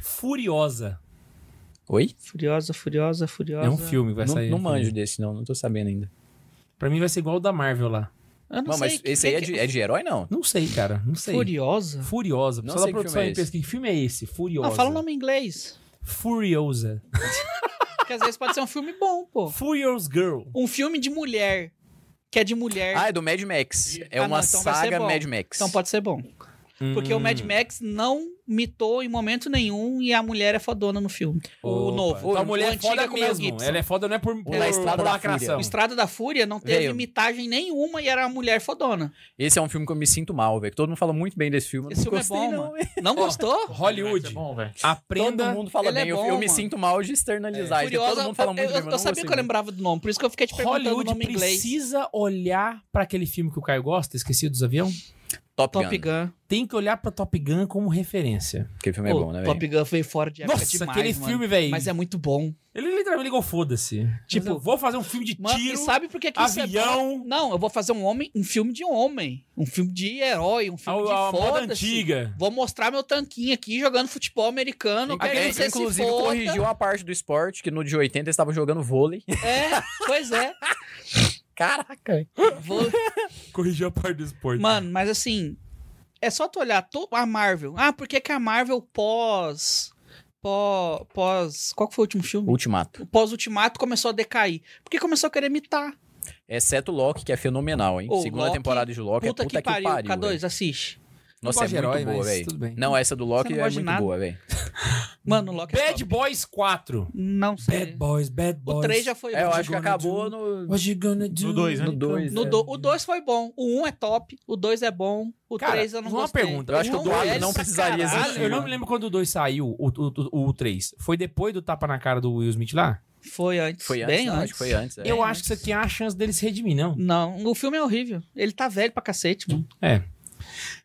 Speaker 1: Furiosa.
Speaker 3: Oi?
Speaker 2: Furiosa, furiosa, furiosa.
Speaker 1: É um filme que vai
Speaker 3: Não,
Speaker 1: sair.
Speaker 3: não manjo desse, não. Não tô sabendo ainda.
Speaker 1: Pra mim vai ser igual o da Marvel lá.
Speaker 2: Eu não,
Speaker 3: Não,
Speaker 2: sei
Speaker 3: mas
Speaker 2: que-
Speaker 3: esse aí é
Speaker 2: que-
Speaker 3: de, é de herói, não?
Speaker 1: Não sei, cara. Não sei.
Speaker 2: Furiosa?
Speaker 1: Furiosa.
Speaker 3: Não
Speaker 1: Pessoal da
Speaker 3: sei que
Speaker 1: produção
Speaker 3: filme é
Speaker 1: aí
Speaker 3: esse.
Speaker 1: pesquisa. Que filme é esse? Furiosa.
Speaker 2: Não, Ah, fala o nome em inglês.
Speaker 1: Furiosa.
Speaker 2: Porque às vezes pode ser um filme bom, pô.
Speaker 1: Furious Girl.
Speaker 2: Um filme de mulher. Que é de mulher.
Speaker 3: Ah, é do Mad Max. É
Speaker 2: Ah,
Speaker 3: uma
Speaker 2: não, então vai ser
Speaker 3: saga
Speaker 2: bom.
Speaker 3: Mad Max.
Speaker 2: Então pode ser bom. Porque o Mad
Speaker 1: Hum.
Speaker 2: Max não mitou em momento nenhum e a mulher é fodona no filme. O
Speaker 1: Opa.
Speaker 2: novo.
Speaker 1: Então a
Speaker 2: O
Speaker 1: mulher é
Speaker 2: antigo
Speaker 1: foda
Speaker 2: com o Mel
Speaker 1: mesmo.
Speaker 2: Gibson.
Speaker 1: Ela é foda não é por, por,
Speaker 3: da Estrada
Speaker 1: por
Speaker 3: da
Speaker 1: lacração.
Speaker 2: O Estrada da Fúria não teve
Speaker 3: Veio.
Speaker 2: mitagem nenhuma e era uma mulher fodona.
Speaker 3: Esse é um filme que eu me sinto mal, velho. que Todo mundo fala muito bem desse filme. eu
Speaker 2: Esse
Speaker 3: não
Speaker 2: filme é
Speaker 3: gostei,
Speaker 2: bom,
Speaker 3: não,
Speaker 2: mano.
Speaker 3: velho.
Speaker 2: Não gostou?
Speaker 4: Isso é
Speaker 1: Hollywood.
Speaker 4: bom, velho.
Speaker 1: Aprenda.
Speaker 3: Todo mundo fala
Speaker 2: Ele é
Speaker 3: bem. eu-
Speaker 2: bom,
Speaker 3: eu, me
Speaker 2: mano.
Speaker 3: sinto mal de externalizar. Tá, isso.
Speaker 2: Furiosa,
Speaker 3: Todo mundo fala
Speaker 2: eu-
Speaker 3: muito
Speaker 2: eu,
Speaker 3: bem,
Speaker 2: eu
Speaker 3: mas não
Speaker 2: sabia que eu
Speaker 3: gostei, não.
Speaker 2: lembrava do nome, por isso que eu fiquei te perguntando o
Speaker 1: Hollywood
Speaker 2: nome em inglês.
Speaker 1: precisa olhar pra aquele filme que o Caio gosta, Esquecido dos Avião.
Speaker 3: Top,
Speaker 2: Top
Speaker 3: Gun.
Speaker 2: Gun.
Speaker 1: Tem que olhar pra Top Gun como referência.
Speaker 3: Aquele filme é
Speaker 2: Pô,
Speaker 3: bom, né, velho?
Speaker 2: Top Gun veio fora de época
Speaker 1: Nossa,
Speaker 2: é demais,
Speaker 1: aquele
Speaker 2: mano.
Speaker 1: filme, velho.
Speaker 2: Mas é muito bom.
Speaker 1: Ele literalmente ligou, foda-se. Tipo, eu vou fazer um filme de
Speaker 2: Mano, e
Speaker 1: tiro.
Speaker 2: sabe por que, que isso é
Speaker 1: avião.
Speaker 2: bom? Não, eu vou fazer um homem, um filme de homem, um filme de herói, um
Speaker 1: A,
Speaker 2: filme
Speaker 1: a
Speaker 2: de
Speaker 1: moda
Speaker 2: foda
Speaker 1: antiga.
Speaker 2: Vou mostrar meu tanquinho aqui jogando futebol americano,
Speaker 3: É,
Speaker 2: querendo ser se
Speaker 3: inclusive,
Speaker 2: foda.
Speaker 3: corrigiu a parte do esporte que no de 80 eles estavam jogando vôlei.
Speaker 2: É, pois é.
Speaker 4: Ah,
Speaker 3: Caraca, velho.
Speaker 2: Vou-
Speaker 1: Corrigiu a parte do esporte.
Speaker 2: Mano, mas assim, é só tu olhar to... a Marvel. Ah, por que, que a Marvel pós. pó- Pós. Qual que foi o último filme?
Speaker 3: Ultimato.
Speaker 2: O pós-ultimato começou a decair. Porque começou a querer imitar.
Speaker 3: Exceto Loki, que é fenomenal, hein?
Speaker 2: Ô,
Speaker 3: Segunda
Speaker 2: Loki,
Speaker 3: temporada de Loki
Speaker 2: Puta,
Speaker 3: é
Speaker 2: que, pariu. K2,
Speaker 3: velho.
Speaker 2: assiste.
Speaker 3: Nossa,
Speaker 1: gosto
Speaker 3: é
Speaker 1: de
Speaker 3: muito
Speaker 1: herói,
Speaker 3: boa,
Speaker 1: mas
Speaker 3: velho.
Speaker 1: tudo bem.
Speaker 3: Não, essa do Loki
Speaker 2: não
Speaker 3: é
Speaker 2: gosta de
Speaker 3: muito
Speaker 2: nada.
Speaker 3: boa, velho.
Speaker 2: Mano, o Loki é
Speaker 1: Bad
Speaker 2: top.
Speaker 1: Boys 4.
Speaker 2: Não
Speaker 1: Bad
Speaker 2: sei.
Speaker 1: Boys, Bad Boys.
Speaker 2: O 3 já foi
Speaker 3: É, eu
Speaker 2: bom.
Speaker 3: acho que acabou no...
Speaker 1: What you gonna do?
Speaker 4: No dois, né?
Speaker 3: No dois,
Speaker 2: No
Speaker 3: é.
Speaker 2: do- o 2 foi bom. O 1 um é top. O 2 é bom. O
Speaker 1: Cara,
Speaker 2: 3 eu não
Speaker 1: uma
Speaker 2: gostei.
Speaker 1: pergunta.
Speaker 3: Eu acho que o
Speaker 2: Tão
Speaker 3: Eduardo
Speaker 2: velho
Speaker 3: não
Speaker 2: pra
Speaker 3: precisaria
Speaker 2: caralho.
Speaker 3: existir,
Speaker 1: Ah, eu não me lembro quando o 2 saiu, o, o, o, o 3. Foi depois do tapa na cara do Will Smith lá?
Speaker 2: Foi antes.
Speaker 3: Foi antes,
Speaker 2: Bem
Speaker 3: não,
Speaker 2: antes.
Speaker 3: acho que foi antes. é.
Speaker 2: né?
Speaker 1: eu acho que isso aqui é a chance dele se redimir, não?
Speaker 2: Não, o filme é horrível. Ele tá velho pra cacete, mano.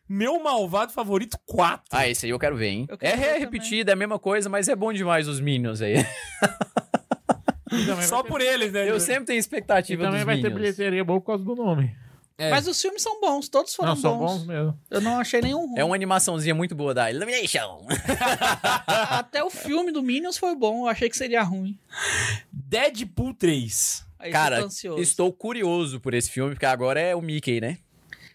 Speaker 1: Meu malvado favorito 4.
Speaker 3: Ah, esse aí eu quero ver, hein?
Speaker 2: Eu quero
Speaker 3: É
Speaker 2: ver
Speaker 3: re-
Speaker 2: também.
Speaker 3: repetido, é a mesma coisa, mas é bom demais os Minions aí.
Speaker 1: Só por eles, né?
Speaker 3: Eu sempre tenho
Speaker 4: E
Speaker 3: expectativa
Speaker 4: também
Speaker 3: dos
Speaker 4: vai ter
Speaker 3: Minions.
Speaker 4: bilheteria boa por causa do nome.
Speaker 1: É.
Speaker 2: Mas os filmes são bons, todos foram
Speaker 4: não, são
Speaker 2: bons.
Speaker 4: bons mesmo.
Speaker 2: Eu não achei nenhum ruim.
Speaker 3: É uma animaçãozinha muito boa da Illumination.
Speaker 2: A- Até o filme do Minions foi bom, eu achei que seria ruim.
Speaker 1: Deadpool 3.
Speaker 2: Aí
Speaker 3: Cara,
Speaker 2: eu tô ansioso.
Speaker 3: Estou curioso por esse filme, porque agora é o Mickey, né?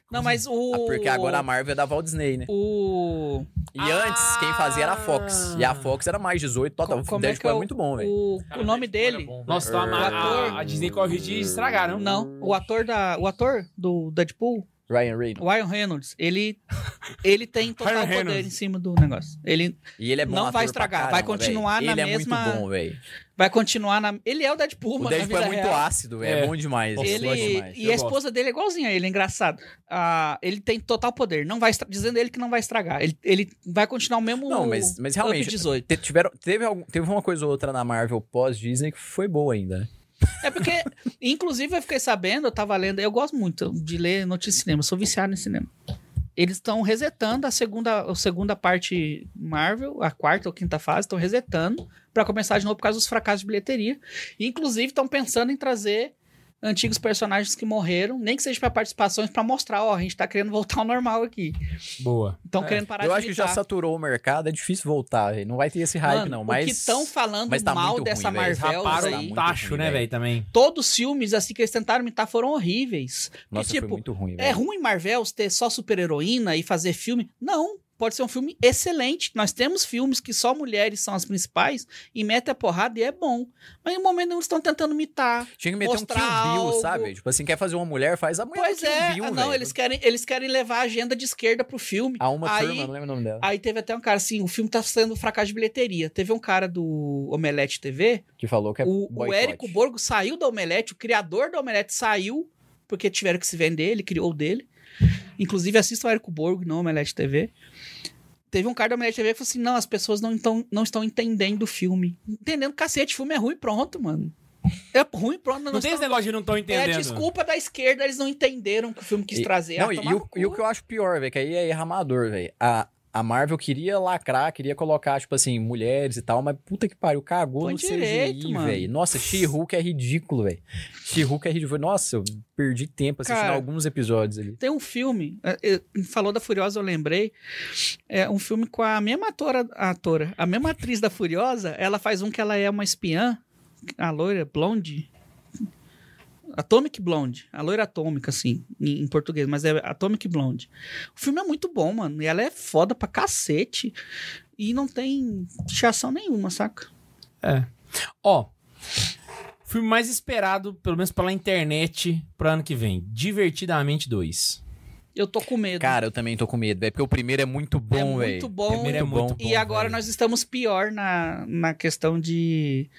Speaker 2: Não, mas
Speaker 3: Ah,
Speaker 2: o.
Speaker 3: Porque agora a Marvel é da Walt Disney, né?
Speaker 2: O.
Speaker 3: E
Speaker 1: Ah!
Speaker 3: antes, quem fazia era a Fox. E a Fox era mais 18, total.
Speaker 2: Co-
Speaker 3: o
Speaker 2: como é que
Speaker 3: Deadpool é,
Speaker 2: é o-
Speaker 3: muito bom, velho.
Speaker 2: O, o nome dele.
Speaker 1: Nossa, então a, ma-
Speaker 2: ator-
Speaker 1: a, a Disney corrigiu e estragaram.
Speaker 2: Não, o ator da. O ator do Deadpool,
Speaker 3: Ryan Reynolds.
Speaker 2: o Ryan Reynolds, ele. Ele tem
Speaker 1: Ryan
Speaker 2: total poder
Speaker 1: Reynolds.
Speaker 2: em cima do negócio. Ele
Speaker 3: E ele é bom
Speaker 2: Não
Speaker 3: ator
Speaker 2: vai
Speaker 3: pra
Speaker 2: estragar,
Speaker 3: caramba,
Speaker 2: vai continuar
Speaker 3: velho.
Speaker 2: na
Speaker 3: ele
Speaker 2: mesma-
Speaker 3: é muito bom, velho.
Speaker 2: vai continuar na. Ele é o Deadpool,
Speaker 3: O
Speaker 2: mano. na
Speaker 3: Deadpool é
Speaker 2: vida
Speaker 3: muito
Speaker 2: real.
Speaker 3: ácido, velho. É.
Speaker 1: É.
Speaker 3: bom demais.
Speaker 1: Nossa,
Speaker 3: eu
Speaker 2: Ele,
Speaker 3: gosto demais.
Speaker 2: e
Speaker 1: Eu
Speaker 2: a
Speaker 1: gosto.
Speaker 2: esposa dele é igualzinha a ele, é engraçado. Ah, ele tem total poder. Não vai estra- Dizendo ele que não vai estragar. Ele, ele vai continuar o mesmo.
Speaker 3: Não, mas, mas
Speaker 2: Up
Speaker 3: realmente.
Speaker 2: 18.
Speaker 3: te- Tiveram, teve, algum, teve uma coisa ou outra na Marvel pós-Disney que foi boa ainda. né?
Speaker 2: É porque, inclusive, eu fiquei sabendo, eu tava lendo, eu gosto muito de ler notícias de cinema, eu sou viciado em cinema. eles estão resetando a segunda, a segunda parte Marvel, a quarta ou quinta fase, estão resetando para começar de novo por causa dos fracassos de bilheteria. E, inclusive, estão pensando em trazer antigos personagens que morreram, nem que seja para participações, para mostrar, ó, a gente tá querendo voltar ao normal aqui.
Speaker 1: Boa.
Speaker 2: Estão querendo parar
Speaker 3: Eu
Speaker 2: de
Speaker 3: acho que já
Speaker 2: imitar.
Speaker 3: saturou o mercado, é difícil voltar. velho. Não vai ter esse hype,
Speaker 2: Mano,
Speaker 3: não.
Speaker 2: o
Speaker 3: Mas
Speaker 2: que estão falando
Speaker 3: mas tá
Speaker 2: mal
Speaker 3: muito
Speaker 2: dessa
Speaker 3: ruim, velho.
Speaker 2: Marvel
Speaker 3: Raparam
Speaker 1: Para
Speaker 3: Tá
Speaker 2: aí.
Speaker 1: o
Speaker 3: muito
Speaker 1: tacho,
Speaker 3: ruim,
Speaker 1: né,
Speaker 3: velho.
Speaker 1: velho, também.
Speaker 2: Todos os filmes assim que eles tentaram imitar foram horríveis.
Speaker 3: Nossa,
Speaker 2: tipo,
Speaker 3: foi muito ruim,
Speaker 2: É
Speaker 3: velho.
Speaker 2: ruim Marvel ter só super-heroína e fazer filme? Não. Pode ser um filme excelente. Nós temos filmes que só mulheres são as principais e mete a porrada e é bom. Mas em um momento eles estão tentando imitar.
Speaker 3: Tinha que meter um
Speaker 2: mostrar
Speaker 3: Kill Bill,
Speaker 2: algo.
Speaker 3: sabe? Tipo assim, quer fazer uma mulher, faz a mulher
Speaker 2: pois
Speaker 3: do Kill
Speaker 2: é.
Speaker 3: Bill,
Speaker 2: ah, não,
Speaker 3: velho.
Speaker 2: eles querem, eles querem levar a agenda de esquerda pro filme.
Speaker 3: A uma
Speaker 2: Aí-
Speaker 3: turma, não lembro o nome dela.
Speaker 2: Aí teve até um cara assim, o filme tá sendo um fracasso de bilheteria. Teve um cara do Omelete TV,
Speaker 3: Que falou que é
Speaker 2: o, o
Speaker 3: boicote.
Speaker 2: Érico Borgo saiu da Omelete, o criador da Omelete saiu, porque tiveram que se vender, ele criou o dele. Inclusive, assista o Érico Borgo, não a Omelete TV. Teve um cara da Omelete TV que falou assim: não, as pessoas não, tão, não estão entendendo o filme. Entendendo, cacete, filme é ruim, pronto, mano. É ruim, pronto, não,
Speaker 1: Não, tem
Speaker 2: estão-
Speaker 1: esse negócio de não estão
Speaker 2: É
Speaker 1: entendendo.
Speaker 2: a desculpa da esquerda, eles não entenderam que o filme quis
Speaker 3: E-
Speaker 2: trazer.
Speaker 3: Não,
Speaker 2: Ah,
Speaker 3: e,
Speaker 2: tomar
Speaker 3: e o,
Speaker 2: no
Speaker 3: e o
Speaker 2: cu.
Speaker 3: que eu acho pior, velho, que aí é ramador, velho. A, a Marvel queria lacrar, queria colocar, tipo assim, mulheres e tal, mas puta que pariu, cagou
Speaker 2: Põe
Speaker 3: no
Speaker 2: direito,
Speaker 3: CGI,
Speaker 2: mano.
Speaker 3: velho. Nossa, She-Hulk é ridículo, velho. She-Hulk é ridículo. Nossa, eu perdi tempo assistindo
Speaker 2: Cara,
Speaker 3: alguns episódios ali.
Speaker 2: Tem um filme, é, é, falou da Furiosa, eu lembrei. É um filme com a mesma atora, atora, a mesma atriz da Furiosa. Ela faz um que ela é uma espiã, a loira, blonde. Atomic Blonde, a loira atômica, assim, em, em português, mas é Atomic Blonde. O filme é muito bom, mano, e ela é foda pra cacete. E não tem chação nenhuma, saca?
Speaker 1: Ó, filme mais esperado, pelo menos pela internet, pra ano que vem. Divertidamente 2.
Speaker 2: Eu tô com medo.
Speaker 3: Cara, eu também tô com medo, velho, porque o primeiro é muito bom,
Speaker 2: É
Speaker 3: velho.
Speaker 2: muito bom.
Speaker 3: O primeiro
Speaker 1: Primeiro
Speaker 3: é
Speaker 1: é
Speaker 3: muito
Speaker 1: muito
Speaker 3: bom.
Speaker 2: e
Speaker 1: bom,
Speaker 2: agora
Speaker 1: velho.
Speaker 2: nós estamos pior na, na questão de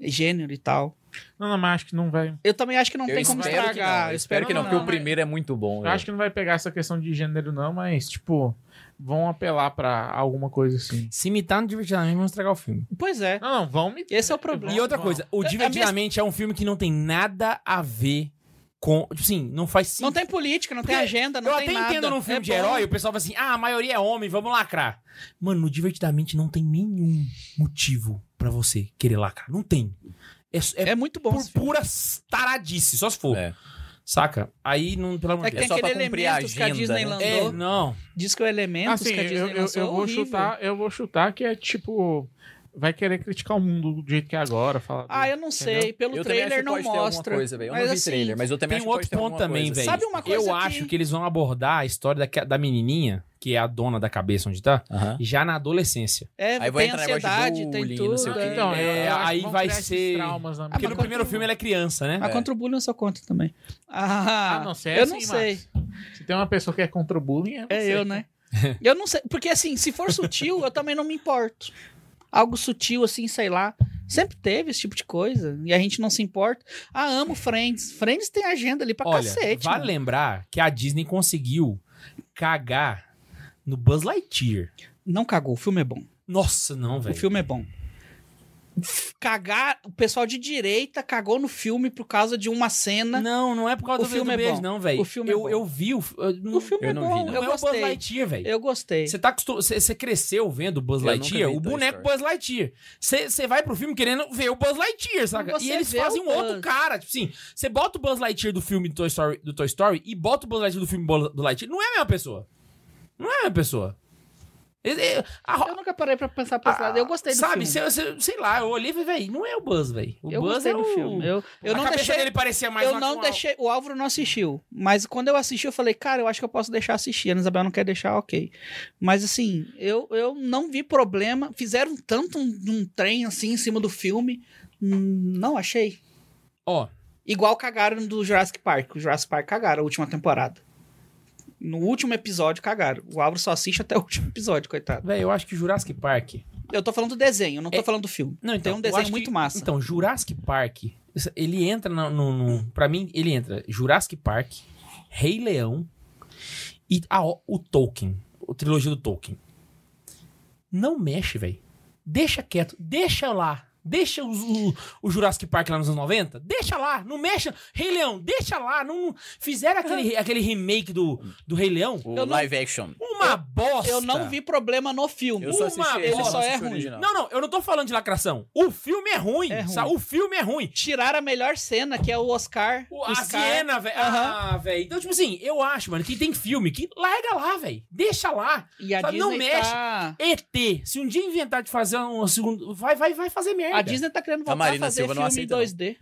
Speaker 2: gênero e tal.
Speaker 4: Não, não, mas acho que não vai.
Speaker 2: Eu também acho que não
Speaker 3: Eu
Speaker 2: tem como
Speaker 3: espero que
Speaker 2: estragar.
Speaker 3: não,
Speaker 2: Eu
Speaker 3: eu espero que não,
Speaker 4: não,
Speaker 3: porque
Speaker 4: não,
Speaker 3: o primeiro é muito bom,
Speaker 4: Eu
Speaker 3: velho.
Speaker 4: acho que não vai pegar essa questão de gênero, não, mas, tipo, vão apelar pra alguma coisa assim.
Speaker 1: Se imitar no Divertidamente, vamos estragar o filme.
Speaker 2: Pois é.
Speaker 4: Não, não, vão me.
Speaker 2: Esse é o problema.
Speaker 1: E outra
Speaker 4: Bom.
Speaker 1: coisa, o
Speaker 2: a
Speaker 1: Divertidamente é um filme que não tem nada a ver com. Tipo assim, não faz sentido.
Speaker 2: Não tem política, não tem
Speaker 1: Porque
Speaker 2: agenda, não
Speaker 1: eu
Speaker 2: tem
Speaker 1: até
Speaker 2: nada.
Speaker 1: entendo num filme
Speaker 2: É
Speaker 1: de
Speaker 2: bom.
Speaker 1: herói, o pessoal fala assim: ah, a maioria é homem, vamos lacrar. Mano, no Divertidamente não tem nenhum motivo pra você querer lacrar. Não tem. É, é,
Speaker 2: É muito bom.
Speaker 1: por
Speaker 2: esse filme.
Speaker 1: pura taradice, só se for.
Speaker 3: É.
Speaker 1: Saca? Aí não, pelo amor de
Speaker 2: É que
Speaker 1: Deus.
Speaker 2: tem
Speaker 3: só
Speaker 2: aquele
Speaker 3: pra cumprir a
Speaker 2: Elementos que a
Speaker 3: agenda,
Speaker 2: Disney
Speaker 3: né?
Speaker 2: lançou.
Speaker 1: É, não.
Speaker 2: Diz que o Elementos
Speaker 4: Assim,
Speaker 2: que a Disney
Speaker 4: eu, eu,
Speaker 2: lançou
Speaker 4: eu
Speaker 2: é
Speaker 4: vou
Speaker 2: horrível.
Speaker 4: chutar, eu vou chutar que é tipo. Vai querer criticar o mundo do jeito que é agora. Falar do-
Speaker 2: Ah, eu não sei.
Speaker 4: Entendeu?
Speaker 2: Pelo
Speaker 3: Eu também acho
Speaker 2: trailer
Speaker 3: que
Speaker 2: não
Speaker 3: pode ter alguma
Speaker 2: mostra.
Speaker 3: coisa, velho. Eu
Speaker 2: Mas,
Speaker 3: não vi
Speaker 2: assim,
Speaker 3: trailer, mas eu
Speaker 1: Tem
Speaker 3: também acho
Speaker 1: um
Speaker 3: que
Speaker 1: outro
Speaker 3: pode ter
Speaker 1: ponto
Speaker 3: alguma
Speaker 1: também,
Speaker 3: coisa.
Speaker 1: velho.
Speaker 2: Sabe uma coisa
Speaker 1: Eu
Speaker 2: que-
Speaker 1: acho que eles vão abordar a história da, da menininha, que é a dona da cabeça onde tá,
Speaker 3: Aham.
Speaker 1: já na adolescência.
Speaker 2: É,
Speaker 3: Aí vai
Speaker 2: tem
Speaker 3: entrar negócio de
Speaker 2: ansiedade, tem
Speaker 3: bullying, não sei o
Speaker 2: tudo.
Speaker 3: quê.
Speaker 2: é.
Speaker 4: Então, eu-
Speaker 1: É,
Speaker 4: eu acho que
Speaker 1: aí
Speaker 4: vão
Speaker 1: vai
Speaker 4: criar esses
Speaker 1: ser-
Speaker 4: Traumas né? na
Speaker 1: Porque
Speaker 2: Ah, mas
Speaker 1: no
Speaker 4: menina.
Speaker 1: primeiro
Speaker 2: quando- Ah,
Speaker 1: filme ela é criança, né?
Speaker 2: Mas contra o bullying eu sou contra também. Ah,
Speaker 4: Ah, não, você é
Speaker 2: eu não
Speaker 4: assim,
Speaker 2: sei.
Speaker 4: Max. Se tem uma pessoa que é contra o bullying, é,
Speaker 2: É
Speaker 4: você.
Speaker 2: eu, né? Eu não sei, porque assim, se for sutil, eu também não me importo. Algo sutil, assim, sei lá. Sempre teve esse tipo de coisa. E a gente não se importa. Ah, amo Friends. Friends tem agenda ali pra
Speaker 1: Olha,
Speaker 2: cacete.
Speaker 1: vale
Speaker 2: mano.
Speaker 1: lembrar que a Disney conseguiu cagar no Buzz Lightyear.
Speaker 2: Não cagou, o filme é bom.
Speaker 1: Nossa, não,
Speaker 2: O
Speaker 1: velho.
Speaker 2: filme é bom. F- Cagar, o pessoal de direita cagou no filme por causa de uma cena.
Speaker 1: Não, não é por causa
Speaker 2: né? O
Speaker 1: do
Speaker 2: filme
Speaker 1: filme
Speaker 2: é
Speaker 1: beijo,
Speaker 2: bom.
Speaker 1: não, velho.
Speaker 2: O filme é
Speaker 1: eu,
Speaker 2: bom.
Speaker 1: eu vi o. eu não-
Speaker 2: O filme
Speaker 3: Eu
Speaker 2: é
Speaker 3: não
Speaker 2: bom,
Speaker 3: vi, não.
Speaker 2: eu
Speaker 1: não é o Buzz
Speaker 2: gostei.
Speaker 1: Lightyear, velho.
Speaker 2: Eu gostei.
Speaker 1: Você tá acostum- você você cresceu vendo o Buzz
Speaker 3: Eu nunca
Speaker 1: Lightyear,
Speaker 3: vi
Speaker 1: o
Speaker 3: Toy
Speaker 1: boneco
Speaker 3: Story.
Speaker 1: Buzz Lightyear. Você você vai pro filme querendo ver o Buzz Lightyear, saca?
Speaker 2: Você
Speaker 1: E eles
Speaker 2: vê o
Speaker 1: fazem um
Speaker 2: Buzz.
Speaker 1: outro cara, tipo assim, você bota o Buzz Lightyear do filme do Toy Story, do Toy Story e bota o Buzz Lightyear do filme Buzz- do Lightyear, não é a mesma pessoa. Não é a mesma pessoa. Ele- ele- a ro-
Speaker 2: Eu nunca parei pra pensar pra esse lado. Eu gostei do
Speaker 1: Ah, sabe,
Speaker 2: filme.
Speaker 1: Sabe, sei lá, eu olhei e falei, velho, não é o Buzz, velho. O
Speaker 2: Eu
Speaker 1: Buzz
Speaker 2: gostei
Speaker 1: é
Speaker 2: do
Speaker 1: o...
Speaker 2: filme. Eu, eu
Speaker 1: a
Speaker 2: não
Speaker 1: cabeça
Speaker 2: deixei
Speaker 1: dele parecia mais
Speaker 2: eu
Speaker 1: uma-
Speaker 2: não
Speaker 1: uma-
Speaker 2: deixei. O Álvaro não assistiu. Mas quando eu assisti, eu falei, cara, eu acho que eu posso deixar assistir. A Ana Isabel não quer deixar, ok. Mas assim, eu, eu não vi problema. Fizeram tanto um, um trem assim em cima do filme. Hum, Não achei.
Speaker 1: Ó,
Speaker 2: Igual cagaram do Jurassic Park. O Jurassic Park cagaram a última temporada. No último episódio cagaram. O Álvaro só assiste até o último episódio, coitado.
Speaker 1: velho, eu acho que Jurassic Park
Speaker 2: Eu tô falando do desenho, eu não tô
Speaker 1: É-
Speaker 2: falando do filme.
Speaker 1: Não,
Speaker 2: Tem
Speaker 1: então,
Speaker 2: um
Speaker 1: eu
Speaker 2: desenho
Speaker 1: acho
Speaker 2: muito massa.
Speaker 1: Então, Jurassic Park, isso- ele entra na- no, no- Pra mim, ele entra Jurassic Park, Rei Leão e a- o Tolkien. O trilogia do Tolkien. Não mexe, velho. Deixa quieto. Deixa lá. Deixa os- o, o Jurassic Park lá nos anos 90. Deixa lá, não mexa. Rei Leão, deixa lá. Não, não- fizeram aquele,
Speaker 2: É.
Speaker 1: aquele remake do, do Rei Leão.
Speaker 3: O
Speaker 2: Eu não-
Speaker 3: live action.
Speaker 1: Uma bosta.
Speaker 2: Eu não vi problema no filme.
Speaker 3: Eu só
Speaker 1: Uma
Speaker 3: assisti
Speaker 1: bosta.
Speaker 3: eu não
Speaker 2: Só é
Speaker 3: assisti o
Speaker 2: ruim.
Speaker 3: original.
Speaker 1: Não, não, eu não tô falando de lacração. O filme é ruim.
Speaker 2: É
Speaker 1: sa-
Speaker 2: ruim.
Speaker 1: O filme é ruim.
Speaker 2: Tiraram a melhor cena, que é o Oscar.
Speaker 1: O, a
Speaker 2: Oscar.
Speaker 1: Siena, velho. Ah, velho. Então, tipo assim, eu acho, mano, que tem filme que larga lá, velho. Deixa lá.
Speaker 2: E a
Speaker 1: Sabe,
Speaker 2: Disney
Speaker 1: não mexe.
Speaker 2: tá...
Speaker 1: ET, se um dia inventar de fazer um segundo. Vai, vai, vai fazer merda.
Speaker 2: A Disney tá querendo
Speaker 3: A
Speaker 2: voltar a,
Speaker 3: Marina
Speaker 2: fazer
Speaker 3: Silva não
Speaker 2: filme
Speaker 3: aceita, não.
Speaker 2: em 2D.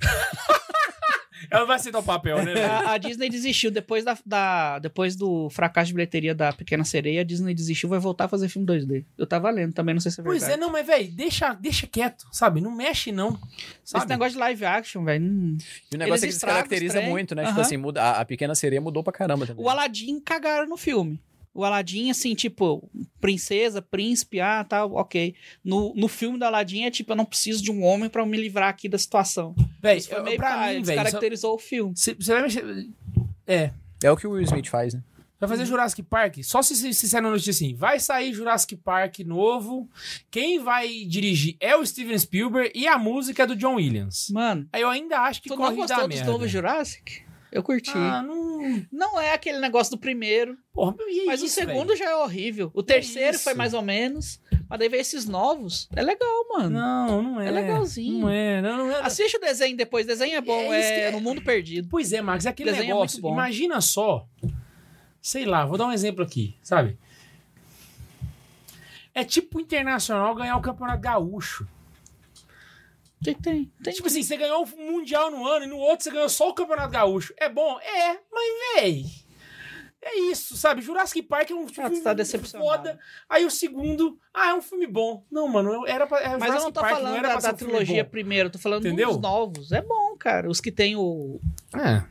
Speaker 1: Ela vai aceitar o papel, né? velho?
Speaker 2: A, a Disney desistiu depois, da, da- depois do fracasso de bilheteria da Pequena Sereia. A Disney desistiu, vai voltar a fazer filme 2D. Eu tava lendo também, não sei se é verdade.
Speaker 1: pois é, não, mas, velho, deixa, deixa quieto, sabe? Não mexe, não. Sabe?
Speaker 2: Esse negócio de live action, velho. hum.
Speaker 3: E o
Speaker 2: Eles
Speaker 3: negócio é que se
Speaker 2: estragam os
Speaker 3: caracteriza
Speaker 2: trem.
Speaker 3: muito, né? Tipo
Speaker 2: Aham.
Speaker 3: assim, muda, a, a pequena sereia mudou pra caramba também.
Speaker 2: O Aladdin cagaram no filme. O Aladdin, assim, tipo, princesa, príncipe, ah, tal, ok. No, no filme do Aladdin é tipo, eu não preciso de um homem pra me livrar aqui da situação.
Speaker 1: Véi,
Speaker 2: Isso foi
Speaker 1: É, eu-
Speaker 2: meio
Speaker 1: pra
Speaker 2: pá,
Speaker 1: mim, velho. é
Speaker 2: descaracterizou o filme.
Speaker 1: Você vai mexer. É.
Speaker 3: É o que o Will Smith faz, né?
Speaker 1: Vai
Speaker 2: Uhum.
Speaker 1: fazer Jurassic Park? Só se, se, se sair na notícia assim, vai sair Jurassic Park novo. Quem vai dirigir é o Steven Spielberg e a música é do John Williams.
Speaker 2: Mano,
Speaker 1: Aí eu ainda acho que
Speaker 2: tu
Speaker 1: corre
Speaker 2: não
Speaker 1: e dá
Speaker 2: gostou dos
Speaker 1: merda.
Speaker 2: novos Jurassic? Eu curti.
Speaker 1: Ah, não.
Speaker 2: Não é aquele negócio do primeiro.
Speaker 1: Porra, e
Speaker 2: Mas o
Speaker 1: isso,
Speaker 2: segundo
Speaker 1: velho?
Speaker 2: já é horrível. O terceiro
Speaker 1: isso?
Speaker 2: foi mais ou menos. Mas daí veio esses novos. É legal, mano.
Speaker 1: Não, não é.
Speaker 2: É legalzinho.
Speaker 1: Não é, não, não é.
Speaker 2: Assiste o desenho depois. Desenho é bom.
Speaker 1: É isso
Speaker 2: É,
Speaker 1: que é.
Speaker 2: No Mundo Perdido.
Speaker 1: Pois é, Marcos, é aquele
Speaker 2: Desenho é
Speaker 1: negócio.
Speaker 2: muito bom.
Speaker 1: Imagina só. Sei lá, vou dar um exemplo aqui, sabe? É tipo o internacional ganhar o campeonato gaúcho.
Speaker 2: O que que tem? Tem.
Speaker 1: tipo assim, você ganhou o Mundial no ano e no outro você ganhou só o Campeonato Gaúcho. É bom? É, mas véi. É isso, sabe? Jurassic Park é um
Speaker 2: Ah, tu tá decepcionado.
Speaker 1: foda. Aí o segundo, ah, é um filme bom. Não, mano, eu- era pra. era
Speaker 2: mas eu
Speaker 1: Jurassic
Speaker 2: não tô
Speaker 1: Park,
Speaker 2: falando
Speaker 1: era
Speaker 2: da,
Speaker 1: pra ser
Speaker 2: da
Speaker 1: um filme
Speaker 2: trilogia
Speaker 1: bom.
Speaker 2: primeiro. Eu tô falando
Speaker 1: Entendeu?
Speaker 2: dos novos. É bom, cara. Os que tem o,
Speaker 1: É.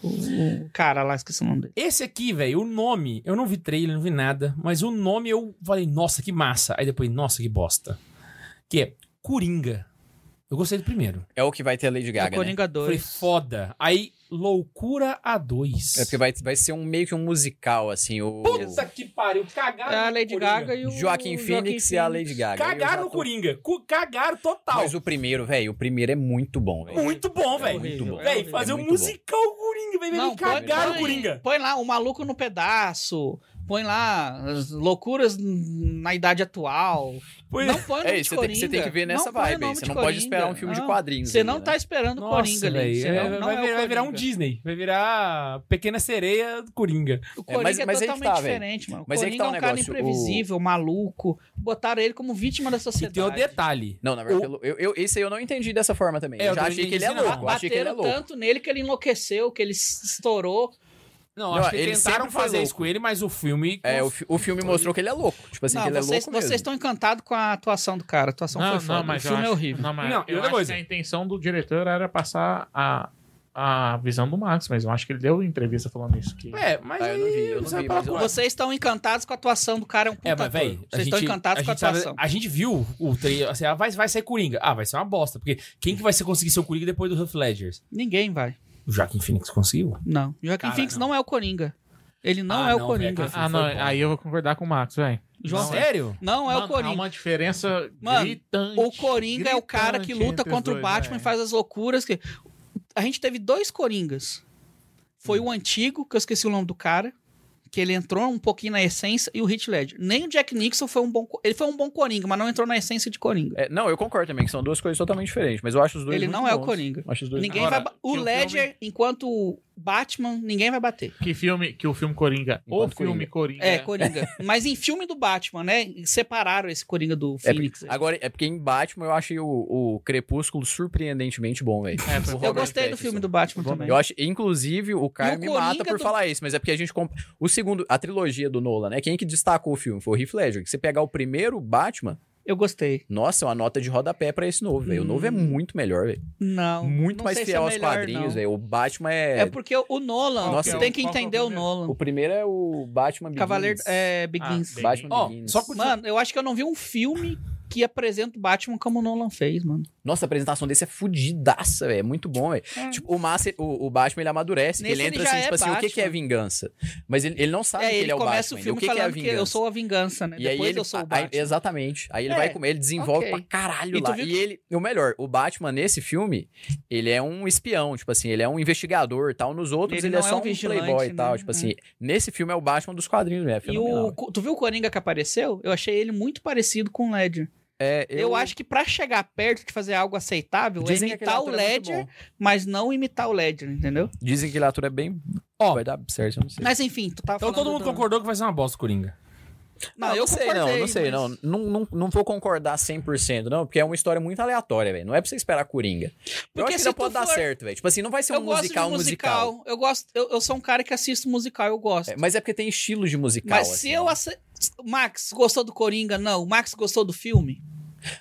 Speaker 2: o cara lá, esqueci o nome dele.
Speaker 1: Esse aqui, velho, o nome, eu não vi trailer, não vi nada, mas o nome eu falei, nossa, que massa. Aí depois, nossa, que bosta. Que é Coringa. Eu gostei do primeiro.
Speaker 3: É o que vai ter a Lady
Speaker 2: o
Speaker 3: Gaga, né?
Speaker 2: Coringa
Speaker 1: Foi
Speaker 2: 2.
Speaker 1: foda. Aí, Loucura
Speaker 3: É porque
Speaker 1: A2.
Speaker 3: vai, vai ser um, meio que um musical, assim. O
Speaker 1: Puta que pariu, cagaram
Speaker 2: É a
Speaker 1: no
Speaker 2: Lady
Speaker 1: Coringa.
Speaker 2: Gaga e o
Speaker 3: Joaquim Phoenix e a Lady Gaga. Eu já
Speaker 1: Cagaram no
Speaker 3: tô-
Speaker 1: Coringa. Cu- Cagaram total.
Speaker 3: Mas o primeiro, velho, o primeiro é muito bom, velho.
Speaker 1: Muito bom,
Speaker 3: É
Speaker 1: velho.
Speaker 3: muito bom.
Speaker 1: Véi,
Speaker 2: É
Speaker 1: fazer um
Speaker 3: muito
Speaker 1: musical Coringa, velho.
Speaker 2: Não,
Speaker 1: Cagaram o
Speaker 2: põe-
Speaker 1: Coringa.
Speaker 2: Põe lá o maluco no pedaço. Põe lá as loucuras na idade atual.
Speaker 1: Pois-
Speaker 2: Não põe o nome
Speaker 3: É
Speaker 2: de
Speaker 3: isso, você tem, você tem que
Speaker 2: Coringa.
Speaker 3: ver nessa
Speaker 2: põe o
Speaker 3: vibe aí.
Speaker 2: nome
Speaker 3: Você
Speaker 2: de
Speaker 3: não pode
Speaker 2: Coringa.
Speaker 3: esperar um filme de
Speaker 2: Não.
Speaker 3: quadrinhos.
Speaker 2: Você
Speaker 3: ali,
Speaker 2: não
Speaker 3: né?
Speaker 2: tá esperando o Coringa
Speaker 1: Nossa,
Speaker 2: ali.
Speaker 1: velho.
Speaker 2: Você não-
Speaker 1: é,
Speaker 2: não
Speaker 1: vai,
Speaker 2: é o
Speaker 1: vir- vai virar um
Speaker 2: Coringa.
Speaker 1: Disney. Vai virar Pequena Sereia do Coringa.
Speaker 2: O
Speaker 3: É, mas-
Speaker 2: Coringa é,
Speaker 3: mas aí que
Speaker 2: totalmente
Speaker 3: tá, velho.
Speaker 2: diferente, mano. O
Speaker 3: Mas aí que
Speaker 2: Coringa é
Speaker 3: tá o
Speaker 2: um cara
Speaker 3: negócio, o-
Speaker 2: imprevisível, maluco. Botaram ele como vítima da
Speaker 1: E
Speaker 3: um
Speaker 1: tem o
Speaker 2: sociedade.
Speaker 1: detalhe.
Speaker 3: Não, na verdade, pelo- eu, eu- esse aí eu não entendi dessa forma também.
Speaker 1: É,
Speaker 3: eu
Speaker 1: eu
Speaker 3: já
Speaker 1: também
Speaker 3: achei
Speaker 1: não
Speaker 3: que ele é
Speaker 1: entendi, não.
Speaker 3: louco. Eu achei que ele é
Speaker 2: Bateram
Speaker 3: louco.
Speaker 2: tanto nele que ele enlouqueceu, que ele se estourou.
Speaker 3: Tipo
Speaker 1: Não,
Speaker 3: Não,
Speaker 1: acho que
Speaker 3: ele
Speaker 1: tentaram
Speaker 3: sempre foi
Speaker 1: fazer
Speaker 3: louco.
Speaker 1: isso com ele, mas o filme.
Speaker 3: É, o, fi- o filme mostrou que ele é louco. Tipo assim,
Speaker 2: não,
Speaker 3: que ele é
Speaker 2: vocês,
Speaker 3: louco
Speaker 2: vocês
Speaker 3: mesmo.
Speaker 2: estão encantados com a atuação do cara. A atuação foi foda. o
Speaker 4: eu
Speaker 2: filme é
Speaker 4: acho-
Speaker 2: horrível.
Speaker 4: Não, mas
Speaker 1: Não, e
Speaker 4: eu
Speaker 1: outra
Speaker 4: acho
Speaker 1: coisa.
Speaker 4: que a intenção do diretor era passar a, a visão do Max, mas eu acho que ele deu entrevista falando isso. Que...
Speaker 1: É, mas
Speaker 3: Ah, eu não vi, eu não
Speaker 1: você
Speaker 3: vi,
Speaker 1: vai
Speaker 3: mas
Speaker 1: pra-
Speaker 3: eu-
Speaker 2: Vocês estão encantados com a atuação do cara, é um puta
Speaker 1: É, mas,
Speaker 2: ator.
Speaker 1: véi, a
Speaker 2: Vocês estão
Speaker 1: gente-
Speaker 2: encantados com a
Speaker 1: gente tava-
Speaker 2: atuação.
Speaker 1: a gente viu o trailer, assim, ah, vai, vai sair Coringa. Ah, vai ser uma bosta, porque quem que vai ser- conseguir ser o Coringa depois do Heath Ledger?
Speaker 2: Ninguém vai.
Speaker 1: O Joaquin Phoenix conseguiu?
Speaker 2: Não. Joaquim
Speaker 1: Cara,
Speaker 2: Phoenix
Speaker 1: não.
Speaker 2: não. é o Coringa. Ele não
Speaker 1: Ah,
Speaker 2: é o
Speaker 1: não,
Speaker 2: Coringa.
Speaker 1: velho,
Speaker 4: Ah,
Speaker 1: foi
Speaker 4: não,
Speaker 1: bom.
Speaker 4: aí eu vou concordar com o Max, velho.
Speaker 2: João,
Speaker 4: Não, é.
Speaker 1: Sério?
Speaker 2: Não é o
Speaker 4: Mano, Há
Speaker 2: Coringa.
Speaker 4: uma diferença
Speaker 2: Mano,
Speaker 4: gritante.
Speaker 2: O Coringa é o cara que
Speaker 4: gritante
Speaker 2: luta
Speaker 4: entre os
Speaker 2: contra o
Speaker 4: dois, é.
Speaker 2: Batman
Speaker 4: velho.
Speaker 2: e faz as loucuras. Que... A gente teve dois Coringas. Foi
Speaker 1: Hum.
Speaker 2: o antigo, que eu esqueci o nome do cara, que ele entrou um pouquinho na essência, e o Heath Ledger. Nem o Jack Nixon foi um bom... co- Ele foi um bom Coringa, mas não entrou na essência de Coringa.
Speaker 3: É, não, eu concordo também, que são duas coisas totalmente diferentes. Mas eu acho os dois
Speaker 2: Ele
Speaker 3: muito
Speaker 2: não é o
Speaker 3: bons.
Speaker 2: Coringa.
Speaker 3: Acho os dois
Speaker 2: Ninguém
Speaker 4: Agora,
Speaker 2: vai... ba- O
Speaker 4: que o
Speaker 2: Ledger, enquanto o Batman, ninguém vai bater.
Speaker 4: Que, filme, que o filme Coringa. o
Speaker 3: Enquanto
Speaker 4: filme Coringa.
Speaker 2: É, Coringa. Mas em filme do Batman, né? Separaram esse Coringa do
Speaker 3: É,
Speaker 2: Phoenix.
Speaker 3: Agora, é porque em Batman eu achei o, o Crepúsculo surpreendentemente bom, velho.
Speaker 4: É, foi
Speaker 3: Eu
Speaker 4: bom.
Speaker 2: eu
Speaker 3: Robert
Speaker 2: gostei do
Speaker 3: Pattinson.
Speaker 2: filme do Batman também.
Speaker 3: Eu acho, inclusive, o Caio
Speaker 2: o
Speaker 3: me
Speaker 2: Coringa
Speaker 3: mata por
Speaker 2: do-
Speaker 3: falar isso, mas é porque a gente. comp- O segundo, a trilogia do Nolan, né? Quem que destacou o filme? Foi o Heath Ledger. Que você pegar o primeiro Batman,
Speaker 2: Eu gostei.
Speaker 3: nossa, é uma nota de rodapé pra esse novo, velho. O novo é
Speaker 1: Hum.
Speaker 3: muito melhor, velho.
Speaker 2: Não.
Speaker 3: Muito
Speaker 2: não
Speaker 3: mais
Speaker 2: sei se
Speaker 3: fiel
Speaker 2: é
Speaker 3: aos
Speaker 2: melhor,
Speaker 3: quadrinhos,
Speaker 2: não.
Speaker 3: velho. O Batman
Speaker 2: É.
Speaker 3: é.
Speaker 2: porque o Nolan,
Speaker 3: Nossa,
Speaker 2: você tem que
Speaker 4: qual que é o
Speaker 2: entender o
Speaker 4: primeiro?
Speaker 2: Nolan.
Speaker 3: O primeiro é o Batman Begins.
Speaker 2: Cavaleiro é, Begins.
Speaker 4: Ah,
Speaker 3: Batman
Speaker 1: Ó,
Speaker 3: Begins.
Speaker 1: só com-
Speaker 2: Mano, eu acho que eu não vi um filme que apresenta o Batman como o Nolan fez, mano.
Speaker 3: Nossa, a apresentação desse é fudidaça, velho. É muito bom, velho.
Speaker 2: É.
Speaker 3: Tipo, o, Master, o, o Batman, ele amadurece.
Speaker 2: Nesse
Speaker 3: ele entra
Speaker 2: ele já
Speaker 3: assim,
Speaker 2: é
Speaker 3: tipo assim, o que, que é
Speaker 2: Batman.
Speaker 3: vingança? Mas ele, ele não sabe
Speaker 2: É,
Speaker 3: que
Speaker 2: ele,
Speaker 3: ele, é o
Speaker 2: começa
Speaker 3: Batman.
Speaker 2: o filme
Speaker 3: o que, que é
Speaker 2: falando que
Speaker 3: vingança?
Speaker 2: eu sou a vingança, né?
Speaker 3: E aí
Speaker 2: Depois
Speaker 3: ele,
Speaker 2: eu sou o
Speaker 3: aí-
Speaker 2: Batman.
Speaker 3: exatamente. Aí ele
Speaker 2: É,
Speaker 3: vai comer, ele desenvolve
Speaker 2: ok.
Speaker 3: pra caralho
Speaker 2: E tu
Speaker 3: lá.
Speaker 2: viu
Speaker 3: E ele, e o melhor, o Batman nesse filme, ele é um espião, tipo assim, ele é um investigador e tal. Nos outros
Speaker 2: Ele
Speaker 3: ele,
Speaker 2: não
Speaker 3: é
Speaker 2: é
Speaker 3: só
Speaker 2: um
Speaker 3: um,
Speaker 2: vigilante,
Speaker 3: playboy e tal,
Speaker 2: né?
Speaker 3: tipo
Speaker 2: É.
Speaker 3: assim. Nesse filme é o Batman dos quadrinhos, né? É
Speaker 2: E
Speaker 3: fenomenal.
Speaker 2: o, tu viu o Coringa que apareceu? Eu achei ele muito parecido com o Ledger.
Speaker 3: É,
Speaker 2: Eu, acho que pra chegar perto de fazer algo aceitável
Speaker 3: Dizem
Speaker 2: é
Speaker 3: que aquele
Speaker 2: imitar o
Speaker 3: ator é muito
Speaker 2: Ledger,
Speaker 3: bom.
Speaker 2: mas não imitar o Ledger, entendeu?
Speaker 3: Dizem que aquele ator é bem.
Speaker 1: Ó.
Speaker 3: vai dar certo, eu não sei.
Speaker 2: Mas enfim, tu tava
Speaker 1: Então
Speaker 2: falando
Speaker 1: todo mundo
Speaker 2: do-
Speaker 1: concordou que vai ser uma bosta o Coringa.
Speaker 2: Não, eu
Speaker 3: sei, não,
Speaker 2: concordei,
Speaker 3: não sei,
Speaker 2: mas-
Speaker 3: não. não. Não não vou concordar 100%, não, porque é uma história muito aleatória, velho. Não é pra você esperar Coringa. eu
Speaker 2: Porque
Speaker 3: acho que
Speaker 2: se
Speaker 3: não
Speaker 2: tu
Speaker 3: pode dar
Speaker 2: for-
Speaker 3: certo, velho. Tipo assim, não vai ser um
Speaker 2: eu gosto
Speaker 3: musical,
Speaker 2: de
Speaker 3: um musical.
Speaker 2: musical. Eu gosto, eu, eu sou um cara que assisto musical, eu gosto.
Speaker 3: É, mas é porque tem estilos de musical.
Speaker 2: mas
Speaker 3: assim,
Speaker 2: se eu
Speaker 3: né?
Speaker 2: ace... Max gostou do Coringa? Não. Max gostou do filme?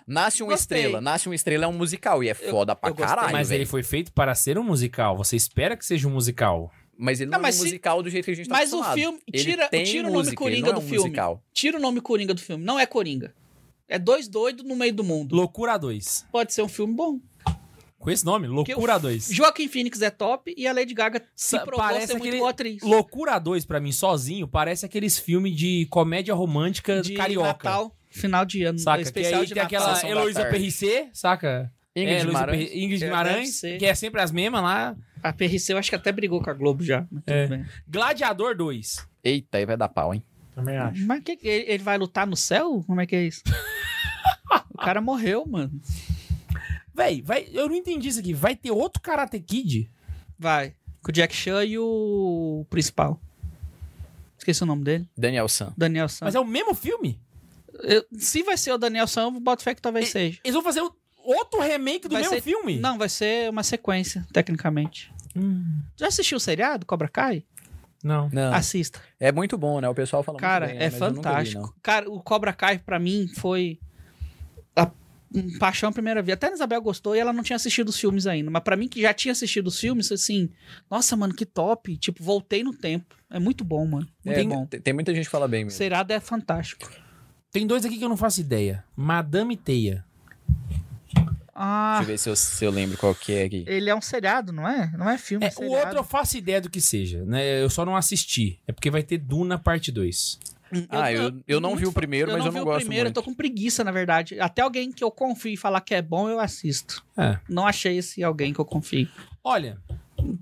Speaker 3: Nasce uma
Speaker 2: Gostei.
Speaker 3: estrela. Nasce uma estrela é um musical e é foda pra
Speaker 2: eu gostei.
Speaker 3: caralho.
Speaker 1: mas
Speaker 3: velho.
Speaker 1: ele foi feito para ser um musical. Você espera que seja um musical.
Speaker 3: mas ele
Speaker 2: Não,
Speaker 3: não,
Speaker 2: mas
Speaker 3: é
Speaker 2: se-
Speaker 3: um musical do jeito que a gente tá
Speaker 2: mas o
Speaker 3: acostumado.
Speaker 2: filme.
Speaker 3: Ele
Speaker 2: Tira,
Speaker 3: tem
Speaker 2: tira o nome
Speaker 3: música, ele
Speaker 2: Coringa
Speaker 3: não
Speaker 2: do
Speaker 3: é um
Speaker 2: filme.
Speaker 3: musical.
Speaker 2: Tira o nome Coringa do filme. Não é Coringa. É dois doidos no meio do mundo.
Speaker 1: Loucura 2.
Speaker 2: Pode ser um filme bom.
Speaker 1: Com esse nome,
Speaker 2: eu-
Speaker 1: Loucura 2.
Speaker 2: Joaquim Phoenix é top e a Lady Gaga se
Speaker 1: Sa-
Speaker 2: provou
Speaker 1: parece
Speaker 2: ser muito
Speaker 1: aquele-
Speaker 2: boa atriz.
Speaker 1: Loucura 2, pra mim, sozinho, parece aqueles filmes de comédia romântica
Speaker 2: de
Speaker 1: carioca.
Speaker 2: Natal, final de ano,
Speaker 1: Saca? Que
Speaker 2: especial
Speaker 1: aí
Speaker 2: de
Speaker 1: tem
Speaker 2: Natal.
Speaker 1: aquela
Speaker 3: Sessão da
Speaker 1: Heloísa
Speaker 3: tarde.
Speaker 1: PRC, saca?
Speaker 3: Ingrid
Speaker 1: é, Heloísa
Speaker 3: Guimarães.
Speaker 1: Perri- Ingrid
Speaker 2: É, deve
Speaker 1: Guimarães,
Speaker 2: ser.
Speaker 1: que é sempre as mesmas lá.
Speaker 2: A PRC eu acho que até brigou com a Globo já. Mas, tudo
Speaker 1: É.
Speaker 2: bem.
Speaker 1: Gladiador 2.
Speaker 3: Eita, aí vai dar pau, hein?
Speaker 4: Também acho.
Speaker 2: Mas que, que- ele, ele vai lutar no céu? Como é que é isso? o cara morreu, mano.
Speaker 1: Véi, vai, eu não entendi isso aqui. Vai ter outro Karate Kid?
Speaker 2: Vai. Com o Jack Chan e o principal. Esqueci o nome dele.
Speaker 3: Daniel San.
Speaker 2: Daniel Sam.
Speaker 1: Mas é o mesmo filme?
Speaker 2: Eu- se vai ser o Daniel Sam, eu boto fé que talvez
Speaker 1: E-
Speaker 2: seja.
Speaker 1: Eles vão fazer o- outro remake do
Speaker 2: Vai
Speaker 1: mesmo
Speaker 2: ser-
Speaker 1: filme?
Speaker 2: Não, vai ser uma sequência, tecnicamente.
Speaker 1: Hum,
Speaker 2: Já assistiu o seriado Cobra Kai?
Speaker 1: não.
Speaker 3: Não.
Speaker 2: Assista.
Speaker 3: É muito bom, né? O pessoal fala
Speaker 2: Cara,
Speaker 3: muito bem, né?
Speaker 2: é
Speaker 3: Mas eu nunca vi,
Speaker 2: fantástico.
Speaker 3: não.
Speaker 2: Cara, o Cobra Kai pra mim foi a um paixão à primeira vista. Até a Isabel gostou e ela não tinha assistido os filmes ainda, mas pra mim que já tinha assistido os filmes, foi assim, nossa, mano, que top, tipo, voltei no tempo. É muito bom, mano. Muito
Speaker 3: É,
Speaker 2: bom.
Speaker 3: tem, tem muita gente que fala bem mesmo.
Speaker 2: Serado é fantástico.
Speaker 1: Tem dois aqui que eu não faço ideia. Madame Teia.
Speaker 2: Ah,
Speaker 3: Deixa eu ver se eu, se eu lembro qual que é aqui.
Speaker 2: ele é um seriado, não é? Não é filme,
Speaker 1: É,
Speaker 2: é,
Speaker 1: o
Speaker 2: seriado.
Speaker 1: outro eu faço ideia do que seja, né? Eu só não assisti. É porque vai ter Duna parte 2.
Speaker 2: um- Eu-
Speaker 3: Ah, eu, eu não vi o primeiro, mas eu
Speaker 2: vi
Speaker 3: não
Speaker 2: o
Speaker 3: gosto
Speaker 2: primeiro, eu
Speaker 3: muito.
Speaker 2: tô com preguiça, na verdade. Até alguém que eu confio e falar que é bom, eu assisto.
Speaker 1: É.
Speaker 2: Não achei esse alguém que eu confio.
Speaker 1: Olha,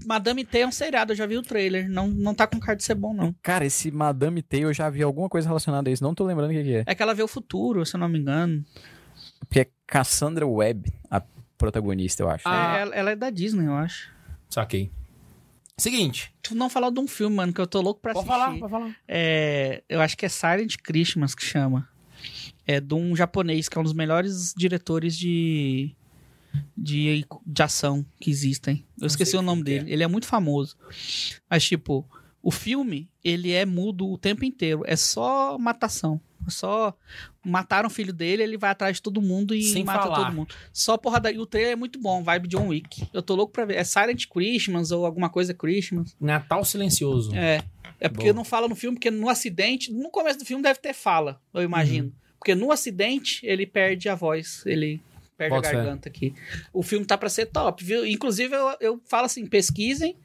Speaker 2: Madame T é um seriado, eu já vi o trailer. Não, não tá com cara de ser bom, não.
Speaker 3: Cara, esse Madame Tay, eu já vi alguma coisa relacionada a isso. Não tô lembrando o que, que é.
Speaker 2: É que ela vê o futuro, se eu não me engano.
Speaker 3: Porque é Cassandra Webb, a protagonista, eu acho.
Speaker 1: Ah.
Speaker 2: É, ela, ela é da Disney, eu acho.
Speaker 1: saquei. Seguinte,
Speaker 2: Tu não falou de um filme, mano, que eu tô louco pra
Speaker 1: pode
Speaker 2: assistir.
Speaker 1: falar, pode falar.
Speaker 2: É, eu acho que é Silent Christmas que chama. É de um japonês, que é um dos melhores diretores de. De, de ação que existem. Eu esqueci
Speaker 3: sei
Speaker 2: o nome
Speaker 3: quem que
Speaker 2: dele. Ele é muito famoso. Mas, tipo, o filme, ele é mudo o tempo inteiro. É só matação. É só mataram o filho dele, ele vai atrás de todo mundo e
Speaker 1: Sem
Speaker 2: mata
Speaker 1: falar.
Speaker 2: todo mundo. Só porrada. E o trailer é muito bom, vibe John Wick. Eu tô louco pra ver. É Silent Christmas ou alguma coisa Christmas.
Speaker 1: Natal Silencioso.
Speaker 2: É. É porque
Speaker 1: Boa.
Speaker 2: não fala no filme, porque no acidente, no começo do filme deve ter fala, eu imagino.
Speaker 3: Uhum.
Speaker 2: Porque no acidente ele perde a voz, ele perde
Speaker 1: Bota
Speaker 2: a
Speaker 1: fé.
Speaker 2: garganta aqui. O filme tá pra ser top, viu? Inclusive eu, eu falo assim, pesquisem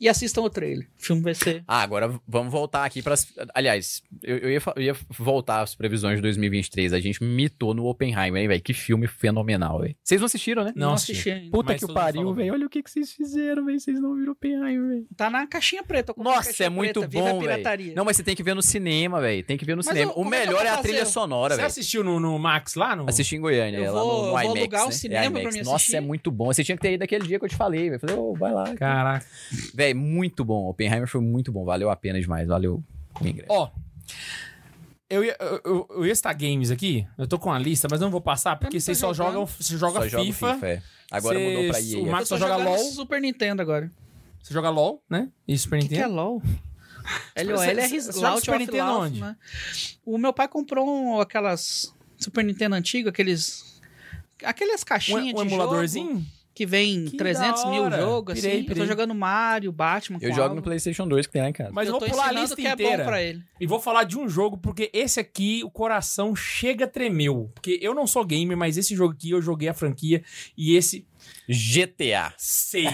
Speaker 2: e assistam o trailer. O filme vai ser
Speaker 3: Ah, agora v- vamos voltar aqui para Aliás, eu, eu ia, fa- eu ia voltar às previsões de 2023. A gente mitou no Oppenheimer, hein, velho? Que filme fenomenal, velho. Vocês não assistiram, né?
Speaker 1: Não assisti.
Speaker 2: ainda.
Speaker 1: Puta Mas que o todo mundo pariu, falou. velho.
Speaker 3: Olha o que, vocês fizeram, velho. Vocês não viram Oppenheimer, velho.
Speaker 2: Tá na caixinha preta. eu comprei a
Speaker 3: Nossa,
Speaker 2: caixinha
Speaker 3: é muito
Speaker 2: preta, viva a
Speaker 3: bom,
Speaker 2: pirataria.
Speaker 3: velho. Não, mas você tem que ver no cinema, velho. Tem que ver no
Speaker 2: Mas
Speaker 3: cinema.
Speaker 2: eu-
Speaker 3: o
Speaker 2: como é que eu
Speaker 3: melhor
Speaker 2: vou
Speaker 3: é a trilha
Speaker 2: fazer?
Speaker 3: sonora,
Speaker 1: Você
Speaker 3: velho.
Speaker 1: assistiu no, no Max lá? No...
Speaker 3: Assisti em Goiânia,
Speaker 2: Hum. Eu
Speaker 3: lá
Speaker 2: vou-
Speaker 3: no,
Speaker 2: eu
Speaker 3: no
Speaker 2: vou
Speaker 3: IMAX,
Speaker 2: alugar um
Speaker 3: né? É
Speaker 2: cinema pra
Speaker 3: IMAX.
Speaker 2: mim
Speaker 3: Nossa,
Speaker 2: assistir.
Speaker 3: é muito bom. Você tinha que ter ido aquele dia que eu te falei, velho. Falei, ô, vai lá.
Speaker 1: Caraca.
Speaker 3: Velho, muito bom. Oppenheimer foi muito bom. Valeu a pena demais. Valeu o ingresso.
Speaker 1: Ó. Eu ia, eu, eu, eu ia estar games aqui, eu tô com a lista, mas não vou passar, porque
Speaker 2: Eu não tô
Speaker 1: vocês só
Speaker 2: jogando.
Speaker 1: jogam, você joga
Speaker 3: Só jogo
Speaker 1: FIFA,
Speaker 3: é. Agora
Speaker 1: Cês-
Speaker 3: mudou pra
Speaker 1: o
Speaker 3: EA.
Speaker 1: Max
Speaker 2: Eu tô
Speaker 1: só joga
Speaker 2: jogando
Speaker 1: LOL.
Speaker 2: Super Nintendo agora.
Speaker 1: você joga LOL, né? E Super
Speaker 2: O que, que é
Speaker 1: Nintendo.
Speaker 2: LOL? LOL
Speaker 1: Você-
Speaker 2: é
Speaker 1: você joga
Speaker 2: Loud
Speaker 1: Super
Speaker 2: of
Speaker 1: Nintendo
Speaker 2: Love,
Speaker 1: onde?
Speaker 2: né? O meu pai comprou um- aquelas Super Nintendo antiga, aqueles... Aquelas
Speaker 1: Um,
Speaker 2: caixinhas
Speaker 1: um
Speaker 2: de jogo.
Speaker 1: emuladorzinho?
Speaker 2: que vem
Speaker 1: Que
Speaker 2: 300
Speaker 1: da
Speaker 2: mil
Speaker 1: hora.
Speaker 2: jogos,
Speaker 1: Pirei,
Speaker 2: assim. Eu tô
Speaker 1: pirei.
Speaker 2: jogando Mario, Batman.
Speaker 3: Eu
Speaker 2: com
Speaker 3: jogo
Speaker 2: Alan.
Speaker 3: no PlayStation 2 que tem lá em casa.
Speaker 1: Mas eu
Speaker 2: tô
Speaker 1: vou pular a
Speaker 2: ensinando
Speaker 1: lista
Speaker 2: o que é
Speaker 1: inteira.
Speaker 2: bom pra ele.
Speaker 1: E vou falar de um jogo, porque esse aqui, o coração chega tremeu. Porque eu não sou gamer, mas esse jogo aqui eu joguei a franquia e esse
Speaker 3: GTA.
Speaker 1: 6.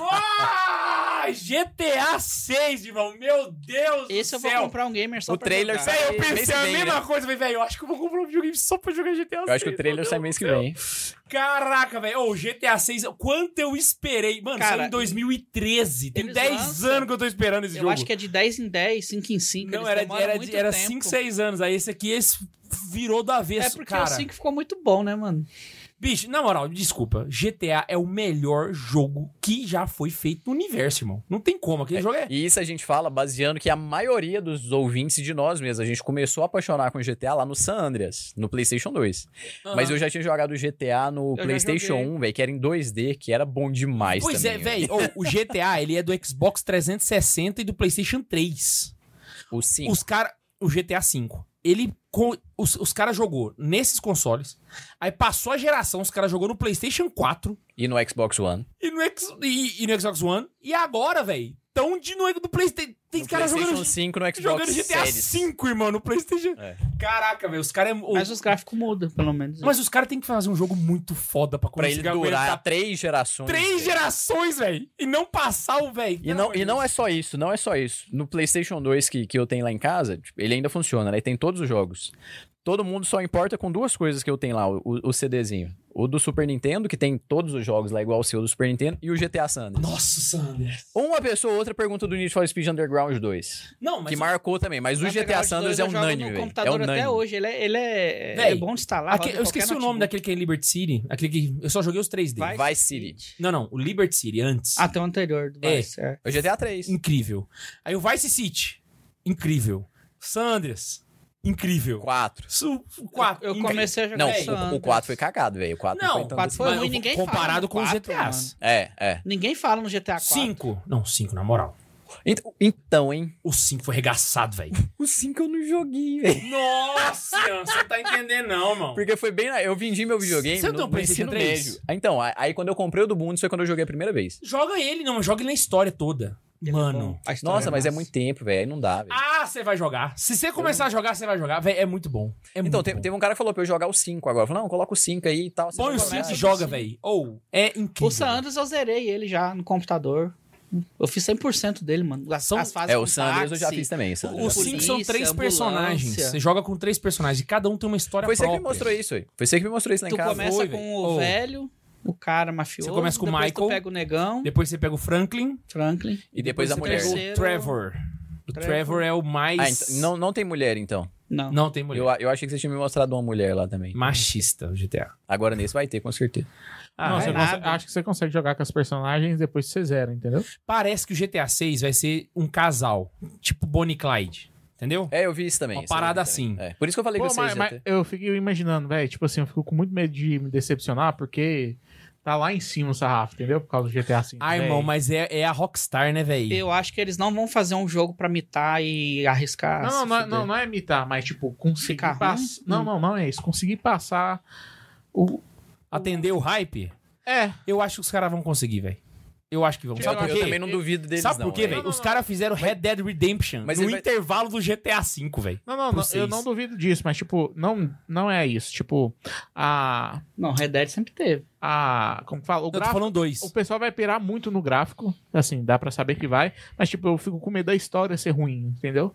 Speaker 1: Ah, GTA 6, irmão. Meu Deus
Speaker 2: Esse eu
Speaker 1: do
Speaker 2: vou
Speaker 1: céu.
Speaker 2: comprar um gamer só
Speaker 3: O
Speaker 2: pra
Speaker 3: trailer
Speaker 2: jogar.
Speaker 3: sai-
Speaker 1: Véi, eu
Speaker 3: Mês
Speaker 1: pensei
Speaker 3: que
Speaker 1: a
Speaker 3: vem,
Speaker 1: mesma
Speaker 3: né?
Speaker 1: coisa, velho. Véi, eu acho que eu vou comprar um videogame só pra jogar GTA 6.
Speaker 3: Eu acho que o trailer sai mês que vem.
Speaker 1: Caraca, velho. Ô, GTA 6, quanto eu esperei. Mano,
Speaker 2: Cara,
Speaker 1: saiu em 2013. Tem
Speaker 2: eles
Speaker 1: 10
Speaker 2: lançam-
Speaker 1: anos que eu tô esperando esse
Speaker 2: Eu
Speaker 1: jogo.
Speaker 2: acho que é de 10 em 10, 5 em 5.
Speaker 1: Não,
Speaker 2: eles
Speaker 1: era,
Speaker 2: demoram
Speaker 1: era,
Speaker 2: muito
Speaker 1: era
Speaker 2: tempo.
Speaker 1: 5, 6 anos. Aí esse aqui esse virou do
Speaker 2: É
Speaker 1: avesso,
Speaker 2: porque
Speaker 1: cara.
Speaker 2: o 5 ficou muito bom, né, mano?
Speaker 1: Bicho, na moral, desculpa. GTA é o melhor jogo que já foi feito no universo, irmão. Não tem como. Aquele jogo é...
Speaker 3: E isso a gente fala baseando que a maioria dos ouvintes de nós mesmos, a gente começou a apaixonar com GTA lá no San Andreas, no PlayStation 2. Mas eu já tinha jogado GTA no
Speaker 2: já
Speaker 3: PlayStation
Speaker 2: joguei.
Speaker 3: 1, velho, que era em 2D, que era bom demais
Speaker 1: Pois
Speaker 3: também. né?
Speaker 1: é, velho. Ô, o GTA, ele é do Xbox 360 e do PlayStation 3.
Speaker 3: O 5.
Speaker 1: Os caras. O GTA V. Ele. co- Os, os caras jogou nesses consoles. Aí passou a geração, os caras jogou no PlayStation 4
Speaker 3: E no Xbox One.
Speaker 1: e no, X- e- e no Xbox One. E agora, velho. Tão de novo do PlayStation. Tem
Speaker 3: No
Speaker 1: cara
Speaker 3: PlayStation
Speaker 1: jogando.
Speaker 3: 5 no Xbox
Speaker 1: Jogando GTA
Speaker 3: Series.
Speaker 1: V, irmão, no PlayStation.
Speaker 3: É.
Speaker 1: Caraca, velho, os caras. É...
Speaker 2: Mas
Speaker 1: Mas,
Speaker 2: os gráficos mudam, pelo menos.
Speaker 1: os caras têm que fazer um jogo muito foda pra
Speaker 3: Pra
Speaker 1: conseguir
Speaker 3: ele durar
Speaker 1: aguentar
Speaker 3: três gerações.
Speaker 1: três
Speaker 3: velho.
Speaker 1: gerações, velho. E não passar o velho.
Speaker 3: E não, e não é só isso, não é só isso. No PlayStation 2 que, que eu tenho lá em casa, tipo, ele ainda funciona, né? Tem todos os jogos. Todo mundo só importa com duas coisas que eu tenho lá, o, o CDzinho. O do Super Nintendo, que tem todos os jogos lá igual o seu do Super Nintendo, e o GTA Sanders.
Speaker 1: Nossa, Sanders.
Speaker 3: Uma pessoa ou outra pergunta do Need for Speed Underground 2,
Speaker 1: Não, mas.
Speaker 3: que marcou também, mas o GTA Sanders é unânime,
Speaker 2: no
Speaker 3: velho. É
Speaker 2: computador
Speaker 3: unânime.
Speaker 2: até hoje. Ele é, ele é,
Speaker 1: Véi,
Speaker 2: é bom de instalar.
Speaker 1: Aquele-
Speaker 2: roda em
Speaker 1: eu esqueci
Speaker 2: qualquer
Speaker 1: o nome
Speaker 2: notebook.
Speaker 1: daquele que é em Liberty City. Aquele que eu só joguei os três dele.
Speaker 2: Vai-
Speaker 3: Vice City.
Speaker 1: Não, não. O Liberty City antes.
Speaker 2: Ah, tem o anterior do
Speaker 1: É.
Speaker 2: Vice, é.
Speaker 3: É o GTA 3.
Speaker 1: Então, Incrível. Aí o Vice City. Incrível. Sanders. Incrível.
Speaker 3: 4.
Speaker 1: Su- o quatro.
Speaker 2: Eu, eu
Speaker 1: incrível.
Speaker 2: comecei a jogar
Speaker 3: Não,
Speaker 1: Véi,
Speaker 2: San
Speaker 3: o, o
Speaker 2: Andreas.
Speaker 3: 4 foi cagado, velho. O 4
Speaker 1: Tá né? Não,
Speaker 3: foi tanto
Speaker 1: o
Speaker 2: quatro
Speaker 3: assim.
Speaker 2: foi
Speaker 1: Mas
Speaker 2: ruim, ninguém fala
Speaker 1: Comparado
Speaker 2: do
Speaker 1: com os
Speaker 2: quatro, Tá,
Speaker 1: GTAs.
Speaker 3: É, é.
Speaker 2: Ninguém fala no GTA 4.
Speaker 1: Cinco. Não, cinco, na moral.
Speaker 3: Ent- Então, hein?
Speaker 1: O cinco foi regaçado, velho.
Speaker 3: O 5 eu não joguei, velho.
Speaker 1: Nossa, você não tá entendendo, não, mano.
Speaker 3: Porque foi bem na... Eu vendi meu videogame
Speaker 1: Você
Speaker 3: no,
Speaker 1: não tem um
Speaker 3: no ensino
Speaker 1: PlayStation três?
Speaker 3: médio. Ah, Então, a- aí quando eu comprei o do Bundes foi quando eu joguei a primeira vez.
Speaker 1: Joga ele, não, mas joga ele na história toda.
Speaker 2: Ele é
Speaker 1: Mano.
Speaker 2: bom, a história
Speaker 3: Nossa, mas é
Speaker 2: massa.
Speaker 3: muito tempo, velho. Aí não dá, velho.
Speaker 1: Ah, você vai jogar. Se você começar a jogar, você vai jogar. Véi, é muito bom. É
Speaker 3: então,
Speaker 1: muito
Speaker 3: te-
Speaker 1: bom.
Speaker 3: teve um cara que falou pra eu jogar o 5 agora. Eu Falei, não, coloca o 5 aí e tal. você
Speaker 1: Põe o
Speaker 3: joga
Speaker 2: cinco
Speaker 3: mais.
Speaker 1: 5 e
Speaker 2: do
Speaker 1: joga,
Speaker 2: cinco.
Speaker 1: velho. Ou, é incrível.
Speaker 2: O San Andreas eu zerei ele já no computador. Eu fiz 100% dele, mano. As,
Speaker 1: São-
Speaker 2: as fases
Speaker 3: É,
Speaker 2: com
Speaker 3: o Sanders eu já
Speaker 2: táxi.
Speaker 3: fiz também. San Andreas
Speaker 1: Os
Speaker 3: eu já fiz
Speaker 1: cinco
Speaker 3: também.
Speaker 1: são
Speaker 2: Polícia,
Speaker 1: três
Speaker 2: ambulância.
Speaker 1: personagens. Você joga com três personagens e cada um tem uma história
Speaker 3: Foi você
Speaker 1: própria.
Speaker 3: que me mostrou isso, aí. Foi você que me mostrou isso lá em
Speaker 2: Tu
Speaker 3: casa.
Speaker 2: começa
Speaker 1: Foi,
Speaker 2: com
Speaker 1: velho.
Speaker 2: o
Speaker 1: Oh.
Speaker 2: velho, o cara mafioso.
Speaker 1: Você começa com o
Speaker 2: depois
Speaker 1: Michael.
Speaker 2: Tu pega o negão,
Speaker 1: Depois você pega o Franklin
Speaker 2: Franklin.
Speaker 3: E depois a
Speaker 1: você
Speaker 3: mulher.
Speaker 1: pega
Speaker 2: Terceiro-
Speaker 1: o Trevor. O Trevor, é o mais.
Speaker 3: Ah, então, não, não tem mulher, então.
Speaker 2: Não.
Speaker 1: Não tem mulher.
Speaker 3: Eu, eu achei que você tinha me mostrado uma mulher lá também.
Speaker 1: Machista o GTA.
Speaker 3: Agora nesse vai ter, com certeza.
Speaker 1: Ah,
Speaker 4: não,
Speaker 1: é
Speaker 4: você
Speaker 1: nada.
Speaker 4: consegue- acho que você consegue jogar com as personagens depois que você zera, entendeu?
Speaker 1: Parece que o GTA 6 vai ser um casal, tipo Bonnie e Clyde. Entendeu?
Speaker 3: É, eu vi isso também.
Speaker 1: Uma
Speaker 3: isso eu vi
Speaker 1: parada
Speaker 3: também.
Speaker 1: assim.
Speaker 3: É, Por isso que eu falei
Speaker 4: Pô,
Speaker 3: que vocês
Speaker 4: mas,
Speaker 3: ia
Speaker 4: mas
Speaker 3: ter.
Speaker 4: eu fico imaginando, velho, tipo assim, eu fico com muito medo de me decepcionar porque tá lá em cima o sarrafo, entendeu? Por causa do GTA V.
Speaker 1: Ah,
Speaker 4: véi.
Speaker 1: irmão, mas é, é a Rockstar, né, velho?
Speaker 2: Eu acho que eles não vão fazer um jogo pra mitar e arriscar.
Speaker 4: Não,
Speaker 2: se
Speaker 4: não,
Speaker 2: fuder.
Speaker 4: não, não é imitar, mas tipo, conseguir
Speaker 2: Ficar ruim?
Speaker 4: passar. Não, não, não é isso. Conseguir passar o.
Speaker 1: Atender o hype?
Speaker 4: É.
Speaker 1: Eu acho que os caras vão conseguir, velho. Eu acho que vão.
Speaker 4: Eu-
Speaker 1: Sabe
Speaker 3: Eu,
Speaker 1: por
Speaker 3: eu
Speaker 1: quê?
Speaker 3: também não duvido deles,
Speaker 1: Sabe por
Speaker 3: não, é.
Speaker 1: quê,
Speaker 3: velho.
Speaker 1: velho?
Speaker 4: Não,
Speaker 1: Os
Speaker 4: não,
Speaker 1: caras fizeram Red Dead Redemption
Speaker 3: Mas
Speaker 1: no
Speaker 3: ele vai-
Speaker 1: intervalo do GTA V, velho.
Speaker 4: Não, não,
Speaker 1: Pro
Speaker 4: não, eu
Speaker 1: seis.
Speaker 4: não duvido disso, mas tipo, não, não é isso. Tipo, a.
Speaker 2: Não, Red Dead sempre teve.
Speaker 4: a como que fala? O
Speaker 1: Eu tô
Speaker 4: gráfico.
Speaker 1: falando dois.
Speaker 4: O pessoal vai pirar muito no gráfico, assim, dá pra saber que vai, mas tipo, eu fico com medo da história ser ruim, entendeu?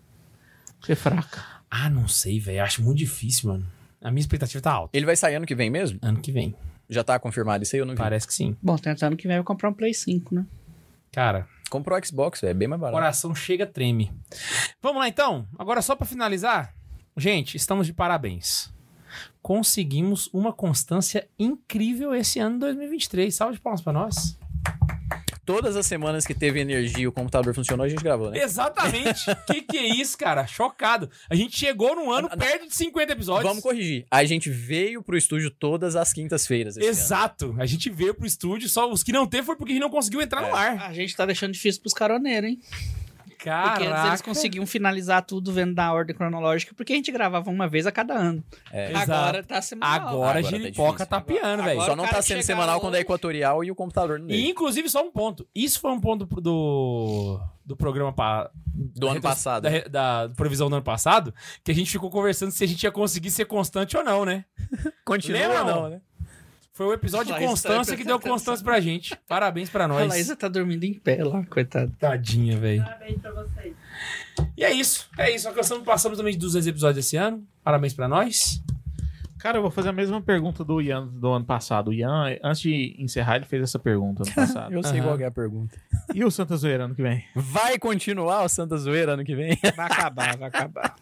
Speaker 4: Ser fraca.
Speaker 1: Ah, não sei, velho. Acho muito difícil, mano. A minha expectativa tá alta.
Speaker 3: Ele vai sair ano que vem mesmo?
Speaker 1: Ano que vem.
Speaker 3: Já tá confirmado isso aí, eu não vi.
Speaker 1: Parece que sim.
Speaker 2: Bom, tentando que vem eu comprar um Play 5, né?
Speaker 1: Cara,
Speaker 3: Comprou o Xbox, velho, é bem mais
Speaker 1: o
Speaker 3: barato.
Speaker 1: coração chega, treme. Vamos lá, então. Agora, só pra finalizar. Gente, estamos de parabéns. Conseguimos uma constância incrível esse ano 2023. Salve de palmas pra nós.
Speaker 3: Todas as semanas que teve energia e o computador funcionou, a gente gravou, né?
Speaker 1: Exatamente. que que é isso, cara? Chocado. A gente chegou num ano perto de 50 episódios.
Speaker 3: Vamos corrigir. A gente veio pro estúdio todas as quintas-feiras. esse ano.
Speaker 1: Exato. A gente veio pro estúdio, só os que não teve foi porque a gente não conseguiu entrar
Speaker 3: É.
Speaker 1: no ar.
Speaker 2: A gente tá deixando difícil pros caroneiros, hein?
Speaker 1: Caraca.
Speaker 2: Porque antes eles conseguiam finalizar tudo vendo na ordem cronológica, porque a gente gravava uma vez a cada ano.
Speaker 3: É.
Speaker 1: Exato.
Speaker 2: Agora tá semanal.
Speaker 1: Agora,
Speaker 3: Agora
Speaker 1: a
Speaker 3: tá
Speaker 1: Giripoca
Speaker 3: difícil.
Speaker 1: tá piando,
Speaker 2: Agora-
Speaker 1: velho.
Speaker 2: agora-
Speaker 3: Só não
Speaker 2: o cara
Speaker 3: tá sendo
Speaker 2: chega
Speaker 3: semanal quando é
Speaker 2: hoje-
Speaker 3: equatorial e o computador no
Speaker 1: E,
Speaker 3: meio.
Speaker 1: inclusive, só um ponto. Isso foi um ponto pro- do, do programa pa-
Speaker 3: Do
Speaker 1: da
Speaker 3: ano
Speaker 1: retro-
Speaker 3: passado.
Speaker 1: Da, re- da previsão do ano passado, que a gente ficou conversando se a gente ia conseguir ser constante ou não, né? Lembra,
Speaker 3: Continua
Speaker 1: não?
Speaker 3: não, né?
Speaker 1: Foi o episódio de
Speaker 2: Laís tá
Speaker 1: Constância que deu
Speaker 2: prestando
Speaker 1: Constância pra gente. Parabéns pra
Speaker 2: A
Speaker 1: nós.
Speaker 2: Laísa tá dormindo em pé lá, coitada.
Speaker 1: Tadinha, velho.
Speaker 5: Parabéns pra vocês.
Speaker 1: E é isso. É isso. Alcançamos, passamos também de 200 episódios esse ano. Parabéns pra nós.
Speaker 4: Cara, eu vou fazer a mesma pergunta do Ian do ano passado. O Ian, antes de encerrar, ele fez essa pergunta ano passado.
Speaker 3: Eu sei
Speaker 1: Aham.
Speaker 3: qual que é a pergunta.
Speaker 4: e o Santa Zoeira ano que vem?
Speaker 3: Vai continuar o Santa Zoeira ano que vem?
Speaker 2: Vai acabar, vai acabar.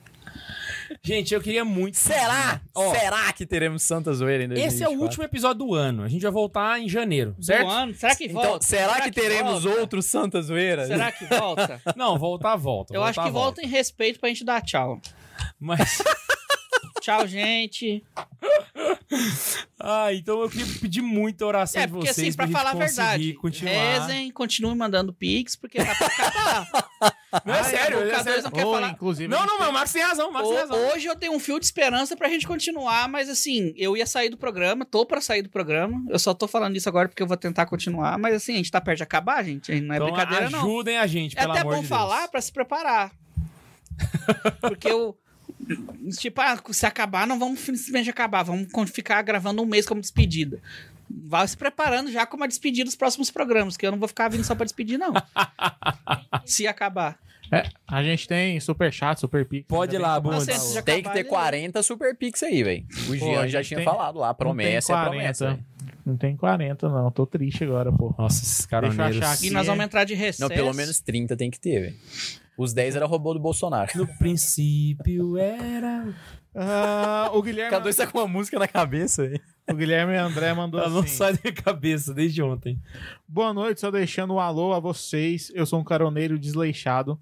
Speaker 1: Gente, eu queria muito.
Speaker 3: Será?
Speaker 1: Ó,
Speaker 3: Será que teremos Santa Zoeira em 2024?
Speaker 1: esse é o último episódio do ano. A gente vai voltar em janeiro,
Speaker 2: Certo?
Speaker 1: certo?
Speaker 2: Ano, será que
Speaker 3: Então,
Speaker 2: volta?
Speaker 3: será, que, teremos
Speaker 2: volta?
Speaker 3: outro Santa Zoeira?
Speaker 2: Será que volta?
Speaker 1: Não, voltar, volta.
Speaker 2: Eu
Speaker 1: voltar,
Speaker 2: acho que volta em respeito pra gente dar tchau.
Speaker 1: Mas.
Speaker 2: Tchau, gente.
Speaker 1: Ah, então eu queria pedir muita oração
Speaker 2: É,
Speaker 1: de
Speaker 2: porque
Speaker 1: vocês.
Speaker 2: assim, pra
Speaker 1: gente
Speaker 2: falar a
Speaker 1: conseguir
Speaker 2: verdade,
Speaker 1: Continuar.
Speaker 2: rezem, continuem mandando pix, porque tá dá pra acabar.
Speaker 1: Não, é
Speaker 2: Ai,
Speaker 1: sério,
Speaker 2: o
Speaker 1: é
Speaker 2: K2
Speaker 1: sério.
Speaker 2: não quer
Speaker 4: Ou,
Speaker 2: falar.
Speaker 4: inclusive,
Speaker 1: Não, não, mas o Marcos tem razão, o Marcos tem razão.
Speaker 2: Ho- Hoje eu tenho um fio de esperança pra gente continuar, mas assim, eu ia sair do programa, tô pra sair do programa. Eu só tô falando isso agora porque eu vou tentar continuar, mas assim, a gente tá perto de acabar, gente. Não é
Speaker 1: Então,
Speaker 2: brincadeira, não.
Speaker 1: ajudem a gente,
Speaker 2: É
Speaker 1: pelo
Speaker 2: até
Speaker 1: amor
Speaker 2: bom
Speaker 1: de Deus.
Speaker 2: falar pra se preparar. porque eu. Tipo, ah, se acabar, não vamos simplesmente acabar, vamos con- ficar gravando um mês como despedida. Vai se preparando já como a despedida dos próximos programas, que eu não vou ficar vindo só pra despedir, não. se acabar.
Speaker 4: É, a gente tem super chat, super pique.
Speaker 1: Pode ir lá,
Speaker 2: Não,
Speaker 1: Bundes.
Speaker 2: se antes de acabar,
Speaker 3: Tem que ter
Speaker 2: ele-
Speaker 3: 40 Super Pix aí, velho. O
Speaker 4: a
Speaker 3: Jean já
Speaker 4: gente
Speaker 3: tinha
Speaker 4: tem-
Speaker 3: falado lá, promessa é promessa. véi.
Speaker 4: Não tem 40, não. Tô triste agora, pô.
Speaker 1: Nossa, esses
Speaker 4: Deixa eu achar
Speaker 1: caroneiros.
Speaker 4: aqui.
Speaker 2: E nós vamos entrar de
Speaker 3: Não,
Speaker 2: recesso.
Speaker 3: pelo menos 30 tem que ter, velho. Os 10 era robô do Bolsonaro.
Speaker 1: No princípio era.
Speaker 4: Ah, o, Guilherme,
Speaker 3: K2 tá com uma música na cabeça, velho.
Speaker 4: o Guilherme André mandou
Speaker 1: Ela não
Speaker 4: assim.
Speaker 1: sai da minha cabeça desde ontem.
Speaker 4: Boa noite, só deixando um alô a vocês. Eu sou um caroneiro desleixado.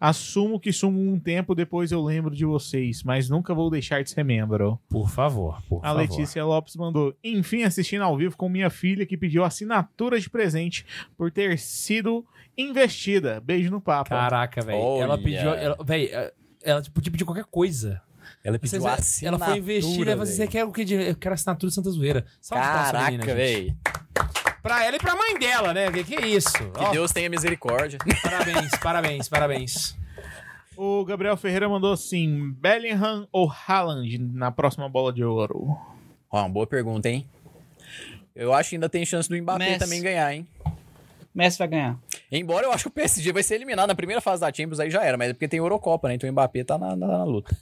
Speaker 4: Assumo que sumo um tempo, depois eu lembro de vocês, mas nunca vou deixar de ser membro.
Speaker 1: Por favor, por
Speaker 4: a Letícia Lopes mandou. Enfim, assistindo ao vivo com minha filha que pediu assinatura de presente por ter sido investida. Beijo no papo.
Speaker 1: Caraca, velho.
Speaker 3: Olha.
Speaker 1: Ela pediu. Ela, velho, ela, ela tipo, podia pedir qualquer coisa.
Speaker 3: Ela
Speaker 1: Você-
Speaker 3: pediu
Speaker 1: é- ela
Speaker 3: assinatura,
Speaker 1: foi investida. Você
Speaker 3: véi.
Speaker 1: quer o é que? de- Eu quero assinatura de Santa Zoeira. Salve pra essa menina,
Speaker 3: Caraca,
Speaker 1: gente.
Speaker 3: velho.
Speaker 1: Pra ela e pra mãe dela, né? Que, que isso?
Speaker 3: Que Deus tenha misericórdia.
Speaker 1: Parabéns, parabéns, parabéns.
Speaker 4: O Gabriel Ferreira mandou assim: Bellingham ou Haaland na próxima bola de ouro?
Speaker 3: Ó, uma boa pergunta, hein? Eu acho que ainda tem chance do Mbappé
Speaker 2: Messi.
Speaker 3: também ganhar, hein?
Speaker 2: Messi vai ganhar.
Speaker 3: Embora eu acho que o PSG vai ser eliminado na primeira fase da Champions, aí já era, mas é porque tem Eurocopa, né? Então o Mbappé tá na, na- na luta.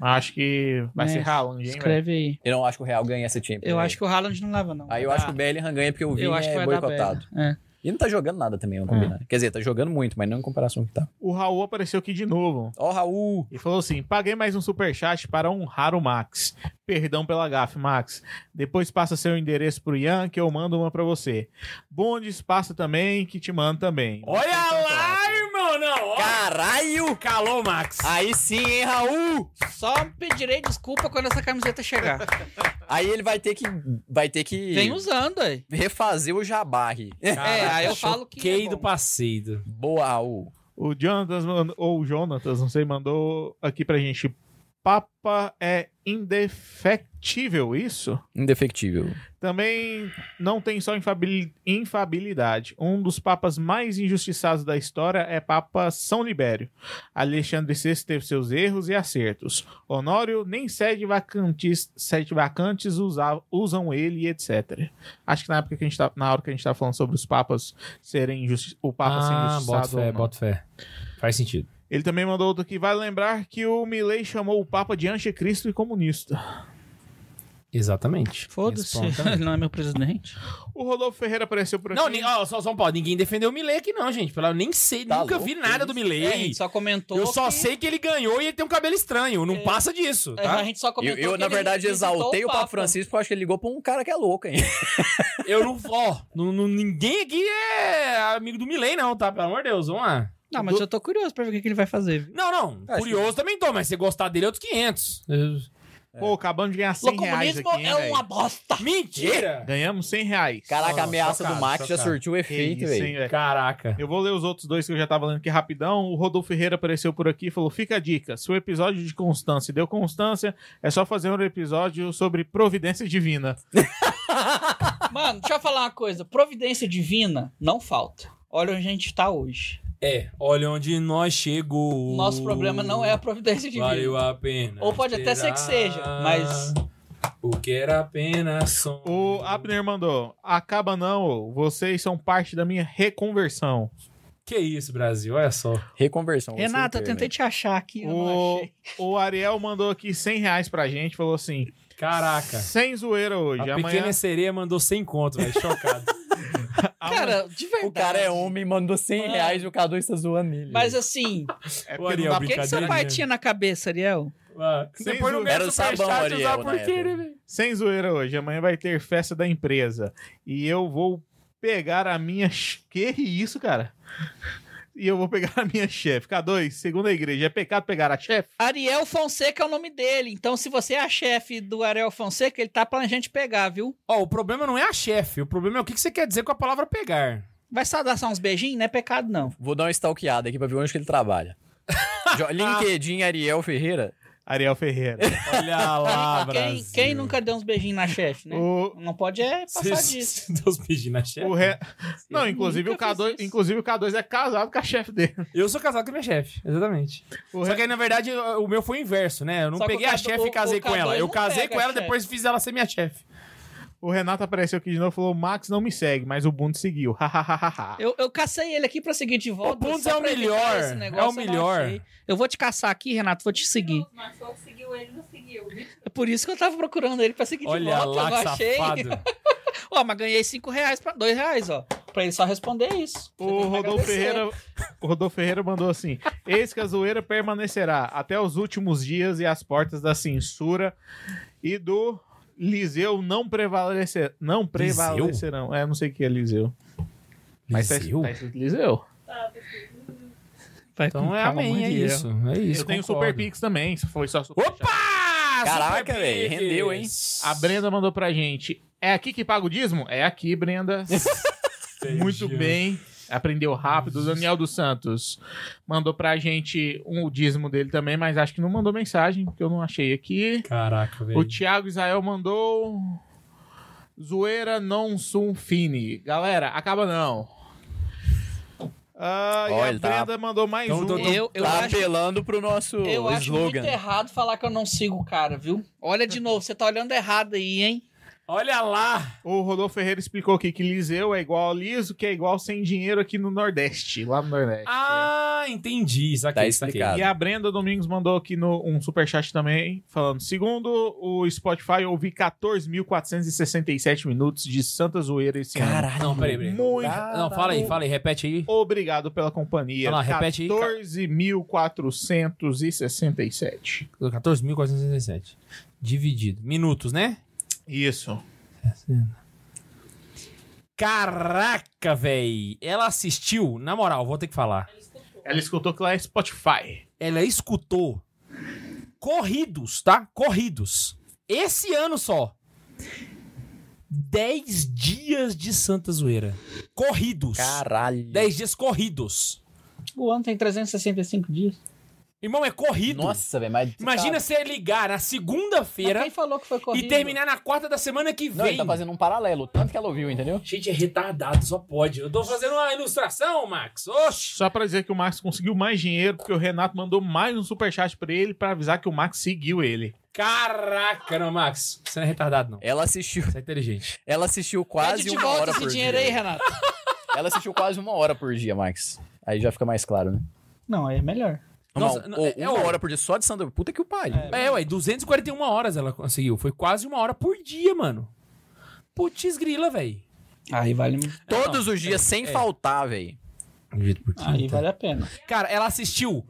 Speaker 4: Acho que vai
Speaker 2: Né?
Speaker 4: ser Haaland, hein? velho?
Speaker 2: Escreve aí.
Speaker 3: Eu não acho que o Real ganha essa Champions.
Speaker 2: Eu
Speaker 3: né?
Speaker 2: acho que o Haaland não leva, não.
Speaker 3: Aí eu
Speaker 2: Vai
Speaker 3: acho que
Speaker 2: dar-
Speaker 3: o Bellingham ganha porque o Vini
Speaker 2: Ah, eu acho que
Speaker 3: é
Speaker 2: vai dar É.
Speaker 3: boicotado.
Speaker 2: bem. É.
Speaker 3: E não tá jogando nada também, vamos combinar. Quer dizer, tá jogando muito, mas não em comparação com o que tá.
Speaker 4: O Raul apareceu aqui de novo.
Speaker 3: Ó, Raul!
Speaker 4: E falou assim: paguei mais um superchat para honrar o Max. Perdão pela gafe, Max. Depois passa seu endereço pro Ian, que eu mando uma para você. Bondes, passa também, que te mando também.
Speaker 1: Olha lá, irmão, não. Ó,
Speaker 3: Caralho!
Speaker 1: então, calou, Max.
Speaker 3: Aí sim, hein, Raul!
Speaker 2: Só pedirei desculpa quando essa camiseta chegar.
Speaker 3: Aí ele vai ter que. Vai ter que.
Speaker 2: Vem usando aí.
Speaker 3: Refazer o jabarre.
Speaker 2: É, aí eu falo que.
Speaker 1: Fiquei
Speaker 2: é
Speaker 1: do
Speaker 2: bom.
Speaker 1: passeio.
Speaker 3: Boa, Raul.
Speaker 4: O Jonathan, mandou- ou o Jonatas, não sei, mandou aqui pra gente. Papa é indefectível, isso?
Speaker 3: Indefectível.
Speaker 4: Também não tem só infabili- infabilidade. Um dos papas mais injustiçados da história é Papa São Libério. Alexandre VI teve seus erros e acertos. Honório, nem sete vacantes, sete vacantes usa- usam ele, etc. Acho que na época que a gente tá, na hora que a gente estava falando sobre os papas serem injusti- o papa ser
Speaker 1: Ah,
Speaker 4: injustiçado.
Speaker 1: bota
Speaker 4: ou
Speaker 1: fé,
Speaker 4: não.
Speaker 1: bota fé. Faz sentido.
Speaker 4: Ele também mandou outro aqui. Vai lembrar que o Milley chamou o Papa de anticristo e comunista.
Speaker 1: Exatamente.
Speaker 2: Foda-se.
Speaker 1: Esse ponto
Speaker 3: né?
Speaker 1: também.
Speaker 2: Ele não é meu presidente.
Speaker 4: O Rodolfo Ferreira apareceu por aqui.
Speaker 1: Não, ni- ó, só, só um pau. Ninguém defendeu o Milei aqui, não, gente. Pela- Eu nem sei,
Speaker 3: Tá
Speaker 1: nunca
Speaker 3: louco,
Speaker 1: vi nada do Milei.
Speaker 2: É, a gente só comentou.
Speaker 1: eu só
Speaker 2: que-
Speaker 1: sei que ele ganhou e ele tem um cabelo estranho. Não passa disso,
Speaker 2: É, A
Speaker 1: tá?
Speaker 2: gente só
Speaker 3: Eu,
Speaker 2: comentou.
Speaker 3: eu,
Speaker 2: que
Speaker 3: na
Speaker 2: ele
Speaker 3: verdade,
Speaker 2: visitou
Speaker 3: exaltei o Papa
Speaker 2: Papa.
Speaker 3: Francisco porque eu acho que ele ligou pra um cara que é louco, hein?
Speaker 1: Eu não. Ó, não- não- ninguém aqui é amigo do Milei, não, tá? Pelo amor de Deus, vamos lá.
Speaker 2: Não, mas eu tô curioso pra ver o que que ele vai fazer. viu?
Speaker 1: Não, não.
Speaker 3: Acho
Speaker 1: curioso também tô, mas se gostar dele é outros 500. Eu-
Speaker 4: Pô, acabamos de ganhar 100 reais aqui, hein,
Speaker 2: é
Speaker 4: velho?
Speaker 3: bosta.
Speaker 1: Mentira!
Speaker 4: Ganhamos 100 reais.
Speaker 3: Caraca, a ameaça
Speaker 1: Chocado,
Speaker 3: do Max já
Speaker 1: chocado.
Speaker 3: surtiu
Speaker 4: Que
Speaker 3: efeito,
Speaker 4: isso, hein,
Speaker 3: velho.
Speaker 4: velho?
Speaker 1: Caraca.
Speaker 4: Eu vou ler os outros dois que eu já tava lendo aqui rapidão. O Rodolfo Ferreira apareceu por aqui e falou: fica a dica. Se o episódio de Constância deu constância, é só fazer um episódio sobre providência divina.
Speaker 2: Mano, deixa eu falar uma coisa. Providência divina não falta. Olha onde a gente tá hoje.
Speaker 1: É, olha onde nós chegou.
Speaker 2: O
Speaker 3: Uh.
Speaker 2: Nosso problema não é a providência divina.
Speaker 1: Valeu a pena.
Speaker 2: Ou pode até ser que seja, mas-
Speaker 1: O que era apenas som.
Speaker 4: O Abner mandou: acaba não, ô. vocês são parte da minha reconversão.
Speaker 1: Que isso, Brasil? Olha só.
Speaker 3: Reconversão. gostei do
Speaker 2: Renata, eu
Speaker 3: termo,
Speaker 2: tentei
Speaker 3: hein?
Speaker 2: te achar aqui, eu não
Speaker 4: O,
Speaker 2: achei.
Speaker 4: o Ariel mandou aqui 100 reais pra gente, falou assim:
Speaker 1: Caraca.
Speaker 4: sem zoeira hoje.
Speaker 1: A
Speaker 4: amanhã.
Speaker 1: pequena sereia mandou sem conto, velho. Chocado.
Speaker 4: amanhã-
Speaker 2: Ah, Cara, de verdade.
Speaker 3: O cara é homem, mandou 100
Speaker 2: Mano.
Speaker 3: reais e o Cadu está zoando ele.
Speaker 2: Mas assim,
Speaker 4: É
Speaker 1: Ô,
Speaker 4: porque
Speaker 1: Ariel,
Speaker 4: não dá
Speaker 2: o que, que
Speaker 1: Brincadeira
Speaker 2: seu pai
Speaker 1: mesmo.
Speaker 2: tinha na cabeça, Ariel?
Speaker 1: Ah,
Speaker 4: Sem
Speaker 1: Depois
Speaker 4: zoeira.
Speaker 1: não ganha
Speaker 3: Era o sabão,
Speaker 1: superchat,
Speaker 2: é,
Speaker 3: Ariel,
Speaker 1: usar por
Speaker 3: na
Speaker 1: quê,
Speaker 3: época.
Speaker 1: né, velho?
Speaker 4: Sem zoeira hoje, amanhã vai ter festa da empresa. E eu vou pegar a minha. ch- Que isso, cara? E eu vou pegar a minha chefe. K2, segunda igreja. É pecado pegar a chefe?
Speaker 2: Ariel Fonseca é o nome dele. Então, se você é a chefe do Ariel Fonseca, ele tá planejando te pegar, viu?
Speaker 1: Ó, o problema não é a chefe. O problema é o que que você quer dizer com a palavra pegar.
Speaker 2: Vai só dar só uns beijinhos? Não é pecado, não.
Speaker 3: Vou dar uma stalkeada aqui pra ver onde que ele trabalha. Jo- LinkedIn Ariel Ferreira.
Speaker 4: Ariel Ferreira.
Speaker 2: É,
Speaker 1: Olha lá,
Speaker 2: quem,
Speaker 1: Ah, Brasil.
Speaker 2: quem nunca deu uns beijinhos na chefe, né?
Speaker 4: o,
Speaker 2: Não pode é passar
Speaker 1: Se-
Speaker 2: disso.
Speaker 1: se Deus pedir na chefe.
Speaker 4: o re- Não,
Speaker 2: Eu
Speaker 4: inclusive o,
Speaker 2: nunca fiz
Speaker 4: K2,
Speaker 2: isso.
Speaker 4: inclusive o K2 é casado com a chefe dele.
Speaker 1: Eu sou casado com a minha chefe, exatamente.
Speaker 4: O
Speaker 1: Só
Speaker 4: re-
Speaker 1: que aí, na verdade, o meu foi o inverso, né? Eu não
Speaker 2: Só que
Speaker 1: peguei
Speaker 2: o
Speaker 1: a
Speaker 2: Cadu-
Speaker 1: chefe e
Speaker 2: o-
Speaker 1: casei
Speaker 2: o
Speaker 1: com ela.
Speaker 2: Cadu
Speaker 1: Eu
Speaker 2: não
Speaker 1: casei
Speaker 2: pega
Speaker 1: com
Speaker 2: a
Speaker 1: ela,
Speaker 2: chefe.
Speaker 1: depois fiz ela ser minha chefe.
Speaker 4: O Renato apareceu aqui de novo e falou: Max não me segue, mas o Bundo seguiu. Hahaha.
Speaker 2: Eu, eu cacei ele aqui pra seguir de volta.
Speaker 1: O Bundes
Speaker 2: só
Speaker 1: é o
Speaker 2: pra evitar
Speaker 1: melhor, é
Speaker 2: esse
Speaker 1: o
Speaker 2: negócio, eu não
Speaker 1: melhor.
Speaker 2: achei. Eu vou te caçar aqui, Renato, vou te seguir.
Speaker 5: Mas só seguiu ele, não seguiu.
Speaker 2: É por isso que eu tava procurando ele pra seguir
Speaker 1: Olha
Speaker 2: de
Speaker 1: lá
Speaker 2: volta. eu
Speaker 1: que
Speaker 2: não achei.
Speaker 1: safado.
Speaker 2: Ó, mas ganhei 5 reais pra 2 reais, ó. Pra ele só responder isso. Você tem
Speaker 4: O
Speaker 2: que
Speaker 4: Rodolfo
Speaker 2: agradecer.
Speaker 4: Ferreira, o Rodolfo Ferreira mandou assim: Eis que a zoeira permanecerá até os últimos dias e as portas da censura e do Liseu não prevalecer, não prevalecerão. É, não sei o que é Liseu. Mas tá-
Speaker 1: Liseu?
Speaker 4: tá escrito Liseu.
Speaker 2: Tá, Vai
Speaker 1: Então
Speaker 2: com
Speaker 1: é
Speaker 2: calma,
Speaker 1: amém, é
Speaker 2: Maria.
Speaker 1: isso. É isso.
Speaker 4: Eu tenho
Speaker 1: concordo.
Speaker 4: Super Pix também, se foi só Super Chat.
Speaker 1: Opa!
Speaker 3: Caraca,
Speaker 1: Super
Speaker 3: velho,
Speaker 1: Pix!
Speaker 3: rendeu, hein?
Speaker 4: A Brenda mandou pra gente: É aqui que paga o dízimo? É aqui, Brenda.
Speaker 1: Entendi.
Speaker 4: Muito bem. Aprendeu rápido. O Daniel dos Santos mandou pra gente um dízimo dele também, mas acho que não mandou mensagem, porque eu não achei aqui.
Speaker 1: Caraca, velho.
Speaker 4: O Thiago Israel mandou. Zoeira non sum fine. Galera, acaba não. Ah, e
Speaker 3: Olha,
Speaker 4: a
Speaker 3: ele tá-
Speaker 4: Brenda mandou mais
Speaker 1: Então,
Speaker 4: um.
Speaker 1: então,
Speaker 2: Eu, eu
Speaker 3: tá
Speaker 2: acho,
Speaker 3: apelando pro nosso
Speaker 2: eu acho muito
Speaker 3: slogan.
Speaker 2: errado falar que eu não sigo o cara, viu? Olha de novo, você tá olhando errado aí, hein?
Speaker 1: Olha lá!
Speaker 4: O Rodolfo Ferreira explicou aqui que Liseu é igual a liso, que é igual sem dinheiro aqui no Nordeste, lá no Nordeste.
Speaker 1: Ah, entendi. Isso aqui,
Speaker 3: Tá
Speaker 1: isso aqui.
Speaker 3: explicado.
Speaker 4: E a Brenda Domingos mandou aqui no, um superchat também, falando: segundo o Spotify, eu ouvi 14.467 minutos de Santa Zoeira esse ano.
Speaker 3: Caralho.
Speaker 1: Ah, Não, peraí, peraí.
Speaker 4: Muito.
Speaker 1: Não, fala aí, fala aí. Repete aí.
Speaker 4: Obrigado pela companhia.
Speaker 1: Fala, repete aí,
Speaker 4: 14.467.
Speaker 1: 14.467. Dividido. Minutos, né?
Speaker 4: Isso.
Speaker 1: Caraca, velho. Ela assistiu, na moral, vou ter que falar.
Speaker 4: Ela escutou que lá é Spotify.
Speaker 1: Ela escutou corridos, tá? Corridos. Esse ano só. 10 dias de Santa Zoeira. Corridos.
Speaker 3: Caralho.
Speaker 1: 10 dias corridos.
Speaker 2: O ano tem 365 dias.
Speaker 1: Irmão, é corrido.
Speaker 3: Nossa, velho, mas.
Speaker 1: Imagina você ligar na
Speaker 2: Mas
Speaker 1: segunda-feira
Speaker 2: quem falou que foi corrido?
Speaker 1: e terminar na quarta da semana que
Speaker 3: Não,
Speaker 1: vem.
Speaker 3: ele tá fazendo um paralelo, tanto que ela ouviu, entendeu?
Speaker 1: Gente, é retardado, só pode. Eu tô fazendo uma ilustração, Max. Oxi.
Speaker 4: Só pra dizer que o Max conseguiu mais dinheiro, porque o Renato mandou mais um superchat pra ele pra avisar que o Max seguiu ele.
Speaker 1: Caraca, não, Max. Você não é retardado, não.
Speaker 3: Ela assistiu,
Speaker 1: Você é inteligente.
Speaker 3: ela assistiu
Speaker 2: Pede
Speaker 3: quase
Speaker 2: de
Speaker 3: uma
Speaker 2: volta
Speaker 3: hora
Speaker 2: esse
Speaker 3: por
Speaker 2: dinheiro
Speaker 3: dia.
Speaker 2: aí, Renato.
Speaker 3: Ela assistiu quase uma hora por dia, Max. Aí já fica mais claro, né?
Speaker 2: Não, é melhor.
Speaker 1: Nossa,
Speaker 3: Não,
Speaker 1: não,
Speaker 3: ou
Speaker 1: é- é
Speaker 3: uma
Speaker 1: o-
Speaker 3: hora por dia só de Sandra. Puta que o pai.
Speaker 1: É, ué, 241 horas ela conseguiu. Foi quase uma hora por dia, mano. Putz grila, velho.
Speaker 2: Aí vale,
Speaker 3: Todos os dias, sem
Speaker 1: é.
Speaker 3: faltar, velho.
Speaker 2: aí
Speaker 1: tá?
Speaker 2: vale a pena.
Speaker 1: Cara, ela assistiu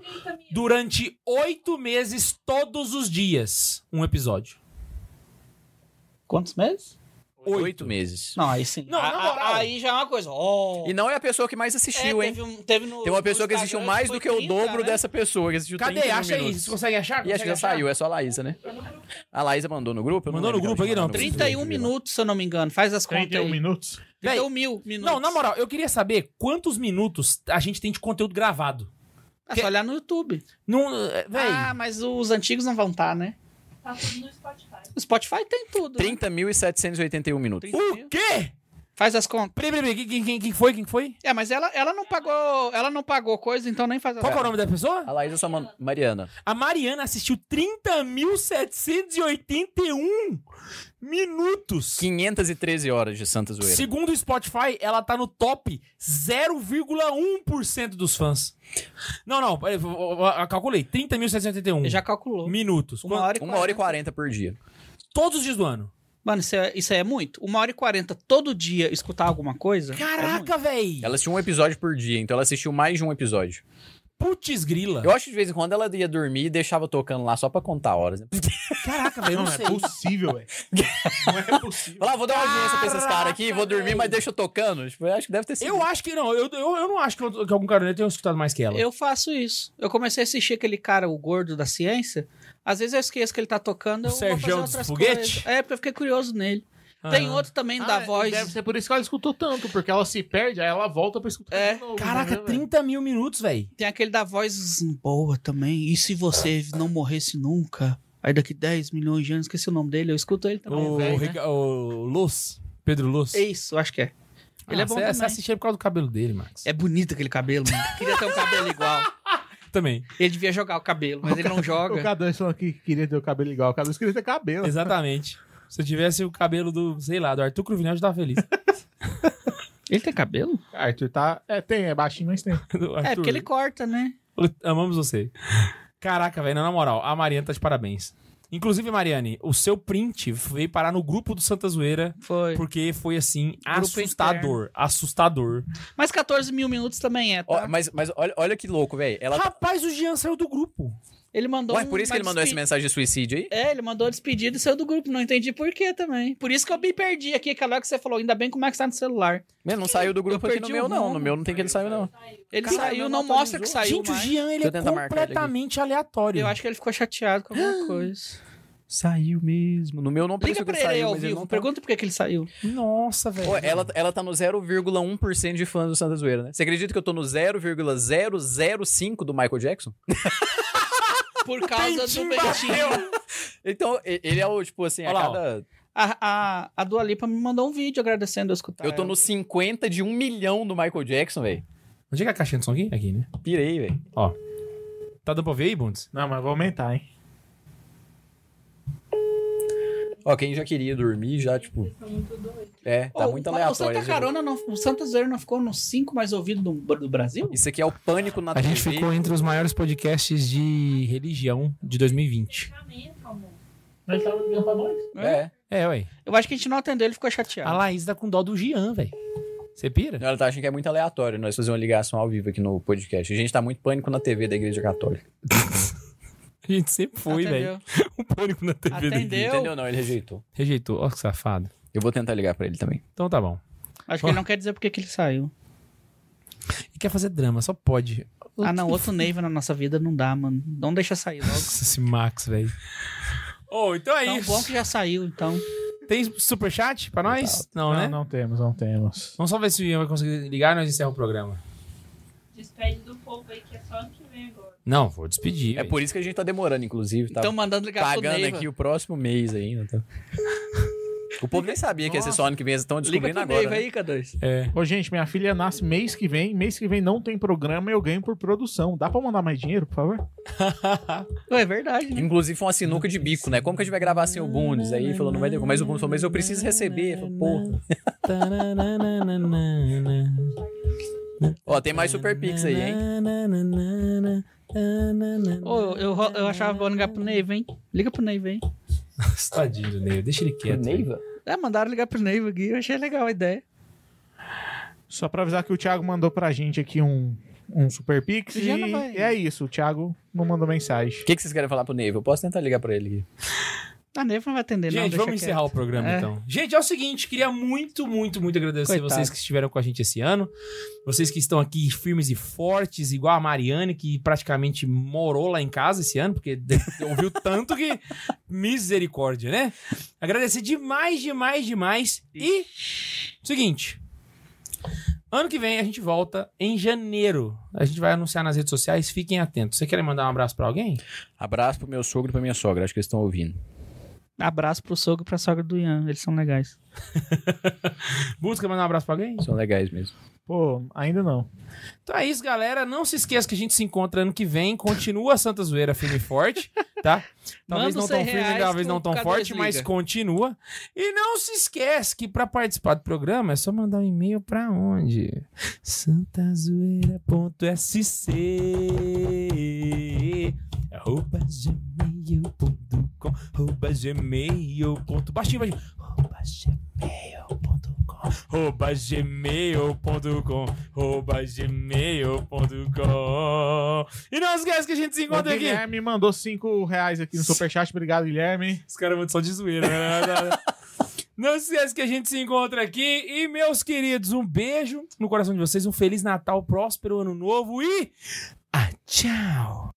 Speaker 1: durante oito meses, todos os dias, um episódio.
Speaker 2: Quantos meses?
Speaker 1: Oito.
Speaker 3: Oito meses.
Speaker 2: Não, aí sim.
Speaker 1: Não,
Speaker 6: A-
Speaker 1: na
Speaker 6: a-
Speaker 1: moral.
Speaker 6: Aí já é uma coisa. ó.
Speaker 3: E não é a pessoa que mais assistiu,
Speaker 6: É,
Speaker 3: hein?
Speaker 6: teve um- teve no-
Speaker 3: Tem uma
Speaker 6: no
Speaker 3: pessoa que assistiu
Speaker 6: Instagram,
Speaker 3: mais
Speaker 6: foi
Speaker 3: do que o
Speaker 6: 30,
Speaker 3: dobro
Speaker 6: né?
Speaker 3: dessa pessoa que assistiu
Speaker 1: Cadê?
Speaker 3: 31
Speaker 1: Acha aí. tá
Speaker 3: minutos.
Speaker 1: Vocês conseguem achar?
Speaker 3: E acho
Speaker 1: Consegue
Speaker 3: que já
Speaker 1: achar?
Speaker 3: saiu, é só a Laísa, né? A Laísa mandou no grupo? eu não
Speaker 1: Mandou
Speaker 3: lembro
Speaker 1: no
Speaker 3: que ela
Speaker 1: grupo
Speaker 3: tinha
Speaker 1: aqui,
Speaker 3: mandado
Speaker 1: não.
Speaker 3: no grupo.
Speaker 6: 31 minutos, se eu não me engano. Faz as contas
Speaker 4: 31
Speaker 6: aí.
Speaker 4: minutos.
Speaker 1: Véi,
Speaker 6: 31 mil minutos.
Speaker 1: Não, na moral, eu queria saber quantos minutos a gente tem de conteúdo gravado.
Speaker 2: É só olhar no YouTube.
Speaker 1: Não, é, véi,
Speaker 2: Ah, mas os antigos não vão estar, né?
Speaker 5: Tá tudo no Spotify.
Speaker 2: O Spotify tem tudo. né?
Speaker 3: 30.781 minutos.
Speaker 1: o quê?
Speaker 2: Faz as contas.
Speaker 1: Peraí, peraí, peraí, quem, quem, quem foi? Quem foi?
Speaker 2: É, mas ela, ela não pagou. Ela não pagou coisa, então nem faz as
Speaker 1: Qual que é o
Speaker 2: contas.
Speaker 1: nome da pessoa?
Speaker 3: A Laísa só mandou... Mariana.
Speaker 1: A Mariana assistiu 30.781 minutos.
Speaker 3: 513 horas de Santa Zoeira.
Speaker 1: Segundo o Spotify, ela tá no top 0,1% dos fãs. Não, não, peraí, eu- eu- eu calculei. 30.781
Speaker 2: Já calculou.
Speaker 1: minutos.
Speaker 2: Uma
Speaker 1: Quan-
Speaker 2: hora e
Speaker 3: 1 hora e 40 por dia.
Speaker 1: Todos os dias do ano.
Speaker 2: Mano, isso é, isso aí é muito. Uma hora e quarenta todo dia escutar alguma coisa. é
Speaker 1: Caraca, véi.
Speaker 3: Ela assistiu um episódio por dia, então ela assistiu mais de um episódio.
Speaker 1: Putz grila.
Speaker 3: Eu acho que de vez em quando ela ia dormir e deixava tocando lá só pra contar horas. Né?
Speaker 1: Caraca, véi, eu
Speaker 4: Não,
Speaker 1: não
Speaker 4: não é
Speaker 1: sei.
Speaker 4: possível, velho. Não é possível.
Speaker 3: Fala, "Ah, vou dar uma audiência pra esses
Speaker 1: Caraca,
Speaker 3: caras aqui, vou dormir, mas deixa eu tocando. Tipo, eu acho que deve ter sido.
Speaker 1: Eu acho que não. Eu, eu, eu não acho que, eu- que algum caroneiro tenha escutado mais que ela.
Speaker 2: Eu faço isso. Eu comecei a assistir aquele cara, o gordo da ciência. Às vezes eu esqueço que ele tá tocando. Eu
Speaker 1: O Sergião
Speaker 2: vou
Speaker 1: dos
Speaker 2: fazer outras
Speaker 1: Foguete?
Speaker 2: coisas. É, porque eu fiquei curioso nele.
Speaker 1: Ah.
Speaker 2: Tem outro também da
Speaker 4: Ah,
Speaker 2: voz.
Speaker 4: Deve ser por isso que ela escutou tanto, porque ela se perde, aí ela volta pra escutar
Speaker 2: É.
Speaker 4: de novo.
Speaker 1: Caraca,
Speaker 4: entendeu, velho?
Speaker 1: 30 mil minutos, véi.
Speaker 2: Tem aquele da voz boa também. E se você não morresse nunca? Aí daqui 10 milhões de anos, esqueci o nome dele, eu escuto ele também.
Speaker 1: O,
Speaker 4: velho, né?
Speaker 1: Rica- o Luz. Pedro Luz. Ah,
Speaker 2: É isso, eu acho que é. Ele é bom
Speaker 1: Você
Speaker 2: também.
Speaker 1: assistia por causa do cabelo dele, Max.
Speaker 2: É bonito aquele cabelo,
Speaker 3: né?
Speaker 2: mano. Queria ter um cabelo igual.
Speaker 1: Também.
Speaker 2: Ele devia jogar o cabelo, mas ele não
Speaker 4: O
Speaker 2: joga.
Speaker 4: K2 falou que queria ter o cabelo igual. O K2 queria ter cabelo.
Speaker 1: Exatamente. Se eu tivesse o cabelo do, sei lá, do Arthur Cruvinel, eu já tava feliz.
Speaker 2: Ele tem cabelo?
Speaker 4: Arthur tá. É, tem, é baixinho, mas tem.
Speaker 1: Do
Speaker 2: É,
Speaker 1: Arthur,
Speaker 2: porque ele corta, né?
Speaker 1: Amamos você. Caraca, velho, na moral, a Mariana tá de parabéns. Inclusive, Mariane, o seu print veio parar no grupo do Santa Zoeira,
Speaker 2: Foi.
Speaker 1: porque foi assim,
Speaker 2: Grupo
Speaker 1: assustador. Assustador.
Speaker 2: Mas 14 mil minutos também é, tá?
Speaker 3: Ó, mas mas olha, olha que louco, velho. Ela.
Speaker 1: Rapaz, o Jean saiu do grupo.
Speaker 2: Ele mandou
Speaker 3: Ué,
Speaker 2: um-
Speaker 3: por isso que ele
Speaker 2: uma
Speaker 3: mandou essa
Speaker 2: despe-
Speaker 3: mensagem de suicídio aí?
Speaker 2: É, ele mandou despedida e saiu do grupo. Não entendi por quê também. Por isso que eu me perdi aqui, aquela hora que você falou. Ainda bem que o Max tá no celular.
Speaker 3: Mano, não saiu do grupo
Speaker 2: Eu
Speaker 3: aqui no
Speaker 2: perdi
Speaker 3: meu,
Speaker 2: o
Speaker 3: não.
Speaker 2: rumo.
Speaker 3: No meu não tem que ele saiu, não.
Speaker 2: Ele
Speaker 3: Caralho,
Speaker 2: saturizou.
Speaker 3: meu
Speaker 2: não
Speaker 3: não
Speaker 2: mostra que saiu
Speaker 1: Gente, o
Speaker 2: mais.
Speaker 1: Jean, ele
Speaker 3: Deixa
Speaker 1: é
Speaker 3: eu tentar marcar ele aqui.
Speaker 1: completamente aleatório.
Speaker 2: Eu acho que ele ficou chateado com alguma coisa.
Speaker 3: Saiu mesmo. No meu não
Speaker 2: Liga
Speaker 3: pareceu que
Speaker 2: pra
Speaker 3: ele
Speaker 2: ele aí
Speaker 3: saiu,
Speaker 2: ao
Speaker 3: mas ele
Speaker 2: vivo.
Speaker 3: não tá.
Speaker 2: Pergunta por que que ele saiu.
Speaker 1: Nossa, velho.
Speaker 3: Pô, ela, ela tá no 0,1% de fãs do Santa Zoeira, né? Você acredita que eu tô no 0,005 do Michael Jackson?
Speaker 2: Por causa do
Speaker 1: Bentinho
Speaker 2: Bentinho.
Speaker 3: Então, e- ele é o, tipo assim, a
Speaker 1: Olha lá, ó.
Speaker 3: cada.
Speaker 2: A, a, a Dua Lipa me mandou um vídeo agradecendo eu escutar.
Speaker 3: Eu tô
Speaker 2: ela.
Speaker 3: no 50 de 1 milhão do Michael Jackson, velho.
Speaker 1: Onde é que é a caixinha de som aqui? Aqui, né?
Speaker 3: Pirei, velho.
Speaker 1: Tá dando pra ver aí, Bundes?
Speaker 4: Não, mas vou aumentar, hein?
Speaker 3: Ó, quem já queria dormir, já, tipo.
Speaker 5: São muito doidos.
Speaker 3: É, tá
Speaker 2: Ô,
Speaker 3: muito
Speaker 2: o- O
Speaker 3: aleatório.
Speaker 2: Santa
Speaker 3: esse jogo.
Speaker 2: Carona, não, o Santa Zoeira não ficou nos cinco mais ouvidos do, do Brasil?
Speaker 3: Isso aqui é o pânico na
Speaker 1: A gente
Speaker 3: TV.
Speaker 1: ficou entre os maiores podcasts de religião de 2020.
Speaker 5: Fechamento, amor.
Speaker 4: Mas tava ligando pra nós.
Speaker 3: É.
Speaker 1: É, ué.
Speaker 2: Eu acho que a gente não atendeu, ele ficou
Speaker 3: Ah
Speaker 1: A
Speaker 2: chateado.
Speaker 1: Laís tá com dó do Jean, velho. Você pira?
Speaker 3: Ela tá achando que é muito aleatório nós fazer uma ligação ao vivo aqui no podcast. A gente tá muito pânico na TV da Igreja Católica.
Speaker 1: A gente sempre foi, velho.
Speaker 2: Atendeu.
Speaker 1: Um pânico na TV. daqui.
Speaker 2: Atendeu.
Speaker 3: Entendeu? Não, ele rejeitou.
Speaker 1: Rejeitou. Ó, que safado.
Speaker 3: Eu vou tentar ligar pra ele também.
Speaker 1: Então tá bom.
Speaker 2: Acho que ele não quer dizer porque que ele saiu.
Speaker 1: E quer fazer drama, só pode.
Speaker 2: Ah, não, outro Neiva na nossa vida não dá, mano. Não deixa sair logo.
Speaker 1: Nossa, esse Max, velho. Ô, então é
Speaker 2: Tão
Speaker 1: isso.
Speaker 2: Tá um bom que já saiu, então.
Speaker 1: Tem superchat pra nós? Não, né?
Speaker 4: não temos, não temos.
Speaker 1: Vamos só ver se o Ian vai conseguir ligar e nós encerramos o programa.
Speaker 5: Despede do povo aí que é só ano que vem agora.
Speaker 1: Não, vou despedir.
Speaker 3: É
Speaker 1: véi.
Speaker 3: por isso que a gente tá demorando, inclusive. Tá
Speaker 2: Estão mandando ligar pro
Speaker 3: pagando
Speaker 2: Então, Neiva.
Speaker 3: aqui o próximo mês ainda. tá? O povo nem sabia que ia ser só ano que vem, eles estão
Speaker 2: Liga
Speaker 3: descobrindo
Speaker 2: pro
Speaker 3: agora.
Speaker 2: Neiva
Speaker 3: né?
Speaker 2: aí, K2.
Speaker 1: É.
Speaker 4: Ô, gente, minha filha nasce mês que vem. Mês que vem não tem programa, eu ganho por produção. Dá pra mandar mais dinheiro, por favor?
Speaker 2: Ué, é verdade, né?
Speaker 3: Inclusive foi uma sinuca de bico, né? Como que a gente vai gravar sem o Bundes? Aí falou, não vai ter um como. Mas o Bundes falou, mas eu preciso receber. Eu falei, Pô. Ó, tem mais Super Pix aí, hein?
Speaker 2: Ô, eu, eu, ro- eu achava bom ligar pro Neiva, hein? Liga pro Neiva, hein?
Speaker 1: Tadinho do Neiva, deixa ele quieto. velho.
Speaker 2: É, mandaram ligar pro Neiva aqui, eu achei legal a ideia.
Speaker 4: Só pra avisar que o Thiago mandou pra gente aqui um, um Super Pix.
Speaker 2: Já
Speaker 4: E
Speaker 2: não vai.
Speaker 4: é isso, o Thiago não mandou mensagem.
Speaker 3: O que, que vocês querem falar pro Neiva? Eu posso tentar ligar pra ele aqui.
Speaker 2: A Neve não vai atender, não.
Speaker 1: Gente,
Speaker 2: deixa
Speaker 1: vamos
Speaker 2: quieto.
Speaker 1: encerrar o programa
Speaker 2: É.
Speaker 1: então. Gente, é o seguinte, queria muito, muito, muito agradecer
Speaker 2: Coitado.
Speaker 1: vocês que estiveram com a gente esse ano. Vocês que estão aqui firmes e fortes, igual a Mariane, que praticamente morou lá em casa esse ano, porque de- ouviu tanto que misericórdia, né? Agradecer demais, demais, demais. E seguinte, ano que vem a gente volta em janeiro. A gente vai anunciar nas redes sociais, fiquem atentos. Você quer mandar um abraço pra alguém?
Speaker 3: Abraço pro meu sogro e pra minha sogra, acho que eles estão ouvindo.
Speaker 2: Abraço pro sogro e pra sogra do Ian, eles são legais.
Speaker 1: Busca mandar um abraço pra alguém?
Speaker 3: São legais mesmo.
Speaker 4: Pô, ainda não.
Speaker 1: Então é isso, galera. Não se esqueça que a gente se encontra ano que vem. Continua a Santa Zoeira firme e forte, tá?
Speaker 6: Manda
Speaker 1: Talvez não
Speaker 6: os
Speaker 1: tão
Speaker 6: 100
Speaker 1: firme,
Speaker 6: reais
Speaker 1: talvez não
Speaker 6: pro
Speaker 1: tão
Speaker 6: K2
Speaker 1: forte, mas
Speaker 6: Liga.
Speaker 1: continua. E não se esquece que pra participar do programa é só mandar um e-mail pra onde? santazoeira.sc arroba gmail.com arroba gmail.com baixinho, baixinho arroba gmail.com arroba gmail.com arroba gmail.com e não esquece que a gente se
Speaker 4: O
Speaker 1: encontra aqui
Speaker 4: Guilherme mandou 5 reais aqui no Superchat. Obrigado, Guilherme.
Speaker 1: os caras muito só de zoeira, né? Não se esqueça que a gente se encontra aqui. E, meus queridos, um beijo no coração de vocês, um Feliz Natal, próspero ano novo e. Ah, tchau!